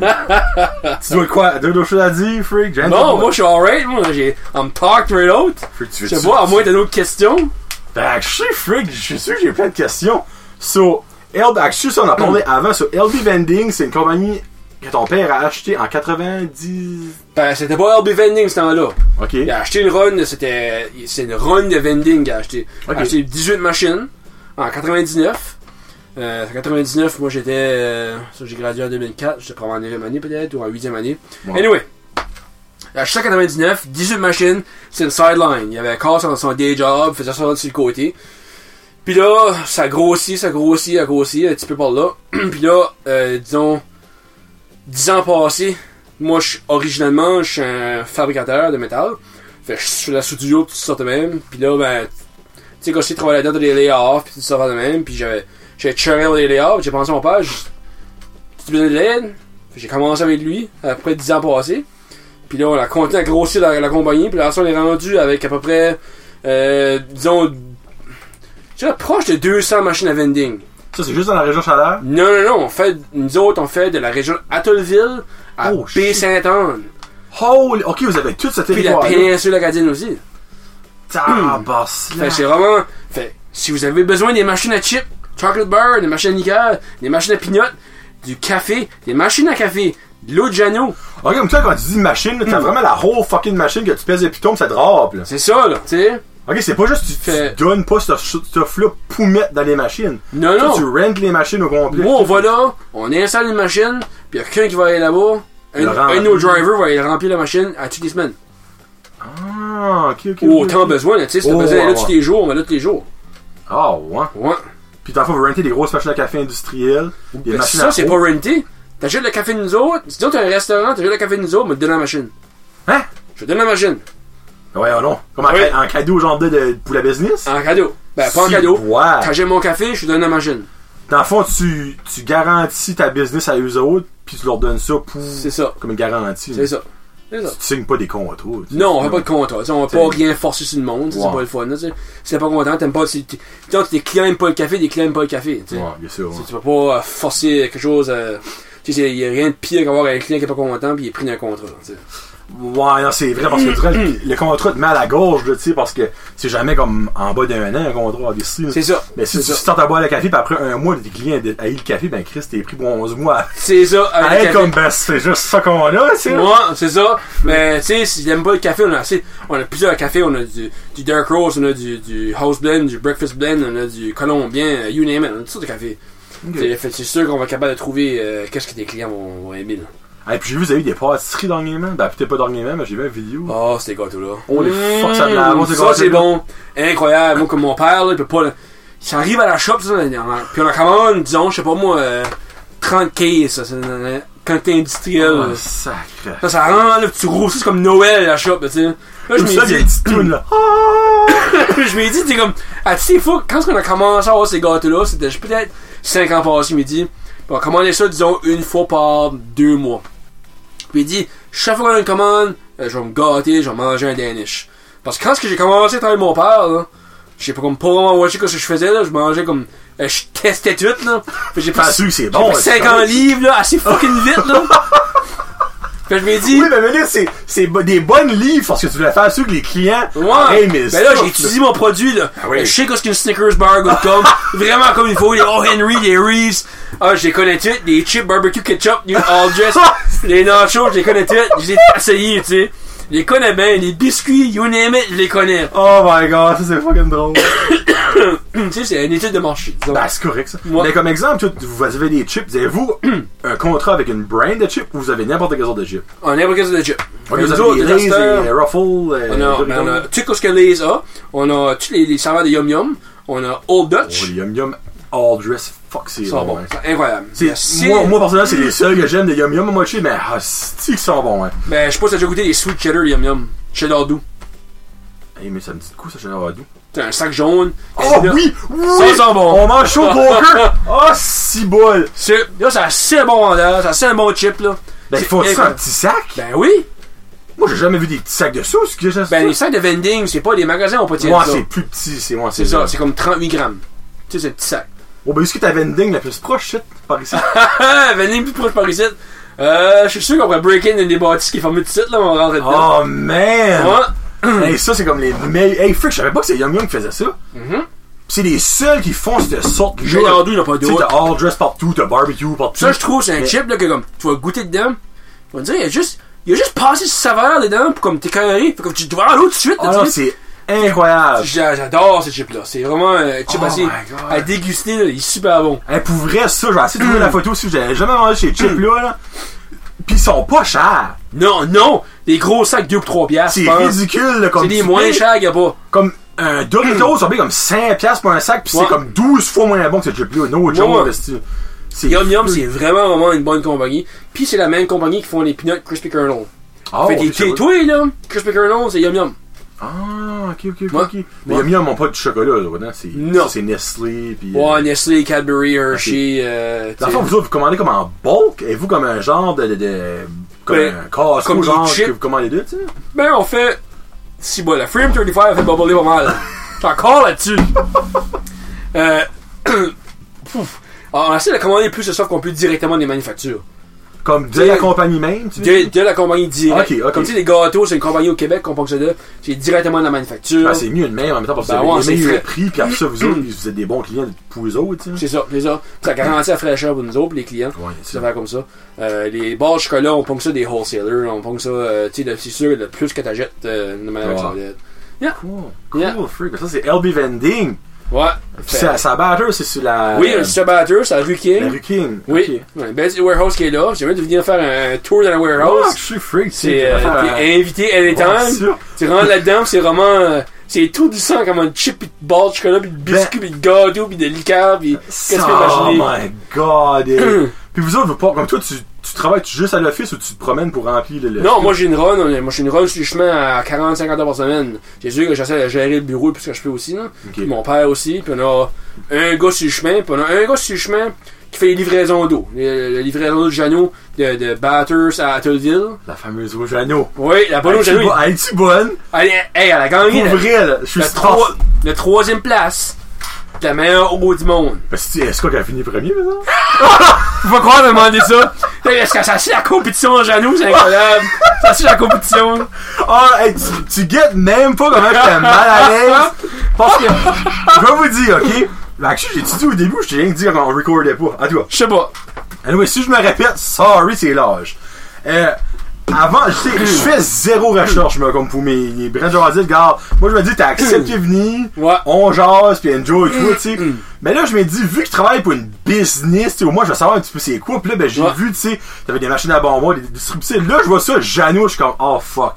Speaker 1: tu dois quoi? Deux autres choses à dire, Freak? J'ai rien
Speaker 2: Non,
Speaker 1: dit,
Speaker 2: moi, je suis alright, moi, j'ai. I'm talked right out.
Speaker 1: Freak, tu
Speaker 2: Je
Speaker 1: veux
Speaker 2: sais pas, à moins t'as d'autres questions.
Speaker 1: Fait que je sais, Freak, je suis sûr que j'ai plein de questions. So, LB, je suis sûr, on en parlait
Speaker 2: Hmm.
Speaker 1: avant. So, LB Vending, c'est une compagnie que ton père a acheté en 90.
Speaker 2: Ben, c'était pas LB Vending ce temps-là.
Speaker 1: Ok.
Speaker 2: Il a acheté une run, c'était. C'est une run de vending qu'il a acheté. Il
Speaker 1: Ok.
Speaker 2: a acheté 18 machines en 99. Euh, en 99, moi j'étais. euh, ça, j'ai gradué en 2004, j'étais probablement en 9e année peut-être, ou en 8e année.
Speaker 1: Ouais.
Speaker 2: Anyway, il a acheté en 99, 18 machines, c'est une sideline. Il avait casse dans son day job, faisait ça sur le côté. Puis là, ça grossit, ça grossit, ça grossit, un petit peu par là. *clears throat* Puis là, euh, disons, 10 ans passés, moi, je, suis- originalement, je suis un fabricateur de métal. Fait que je suis sur la studio, toutes sortes de même. Puis là, ben, tu sais, quand j'ai travaillé là-dedans, dans des layoffs, puis tout ça, de même. Puis j'avais, j'avais churré dans des layoffs, j'ai pensé à mon père, j'ai dit, tu besoin de l'aide? Fait que J'ai commencé avec lui, après 10 ans passés. Puis là, on a continué à grossir la, la compagnie. Puis là, ça, on est rendu avec à peu près, euh, disons, je dirais proche de 200 machines à vending.
Speaker 1: Ça, c'est juste dans la région chaleur.
Speaker 2: Non, non, non, on fait, nous autres, on fait de la région Atholville à
Speaker 1: Oh, shit.
Speaker 2: Baie-Saint-Anne.
Speaker 1: Holy. Ok, vous avez tout ce
Speaker 2: Puis la
Speaker 1: territoire.
Speaker 2: péninsule acadienne aussi.
Speaker 1: Tabasse.
Speaker 2: Fait que c'est vraiment. Fait si vous avez besoin des machines à chips, chocolate bar, des machines à liqueur, des machines à pinottes, du café, des machines à café, de l'eau de Jano,
Speaker 1: Ok, comme toi, quand tu dis machine, là,
Speaker 2: Hmm.
Speaker 1: t'as vraiment la whole fucking machine que tu pèses les pitons, pis ça drape, là.
Speaker 2: c'est ça là, tu sais.
Speaker 1: Ok, c'est pas juste que tu, tu
Speaker 2: Fait-
Speaker 1: donnes pas ce ce stuff-là pour mettre dans les machines.
Speaker 2: Non,
Speaker 1: Toi,
Speaker 2: non.
Speaker 1: tu rentes les machines au complet.
Speaker 2: Moi, on va là, on installe une machine, puis y a quelqu'un qui va aller là-bas. Un,
Speaker 1: Le remplir.
Speaker 2: un de nos drivers va aller remplir la machine à toutes les semaines.
Speaker 1: Ah, ok, ok.
Speaker 2: Ou
Speaker 1: ok.
Speaker 2: autant besoin, là, tu sais. Si t'as
Speaker 1: Oh,
Speaker 2: besoin d'aller là
Speaker 1: ouais,
Speaker 2: tous les jours, on va là tous les jours.
Speaker 1: Ah, ouais.
Speaker 2: Ouais.
Speaker 1: Puis dans le fond, vous rentez des grosses machines à café industrielles. Des
Speaker 2: Mais
Speaker 1: machines à
Speaker 2: ben, ça, c'est
Speaker 1: eau.
Speaker 2: pas renté. T'achètes le café de nous autres. Si t'as un restaurant, t'achètes le café de nous autres, on va te donner la machine.
Speaker 1: Hein?
Speaker 2: Je te donne la machine.
Speaker 1: Ouais, oh non. Comme en,
Speaker 2: Oui.
Speaker 1: ca- en cadeau, genre de, de- pour la business.
Speaker 2: En cadeau. Ben, pas en
Speaker 1: Si,
Speaker 2: cadeau.
Speaker 1: Ouais.
Speaker 2: Quand j'ai mon café, je te donne la machine.
Speaker 1: Dans le fond, tu, tu garantis ta business à eux autres, puis tu leur donnes ça pour.
Speaker 2: C'est ça.
Speaker 1: Comme une garantie.
Speaker 2: C'est ça. C'est ça.
Speaker 1: Tu signes pas des contrats. tu sais.
Speaker 2: Non, on fait pas de contrat. tu sais, On va
Speaker 1: C'est-
Speaker 2: pas rien forcer sur le monde. tu sais, C'est
Speaker 1: Ouais.
Speaker 2: pas le fun. là, tu sais. Si t'es pas content, t'aimes pas. Si t'es- tant que tes clients aiment pas le café, tes clients aiment pas le café. tu sais.
Speaker 1: Ouais, bien sûr. ouais.
Speaker 2: Tu sais, Tu peux pas euh, forcer quelque chose. euh, Tu sais, il y a rien de pire qu'avoir un client qui est pas content puis il est pris d'un contrat. tu sais.
Speaker 1: Ouais, non, c'est vrai, parce que tu vois,
Speaker 2: *clears throat*
Speaker 1: le, le contrat te met à la gorge, là, tu sais, parce que c'est jamais comme en bas d'un an un contrat, obviously.
Speaker 2: C'est ça.
Speaker 1: Mais si
Speaker 2: C'est
Speaker 1: tu
Speaker 2: ça.
Speaker 1: startes à boire le café, puis après un mois, tes clients haït le café, ben Chris, t'es pris pour 11 mois
Speaker 2: C'est ça.
Speaker 1: à
Speaker 2: Avec
Speaker 1: être
Speaker 2: le
Speaker 1: comme, ben, c'est juste ça qu'on a, tu sais.
Speaker 2: Ouais, c'est ça. Mais tu sais, si j'aime pas le café, on a assez. On a plusieurs cafés. On a du, du Dark Rose, on a du, du House Blend, du Breakfast Blend, on a du Colombien, euh, you name it. On a toutes sortes de cafés. C'est- fait que C'est sûr qu'on va être capable de trouver euh, qu'est-ce que tes clients vont, vont aimer. Là.
Speaker 1: Ah, Et puis j'ai vu, vous avez eu des pâtisseries dernièrement. Ben, peut-être pas dernièrement, mais j'ai vu une vidéo.
Speaker 2: Oh, ces gâteaux-là.
Speaker 1: Oh, les
Speaker 2: Mmh,
Speaker 1: forces à la- oh, ces
Speaker 2: Ça, c'est
Speaker 1: gâteaux-là.
Speaker 2: bon. Incroyable. Moi, comme mon père, là, il peut pas. là, ça arrive à la shop, ça, on en- puis on en commande, disons, je sais pas moi, euh, 30 cases, ça, c'est une quantité industrielle.
Speaker 1: Oh,
Speaker 2: là.
Speaker 1: sacré.
Speaker 2: Ça, ça rend, là, tu roules, ça, c'est comme Noël, la shop, là, tu sais. Là, je
Speaker 1: Tout ça,
Speaker 2: me
Speaker 1: il y a
Speaker 2: dis,
Speaker 1: une
Speaker 2: *clears throat*
Speaker 1: petite toune, là. Ah!
Speaker 2: *coughs* ah, je me dis, c'est comme, à toutes ces fois, quand on a commencé à avoir ces gâteaux-là, c'était je- peut-être 5 ans passés, il me dit, on va commander ça, disons, une fois par deux mois. Puis il dit, chaque fois qu'on a une commande, euh, je vais me gâter, je vais manger un Danish. Parce que quand ce que j'ai commencé à travailler avec mon père, là, je sais pas comme pas vraiment watché ce que je faisais là, je mangeais comme euh, je testais tout là. Fait que j'ai
Speaker 1: T'as
Speaker 2: pris,
Speaker 1: su que c'est
Speaker 2: j'ai
Speaker 1: bon.
Speaker 2: pris
Speaker 1: là,
Speaker 2: 50 livres là, assez fucking vite là. Fait que je me dis
Speaker 1: Oui, mais venir, c'est, c'est bo- des bonnes livres parce que tu voulais faire sûr que les clients
Speaker 2: Ouais.
Speaker 1: aiment
Speaker 2: ben
Speaker 1: ça,
Speaker 2: là,
Speaker 1: tu
Speaker 2: j'ai
Speaker 1: vois.
Speaker 2: étudié mon produit, là.
Speaker 1: oui.
Speaker 2: Je sais qu'est-ce qu'une Snickers bar good
Speaker 1: *laughs*
Speaker 2: comme. vraiment comme il faut. Les O. Henry, les Reeves. Ah, je les connais toutes. Les chips barbecue ketchup, New
Speaker 1: *laughs*
Speaker 2: All Dress. les nachos, je les connais toutes. Je les ai essayés, tu sais. Je les connais bien. Les biscuits, you name it, je les connais.
Speaker 1: Oh my god, ça c'est fucking
Speaker 2: *coughs*
Speaker 1: drôle.
Speaker 2: tu sais, c'est une étude de marché, disons.
Speaker 1: Hmm. bah, c'est correct ça.
Speaker 2: Ouais.
Speaker 1: Mais comme exemple, tu- vous avez des chips, avez-vous *clears throat* un contrat avec une brand de chips ou vous avez n'importe quelle sorte de chips
Speaker 2: On est pas de chips.
Speaker 1: Vous
Speaker 2: Nous
Speaker 1: avez
Speaker 2: autres,
Speaker 1: des
Speaker 2: les
Speaker 1: Lay's,
Speaker 2: acheteurs,
Speaker 1: des Ruffles, euh,
Speaker 2: On a,
Speaker 1: des
Speaker 2: ben, on a
Speaker 1: Doritos.
Speaker 2: tout ce que les a. On a tous les, les saveurs de Yum Yum. On a Old Dutch.
Speaker 1: Oh, les Yum Yum All Dress, fuck, c'est
Speaker 2: Ils sont
Speaker 1: bon.
Speaker 2: bons.
Speaker 1: hein.
Speaker 2: C'est incroyable.
Speaker 1: C'est-
Speaker 2: Merci.
Speaker 1: Moi, moi, personnellement, c'est les seuls que j'aime de Yum Yum à moitié, mais ah, c'est qu'ils sont bons, hein.
Speaker 2: Ben, je sais pas si t'as déjà goûté les Sweet Cheddar Yum Yum. Cheddar doux.
Speaker 1: Eh, mais ça me dit de quoi ça, Général Radou?
Speaker 2: T'as un sac jaune.
Speaker 1: Oh
Speaker 2: Là,
Speaker 1: oui! Oui!
Speaker 2: Ça sent bon.
Speaker 1: On mange chaud au *laughs* poker!
Speaker 2: Ah,
Speaker 1: Oh, si bol!
Speaker 2: C'est, là, ça sent bon vendeur, ça sent bon chip, là.
Speaker 1: Ben,
Speaker 2: C'est
Speaker 1: faut ça un
Speaker 2: incroyable.
Speaker 1: petit sac?
Speaker 2: Ben oui!
Speaker 1: Moi, j'ai jamais vu des petits sacs de sauce que j'ai
Speaker 2: Ben, les sacs de vending, c'est pas des magasins, on peut tirer
Speaker 1: Moi,
Speaker 2: ça.
Speaker 1: c'est plus petit, c'est moi,
Speaker 2: C'est ça, c'est comme 38 grammes. Tu sais, c'est un petit sac. *laughs*
Speaker 1: Oh, ben, est-ce que t'avais une dingue la plus proche, shit, par ici?
Speaker 2: Ah, vending plus proche par ici. Euh, je suis sûr qu'on pourrait break in une des bâtisses qui est fermée tout de suite, là, on va rentrer dedans.
Speaker 1: oh, man!
Speaker 2: Ouais.
Speaker 1: Hey, ça, c'est comme les meilleurs. Hey, frick, je savais pas que c'est Yum Yum qui faisait ça. C'est les seuls qui font cette sorte de
Speaker 2: Mm-hmm. J'ai entendu, il n'y a pas
Speaker 1: Tu sais,
Speaker 2: d'autre.
Speaker 1: t'as all dress partout, t'as barbecue partout.
Speaker 2: Ça, je trouve, c'est un
Speaker 1: Mais-
Speaker 2: chip, là, que comme, tu vas goûter dedans. On dirait, il y a juste, il y a juste passé ce saveur dedans pour comme t'écœurer. Fait comme tu dois aller tout de suite,
Speaker 1: Oh
Speaker 2: là,
Speaker 1: non,
Speaker 2: tu sais.
Speaker 1: c'est incroyable.
Speaker 2: J'a- J'adore ce chip-là. C'est vraiment un chip
Speaker 1: Ah, Oh
Speaker 2: assez
Speaker 1: my God.
Speaker 2: à déguster, là. Il est super bon.
Speaker 1: Hey, Eh, pour vrai, ça, j'ai essayé de
Speaker 2: Mm.
Speaker 1: trouver la photo aussi, j'avais jamais mangé chez Chip là, là. Pis ils sont pas chers.
Speaker 2: Non, non! Des gros sacs 2 ou 3 piastres.
Speaker 1: C'est
Speaker 2: je pense.
Speaker 1: ridicule, là, comme
Speaker 2: C'est des
Speaker 1: tu
Speaker 2: moins
Speaker 1: payes-
Speaker 2: chers, y'a pas.
Speaker 1: Comme euh, un Doritos, ça paye comme 5 piastres pour un sac, pis
Speaker 2: Ouais.
Speaker 1: c'est comme 12 fois moins bon que ce Chip là. No
Speaker 2: Ouais, ouais.
Speaker 1: joke, c'est- c'est.
Speaker 2: Yum Yum, c'est vraiment, vraiment une bonne compagnie. Puis c'est la même compagnie qui font les peanuts Crispy Kernel.
Speaker 1: Ah,
Speaker 2: fait
Speaker 1: ok,
Speaker 2: des
Speaker 1: je sais pas.
Speaker 2: tétoués, là. Crispy Kernel, c'est Yum Yum.
Speaker 1: Ah, ok, ok, ok.
Speaker 2: Ouais.
Speaker 1: ok. Mais Yum Yum, on pas de chocolat, là, dedans. C'est,
Speaker 2: Non.
Speaker 1: ça, c'est Nestlé, pis. euh,
Speaker 2: Ouais, Nestlé, Cadbury, Hershey, euh,
Speaker 1: Dans le fond,
Speaker 2: t'sais.
Speaker 1: vous autres, vous commandez comme en bulk? Avez-vous comme un genre de. de, de- comme
Speaker 2: Ben,
Speaker 1: un casse
Speaker 2: comme des
Speaker 1: genre
Speaker 2: chips.
Speaker 1: que vous commandez deux, tu sais?
Speaker 2: Ben, on fait. Si, bon, la Frame 35 fait bubbler
Speaker 1: *laughs*
Speaker 2: pas mal. J'suis encore là-dessus. euh. *clears throat* Pouf. Alors, on essaie de commander plus de stuff qu'on peut directement des manufactures.
Speaker 1: Comme de
Speaker 2: Des-
Speaker 1: la compagnie même, tu
Speaker 2: De,
Speaker 1: sais?
Speaker 2: de la compagnie directe.
Speaker 1: Ok, ok.
Speaker 2: Comme tu sais, les gâteaux, c'est une compagnie au Québec qu'on possède. C'est directement de la manufacture.
Speaker 1: Ben, c'est mieux de même en même temps parce que
Speaker 2: Ben
Speaker 1: vous
Speaker 2: ouais,
Speaker 1: avez
Speaker 2: c'est
Speaker 1: les meilleurs
Speaker 2: frais.
Speaker 1: prix, puis après ça, vous autres, vous êtes des bons clients pour les autres, tu sais?
Speaker 2: C'est ça, c'est ça. Ça garantit la fraîcheur pour nous autres, les clients.
Speaker 1: Ouais, c'est
Speaker 2: Ça va comme ça. Euh, les bars de chocolat, on pompe ça des wholesalers. On pompe ça, euh, tu sais, le- c'est sûr, le plus que t'achètes, euh, de manière que ça
Speaker 1: Ouais.
Speaker 2: va être.
Speaker 1: Cool, cool,
Speaker 2: Yeah.
Speaker 1: freak. Ça, c'est LB Vending.
Speaker 2: Ouais.
Speaker 1: Puis
Speaker 2: Fait-
Speaker 1: sa, sa batteur, c'est sur la.
Speaker 2: oui, un petit batteur, c'est à Rue King.
Speaker 1: la rue King.
Speaker 2: Oui. Un bel petit warehouse qui est là. J'aimerais de venir faire un tour dans la
Speaker 1: Oh,
Speaker 2: warehouse.
Speaker 1: je suis freak, tu
Speaker 2: C'est
Speaker 1: sais.
Speaker 2: euh,
Speaker 1: Ah,
Speaker 2: t'es invité à
Speaker 1: ouais,
Speaker 2: l'étang.
Speaker 1: sûr.
Speaker 2: Tu rentres là-dedans, c'est vraiment. euh, c'est tout du sang comme un chip, pis de bar de chocolat, pis de
Speaker 1: Ben,
Speaker 2: biscuits, pis de gâteau, pis de liqueur, pis. Qu'est-ce que tu peux
Speaker 1: Oh
Speaker 2: imaginer? Mm.
Speaker 1: my god! eh. Puis vous autres, vous pas comme toi, tu, tu travailles juste à l'office ou tu te promènes pour remplir le. le-
Speaker 2: Non, moi j'ai une run, on est- moi j'ai une run sur le chemin à 40-50 heures par semaine. C'est sûr que j'essaie de gérer le bureau plus que je peux aussi. Là.
Speaker 1: Ok.
Speaker 2: Puis Mon père aussi, puis on a un gars sur le chemin, puis on a un gars sur le chemin qui fait les livraisons d'eau. Les, les livraisons d'eau de Jano, de, de Batters à Atholville.
Speaker 1: La fameuse rouge anneau.
Speaker 2: Oui, la bonne eau de
Speaker 1: Es-tu
Speaker 2: Jano,
Speaker 1: bo-
Speaker 2: il-
Speaker 1: Es-tu bonne?
Speaker 2: elle, est- hey, elle a gagné
Speaker 1: Pour
Speaker 2: la,
Speaker 1: vrai, là, je suis
Speaker 2: la
Speaker 1: straf.
Speaker 2: troi- la troisième place. La meilleure eau du monde.
Speaker 1: Parce que, Est-ce quoi qu'elle a fini premier, maintenant?
Speaker 2: Faut pas croire de demander ça. Est-ce que ça c'est la compétition, Jano, c'est incroyable. ça c'est la compétition.
Speaker 1: Ah, hey, tu, tu guettes même pas comment j'étais mal à l'aise. Parce que, je vais vous dire, ok? Ben, actually, j'ai dit au début, je t'ai rien dit quand on recordait pas. En tout cas,
Speaker 2: Je sais pas.
Speaker 1: anyway, si je me répète, sorry, c'est l'âge. Euh, avant, je sais, je fais zéro recherche, moi, comme pour mes, mes brins de dire, regarde, moi, je me dis, t'as accepté de venir,
Speaker 2: Ouais.
Speaker 1: on jase, puis enjoy, tout, tu sais. Mais là, je me dis, vu que je travaille pour une business, tu sais, au moins, je vais savoir un petit peu c'est quoi, puis là, ben, j'ai
Speaker 2: Ouais.
Speaker 1: vu, tu sais, t'avais des machines à bonbons, des distributions. Là, je vois ça, Jano, je suis comme, oh, fuck.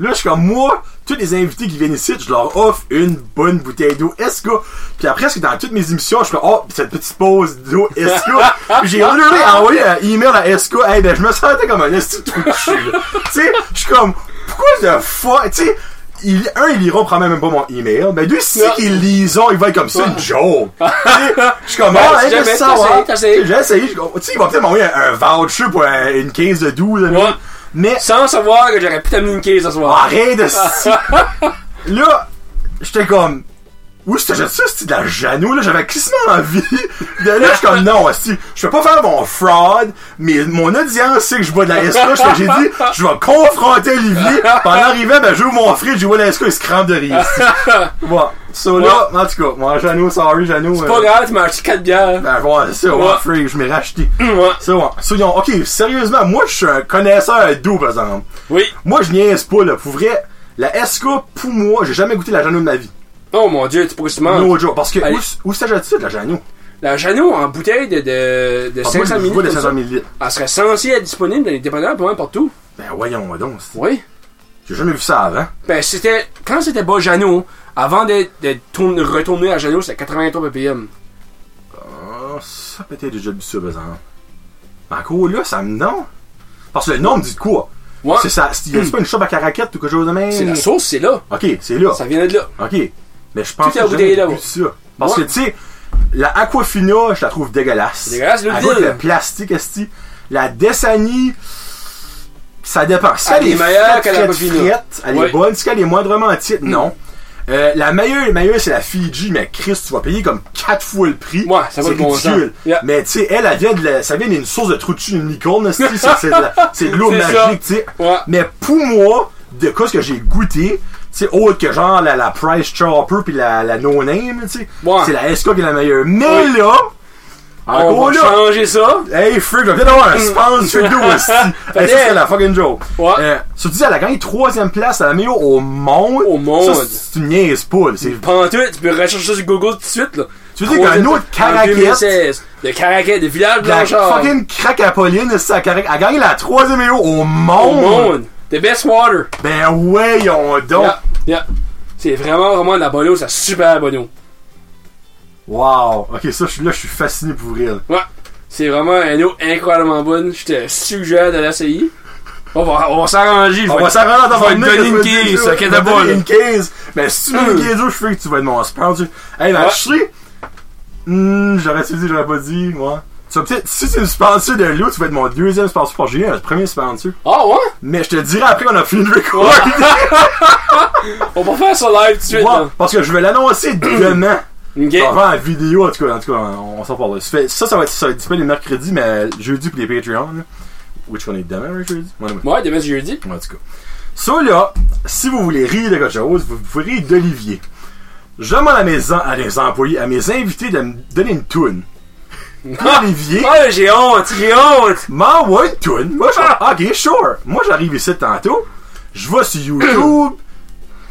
Speaker 1: Là, je suis comme moi, tous les invités qui viennent ici, je leur offre une bonne bouteille d'eau. Est-ce que. Puis après, ce que dans toutes mes émissions, je suis comme, oh, cette petite pause d'eau, est-ce
Speaker 2: *laughs*
Speaker 1: que. Puis j'ai literally envoyé un email à Esco, hey, *laughs* ben, je me sentais comme un esti de trou de cul, là. Tu sais, je suis comme, pourquoi de fuck, tu sais. il, un, ils liront probablement même pas mon email, mais deux, si
Speaker 2: Ouais.
Speaker 1: ils lisons, ils vont être comme ça, une
Speaker 2: *laughs*
Speaker 1: joke. Tu sais, je suis comme,
Speaker 2: Ouais,
Speaker 1: ah,
Speaker 2: Ben, si
Speaker 1: hey,
Speaker 2: jamais,
Speaker 1: je veux
Speaker 2: t'as
Speaker 1: savoir.
Speaker 2: essayé, t'as essayé.
Speaker 1: J'ai essayé, je- tu sais, ils vont peut-être m'envoyer un, un voucher pour un- une case de 12, là,
Speaker 2: Ouais.
Speaker 1: mais
Speaker 2: Sans savoir que j'aurais pu t'amener une case ce soir.
Speaker 1: arrête de si. *laughs* Là, j'étais comme, où c'était ça, c'était de la Janou, là, j'avais crissement envie. De là, je suis comme, non, si, je peux pas faire mon fraud, mais mon audience sait que je bois de la Esca, fait que j'ai
Speaker 2: *laughs*
Speaker 1: dit, je vais confronter Olivier, puis en arrivant, ben, j'ouvre mon fridge, je vois la Esca, il se crampe de
Speaker 2: *laughs*
Speaker 1: rire. esti. Bon, so là, en tout cas, moi, Janou, sorry, Janou.
Speaker 2: C'est pas grave, tu m'as acheté 4 bières.
Speaker 1: euh. Ben, ouais, c'est ouais,
Speaker 2: Ouais.
Speaker 1: fridge, je m'ai racheté.
Speaker 2: Ouais.
Speaker 1: C'est bon. Soyons, ok, sérieusement, moi, je suis un connaisseur d'eau, par exemple.
Speaker 2: Oui.
Speaker 1: Moi, je niaise pas, là. Pour vrai, la Esca, pour moi, j'ai jamais goûté la Jano de ma vie.
Speaker 2: Oh mon dieu, tu pourrais se mentir.
Speaker 1: No joke. Parce que,
Speaker 2: Allez.
Speaker 1: où, où s'agit-il de la Jano?
Speaker 2: La Jeannot en bouteille de, de, de
Speaker 1: Ah, moi,
Speaker 2: 500
Speaker 1: je
Speaker 2: ml.
Speaker 1: vois des
Speaker 2: comme ça,
Speaker 1: 500 ml.
Speaker 2: Elle serait censée être disponible dans les dépanneurs pour partout.
Speaker 1: Ben, voyons donc. c'est-
Speaker 2: Oui.
Speaker 1: J'ai jamais vu ça avant.
Speaker 2: Ben, c'était. Quand c'était bas Jeannot, avant d'être d'être tourne- retourné à Jeannot, c'était 83 ppm.
Speaker 1: Oh, ça peut-être déjà vu ça, par exemple. Mais Encore là, ça me. Non. Parce que le nom me dit de quoi?
Speaker 2: Ouais.
Speaker 1: C'est ça. C'est c'est pas une shop à caraquette ou quelque chose de même?
Speaker 2: C'est la sauce, c'est là.
Speaker 1: Ok, c'est là.
Speaker 2: Ça vient de là.
Speaker 1: Ok. Mais je pense
Speaker 2: Tout est à
Speaker 1: que
Speaker 2: bouteiller
Speaker 1: j'ai jamais
Speaker 2: là-bas.
Speaker 1: vu ça. Parce
Speaker 2: Ouais.
Speaker 1: que, tu sais, la Aquafina, je la trouve dégueulasse.
Speaker 2: Dégueulasse, le
Speaker 1: Avec
Speaker 2: deal.
Speaker 1: le plastique, esti. La Dessani, ça dépend. Si
Speaker 2: Elle est meilleure
Speaker 1: frette,
Speaker 2: que la
Speaker 1: frette,
Speaker 2: Aquafina.
Speaker 1: frette, elle
Speaker 2: Ouais. Mm.
Speaker 1: est bonne. Si elle est moindrement titre, non. Euh, la meilleure, la meilleure, c'est la Fiji, mais Chris, tu vas payer comme 4 fois le prix.
Speaker 2: Ouais, ça va
Speaker 1: C'est
Speaker 2: le bon
Speaker 1: ridicule.
Speaker 2: sens. Yeah.
Speaker 1: Mais tu sais, elle, elle vient de la- ça vient d'une source de trou de cul, une licorne,
Speaker 2: *laughs*
Speaker 1: esti. c'est c'est de la- c'est de l'eau
Speaker 2: C'est ça.
Speaker 1: magique, tu sais.
Speaker 2: Ouais.
Speaker 1: Mais pour moi, de quoi ce que j'ai goûté, c'est autre que genre la, la Price Chopper puis la, la No Name, tu sais.
Speaker 2: Ouais. Oh,
Speaker 1: C'est la SK qui est la meilleure. Mais
Speaker 2: Oui.
Speaker 1: là, en
Speaker 2: On
Speaker 1: gros
Speaker 2: va
Speaker 1: Ah, là,
Speaker 2: changer ça.
Speaker 1: hey Frick, je vais peut-être avoir un sponsor
Speaker 2: *laughs*
Speaker 1: d'eau aussi. hey, ça, c'est la fucking joke.
Speaker 2: Ouais.
Speaker 1: Euh, tu dis, elle a gagné troisième place, elle a meilleure au monde.
Speaker 2: Au monde.
Speaker 1: Ça, c'est- tu niaises pas, là. c'est
Speaker 2: Pantoute, tu peux rechercher ça sur Google tout de suite, là.
Speaker 1: Tu veux dire qu'un
Speaker 2: Troisième-
Speaker 1: autre
Speaker 2: en
Speaker 1: Caraquette-
Speaker 2: 2016, De Caraquette, de Village
Speaker 1: La
Speaker 2: Blanchard.
Speaker 1: fucking crack à Pauline, c'est à Carac- elle a gagné la troisième meilleure au
Speaker 2: Au
Speaker 1: monde.
Speaker 2: monde. The best water.
Speaker 1: Ben ouais, on donc.
Speaker 2: Yeah, yeah. C'est vraiment, vraiment de la bonne eau, c'est super bonne eau.
Speaker 1: Wow. Ok, ça, je suis là, je suis fasciné pour elle.
Speaker 2: Ouais. C'est vraiment une eau incroyablement bonne. Je te suggère de l'essayer. On va, on va s'arranger. je
Speaker 1: On
Speaker 2: vais-
Speaker 1: va s'arranger dans
Speaker 2: je vais
Speaker 1: un
Speaker 2: te donner une case, ok,
Speaker 1: Je vais
Speaker 2: t'as
Speaker 1: te
Speaker 2: pas,
Speaker 1: donner
Speaker 2: là.
Speaker 1: une case. Mais si tu me donnes
Speaker 2: Hum.
Speaker 1: une case, je fais que tu vas être mon sponsor. Hey, ma
Speaker 2: Ouais.
Speaker 1: chérie. Hmm, j'aurais-tu dit, j'aurais pas dit, moi. Tu vas peut-être, si tu me sponsor de l'eau, tu vas être mon deuxième sponsor parce que j'ai eu un premier sponsor.
Speaker 2: Ah ouais?
Speaker 1: Mais je te le dirai après qu'on a fini le
Speaker 2: *laughs*
Speaker 1: record.
Speaker 2: On va faire ça live tout de suite.
Speaker 1: Ouais, parce que je vais l'annoncer demain.
Speaker 2: là. Ok.
Speaker 1: Avant la vidéo, en tout cas, en tout cas, on, on s'en parle. Ça, fait- ça, ça va être, ça va être disponible mercredi, mais jeudi pour les Patreons. là. Which one est demain, right, jeudi? Ouais, ouais.
Speaker 2: Ouais, demain c'est jeudi.
Speaker 1: En tout cas. Ça là, si vous voulez rire de quelque chose, vous pouvez rire d'Olivier. Je demande à mes, en- à mes employés, à mes invités de me donner une toune. Olivier
Speaker 2: Ah, j'ai honte, j'ai honte.
Speaker 1: m'envoie une toune. Moi, je fais, ok, sure. Moi, j'arrive ici tantôt. Je vais sur YouTube.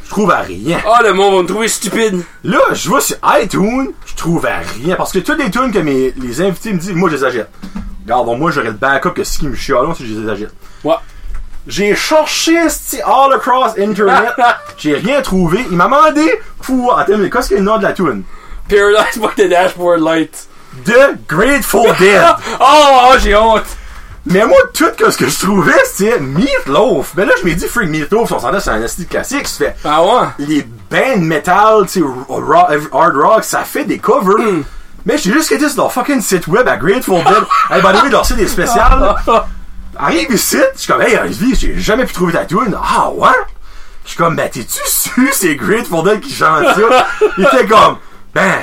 Speaker 1: Je trouve à rien.
Speaker 2: Ah, le monde va me trouver stupide.
Speaker 1: Là, je vais sur iTunes. Je trouve à rien. Parce que toutes les tunes que mes, les invités me disent, moi, je les achète. Regarde, bon, moi, j'aurais le backup que ce qui me chialons si je les achète.
Speaker 2: Ouais.
Speaker 1: J'ai cherché sti, all across internet. J'ai rien trouvé. Il m'a demandé pour. Attends, mais qu'est-ce qu'il y a le nom de la tune?
Speaker 2: Paradise by the dashboard light.
Speaker 1: The Grateful Dead.
Speaker 2: Oh, j'ai honte.
Speaker 1: mais moi, tout que ce que je trouvais, c'était Meatloaf. Mais là, je m'ai dit, Freak Meatloaf, on s'entend, c'est un style classique. Ça fait.
Speaker 2: Ah ouais? *laughs*
Speaker 1: Les bands metal, tu sais, ro- hard rock, ça fait des covers. Mais j'ai juste été sur leur fucking site web à Grateful Dead. hey, by the way, leur site est spécial.
Speaker 2: *laughs*
Speaker 1: là. Arrive ici, je suis comme, hey, Olivier, j'ai jamais pu trouver ta tune. Ah, ouais? Je suis comme, ben, t'es-tu su, c'est Grateful Dead qui chante ça? Il était comme, ben,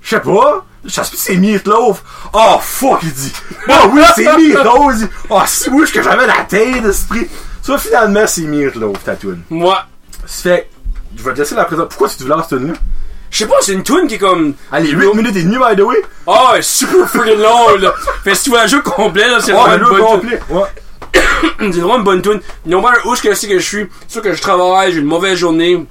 Speaker 1: je sais pas, ça se peut que c'est Meatloaf. Oh, fuck, il dit. Ah oui, c'est Meatloaf. Il dit, oh, si oui, que j'avais la tête d'esprit. Ça, finalement, c'est Meatloaf, ta tune.
Speaker 2: Moi.
Speaker 1: Ça fait, je vais te laisser la présenter. Pourquoi tu voulais avoir cette tune-là?
Speaker 2: Je sais pas, c'est une tune qui est comme.
Speaker 1: Allez, 8 minutes et demie, by the way.
Speaker 2: Ah, elle est super freaking longue, là. Fait que si tu vois un jeu complet, là, c'est
Speaker 1: Oh,
Speaker 2: vraiment
Speaker 1: le
Speaker 2: une bonne tune.
Speaker 1: complet. Ouais.
Speaker 2: C'est vraiment une bonne tune. No matter où ce que c'est que je suis, soit que je travaille, j'ai une mauvaise journée,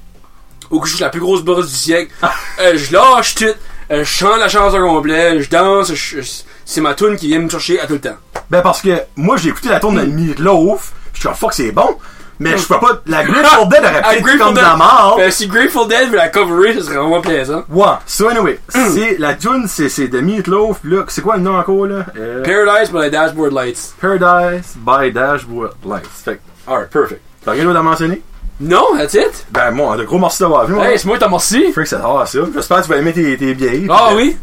Speaker 2: ou que je suis la plus grosse bourse du siècle,
Speaker 1: Ah.
Speaker 2: euh, je lâche tout, euh, je chante la chanson complète, je danse, je- je- c'est ma tune qui vient me chercher à tout le temps.
Speaker 1: Ben parce que moi j'ai écouté la tourne de Meatloaf, je suis comme fuck c'est bon, mais je peux pas. La Grateful Dead
Speaker 2: *laughs*
Speaker 1: aurait
Speaker 2: Ah,
Speaker 1: pu être comme de la mort.
Speaker 2: Fait que si Grateful Dead veut la coverer, ça serait vraiment plaisant.
Speaker 1: Ouais, so anyway,
Speaker 2: Mm.
Speaker 1: c'est la tune c'est c'est de Meatloaf, pis là, c'est quoi le nom encore là? Euh,
Speaker 2: Paradise by the Dashboard Lights.
Speaker 1: Paradise by Dashboard Lights. Fait que, alright, perfect. T'as rien d'autre à mentionner?
Speaker 2: Non, that's it.
Speaker 1: Ben, moi, de gros merci d'avoir vu, moi.
Speaker 2: Hey, c'est moi qui t'en remercie.
Speaker 1: Freak, c'est rare, ça. J'espère que tu vas aimer tes, tes vieilles.
Speaker 2: Ah
Speaker 1: Puis,
Speaker 2: oui.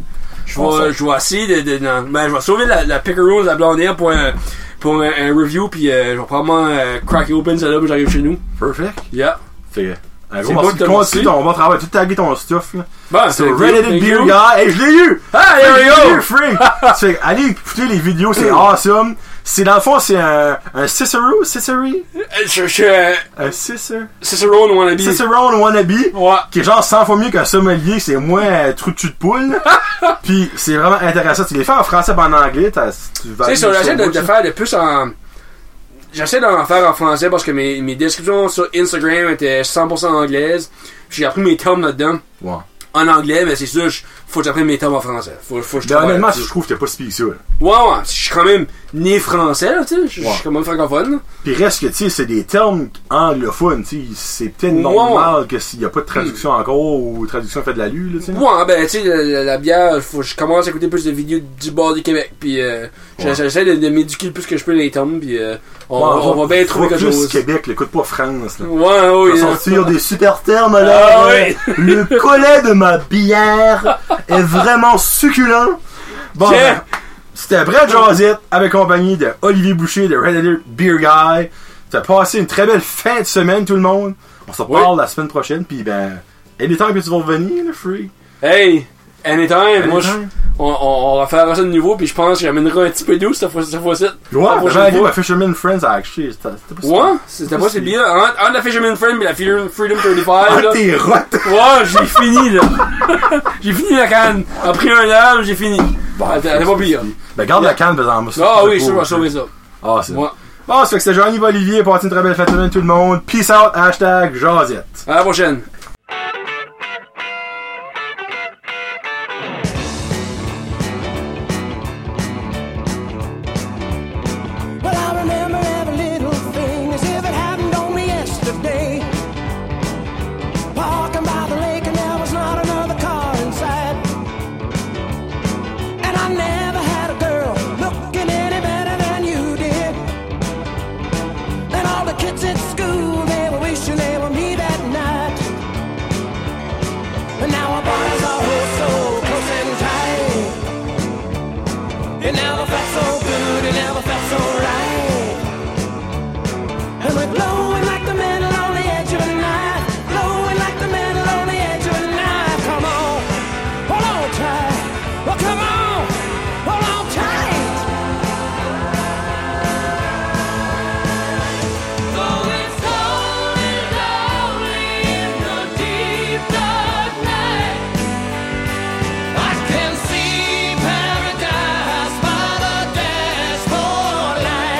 Speaker 2: Je
Speaker 1: On
Speaker 2: vais,
Speaker 1: sort.
Speaker 2: je vais essayer de, de- non. ben, je vais sauver la, la Pickerose à Blondel pour un, pour un, un review, puis euh, je vais probablement euh, crack open celle-là quand j'arrive chez nous.
Speaker 1: Perfect.
Speaker 2: Yeah.
Speaker 1: Fait que, un gros merci.
Speaker 2: C'est bon, t'as
Speaker 1: Continue
Speaker 2: merci.
Speaker 1: ton bon travail. Tu tagué ton stuff, là.
Speaker 2: Bon,
Speaker 1: C'est
Speaker 2: good,
Speaker 1: Reddit
Speaker 2: thank
Speaker 1: Beer
Speaker 2: you.
Speaker 1: Guy. Hey, je l'ai eu!
Speaker 2: Ah,
Speaker 1: Hey,
Speaker 2: here we
Speaker 1: je l'ai eu,
Speaker 2: go!
Speaker 1: Freak!
Speaker 2: *laughs*
Speaker 1: Tu fais, allez écouter les vidéos, c'est awesome. C'est, dans le fond, c'est un, un Cicero, Cicero?
Speaker 2: Euh, Je suis euh,
Speaker 1: Un Cicero?
Speaker 2: Cicerone wannabe.
Speaker 1: Cicerone wannabe.
Speaker 2: Ouais.
Speaker 1: qui est genre 100 fois mieux qu'un sommelier, c'est moins euh, trou de cul de
Speaker 2: *laughs*
Speaker 1: poule. Puis c'est vraiment intéressant. Tu les fais en français pas en anglais, t'as- tu vas.
Speaker 2: Tu sais, ça, j'essaie de, de
Speaker 1: ça.
Speaker 2: faire le plus en. J'essaie d'en faire en français parce que mes, mes descriptions sur Instagram étaient 100% anglaises. J'ai appris mes termes là-dedans
Speaker 1: Ouais.
Speaker 2: en anglais, mais c'est sûr, je- faut que j'apprenne mes termes en français. Faut, faut que je
Speaker 1: Mais
Speaker 2: travaille
Speaker 1: Ben, honnêtement,
Speaker 2: là-dessus.
Speaker 1: je trouve que t'es pas si pire que ça. là.
Speaker 2: Ouais, ouais, je suis quand même né français, là, tu sais. Je je
Speaker 1: Ouais.
Speaker 2: suis quand même francophone. là.
Speaker 1: Puis reste que, tu sais, c'est des termes anglophones, tu sais. C'est peut-être
Speaker 2: Ouais.
Speaker 1: normal que s'il y a pas de traduction encore ou traduction fait de la lue, là, tu sais.
Speaker 2: Ouais, ben, tu sais, la, la- la bière, faut que je commence à écouter plus de vidéos du bord du Québec, puis euh,
Speaker 1: Ouais.
Speaker 2: j'essaie de, de m'éduquer le plus que je peux les termes, puis euh, on,
Speaker 1: Ouais,
Speaker 2: on va bien trouver
Speaker 1: va
Speaker 2: quelque
Speaker 1: plus
Speaker 2: chose.
Speaker 1: Québec, là, écoute pas France, là. On
Speaker 2: Ouais,
Speaker 1: va
Speaker 2: oui. hein.
Speaker 1: sortir des super termes là.
Speaker 2: Ah oui.
Speaker 1: *laughs* Le collet de ma bière est vraiment succulent. Bon,
Speaker 2: Tiens.
Speaker 1: ben, c'était Brad Josette avec compagnie de Olivier Boucher de Red Alert Beer Guy. T'as passé une très belle fin de semaine tout le monde. On se reparle la semaine prochaine puis ben anytime que tu vas revenir le free.
Speaker 2: Hey, anytime, moi, je-
Speaker 1: Anytime.
Speaker 2: on, on, on va faire ça de nouveau, puis je pense que j'amènerai un petit peu d'eau cette fois- cette fois-ci.
Speaker 1: Ouais, ben,
Speaker 2: La prochaine
Speaker 1: j'avais dit
Speaker 2: fois.
Speaker 1: à Fisherman Friends à acheter. C'était pas si-
Speaker 2: Ouais, c'était pas c'est bien. Entre, entre la Fisherman Friend et la Freedom, Freedom
Speaker 1: *laughs*
Speaker 2: 35,
Speaker 1: Ah,
Speaker 2: là.
Speaker 1: t'es rotte!
Speaker 2: Ouais, j'ai fini, là. *laughs* j'ai fini la canne. Après un an, j'ai fini. Elle était- elle était pas pire.
Speaker 1: Ah, Ben, garde la canne, faisant moi.
Speaker 2: Ah oui, je vais sauver ça.
Speaker 1: Ah, c'est
Speaker 2: Ouais.
Speaker 1: Bon, ça fait que c'est Jean-Yves Olivier. Passez une très belle fin de semaine, tout le monde. Peace out, hashtag Josette.
Speaker 2: À la prochaine.
Speaker 3: Well, I remember every little thing as if it happened only yesterday. Walking by the lake and there was not another car inside. And I never had a girl looking any better than you did. And all the kids at school, they were wishing they were me that night. And now our bodies are held so close and tight. It never felt so good, it never felt so right. And we're glowing like the metal on the edge of a knife. Glowing like the metal on the edge of a knife. Come on, hold on tight. Well, come on, hold on tight. I can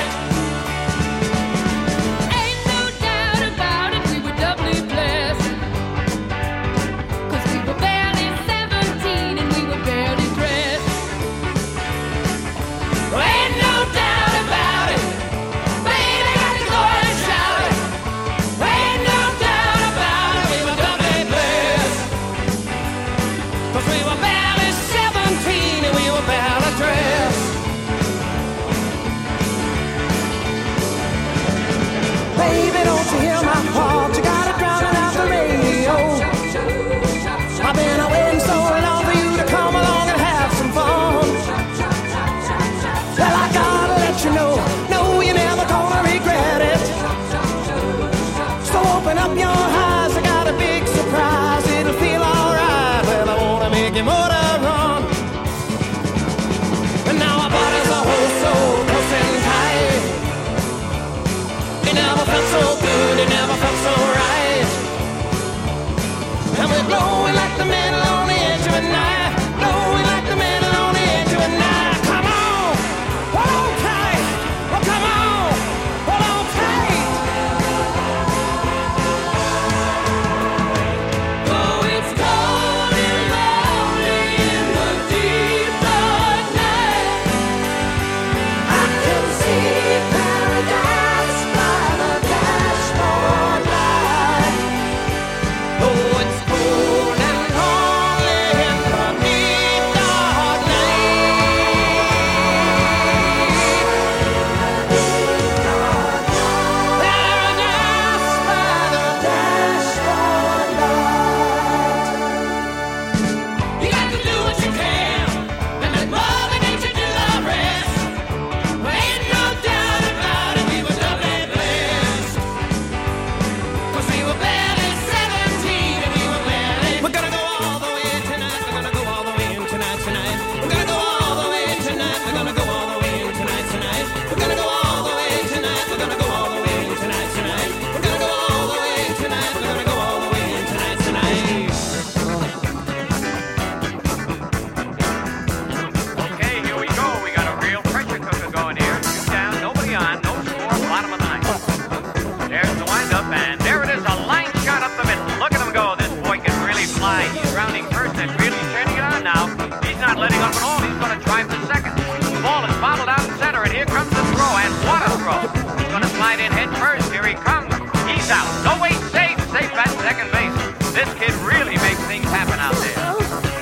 Speaker 3: see paradise by the dashboard light. Oh,
Speaker 4: it head first. Here he comes. He's out. No, wait, safe. Safe at second base. This kid really makes things happen out there.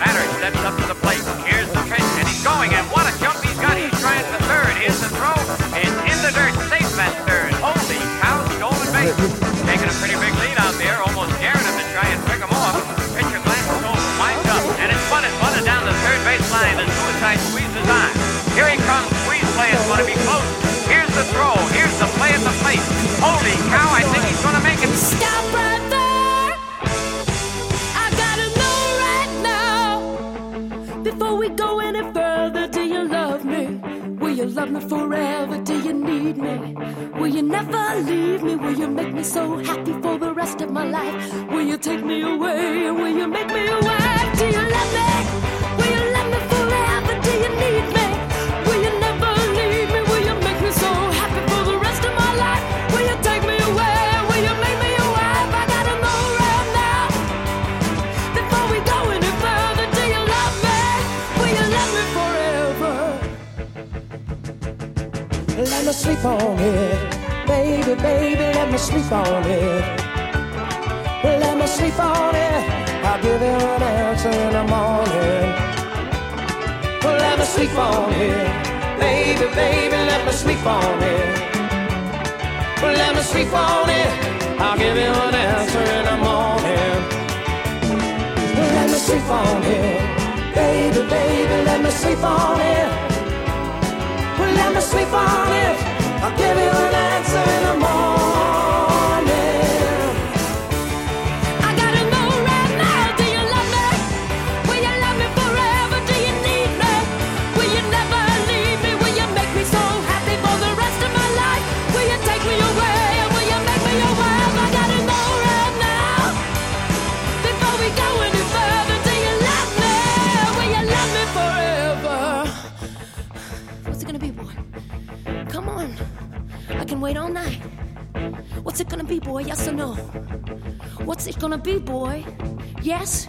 Speaker 4: Matter steps up to the plate. Here's the pitch, and he's going. And what a jump he's got. He's trying to third. Here's the throw. It's in the dirt. Safe at third. Holy cow, stolen base. Taking a pretty big lead out there. Almost daring him to try and pick him off. Pitcher glances over, winds up, and it's fun. It's fun down the third base line. The suicide squeezes on. Here he comes. Squeeze play. It's going to be close. Here's the throw. Here's the play at the plate. Holy cow, I think he's going to make it.
Speaker 5: Stop right there. I gotta know right now. Before we go any further, do you love me? Will you love me forever? Do you need me? Will you never leave me? Will you make me so happy for the rest of my life? Will you take me away? Will you make me a wife? Do you love me? Will you love me forever? Do you need me? Will you never leave me? Will you make me so happy for the rest of my life? Will you take me away? Will you make me a wife? I gotta know right now. Before we go any further, do you love me? Will you love me forever?
Speaker 3: Let me sleep on it. Baby, baby, let me sleep on it. Let me sleep on it. I'll give you an answer in the morning. Let me sleep on it. Baby, baby, let me sleep on it. Let me sleep on it. I'll give you an answer in the morning. Let me sleep on it. Baby, baby, let me sleep on it. Well, let me sleep on it. I'll give you an answer in the morning.
Speaker 5: I gotta know right now, do you love me? Will you love me forever? Do you need me? Will you never leave me? Will you make me so happy for the rest of my life? Will you take me away? Will you make me a wife? I gotta know right now. Before we go any further, do you love me? Will you love me forever? What's it gonna be, boy? Come on. I can wait all night. What's it gonna be, boy? Yes or no? What's it gonna be, boy? Yes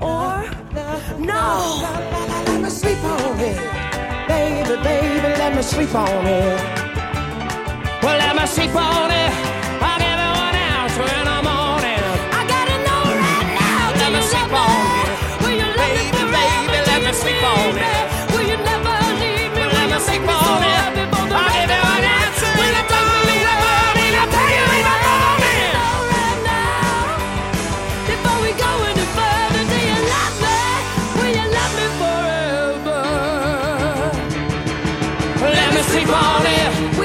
Speaker 5: or no?
Speaker 3: Let me sleep on it. Baby, baby, let me sleep on it. Well, let me sleep on it. I'll give you an answer in the morning.
Speaker 5: I gotta know right now. Do
Speaker 3: Let me
Speaker 5: you
Speaker 3: sleep
Speaker 5: love me?
Speaker 3: on it.
Speaker 5: Will you love me
Speaker 3: Baby,
Speaker 5: forever?
Speaker 3: baby,
Speaker 5: Do
Speaker 3: let me
Speaker 5: you
Speaker 3: sleep
Speaker 5: need
Speaker 3: on
Speaker 5: me?
Speaker 3: it.
Speaker 5: Will you never leave me?
Speaker 3: Let
Speaker 5: Will
Speaker 3: me
Speaker 5: you
Speaker 3: sleep
Speaker 5: make me so
Speaker 3: on it.
Speaker 5: happy for the
Speaker 3: I'll
Speaker 5: rest
Speaker 3: give you
Speaker 5: of my
Speaker 3: an
Speaker 5: life?
Speaker 3: answer
Speaker 5: Will
Speaker 3: in
Speaker 5: you
Speaker 3: the
Speaker 5: take me
Speaker 3: morning.
Speaker 5: away?
Speaker 3: I'll tell you in the morning.
Speaker 5: Know right now. Before we go any further, do you love me? Will you love me forever?
Speaker 3: Let me sleep on it.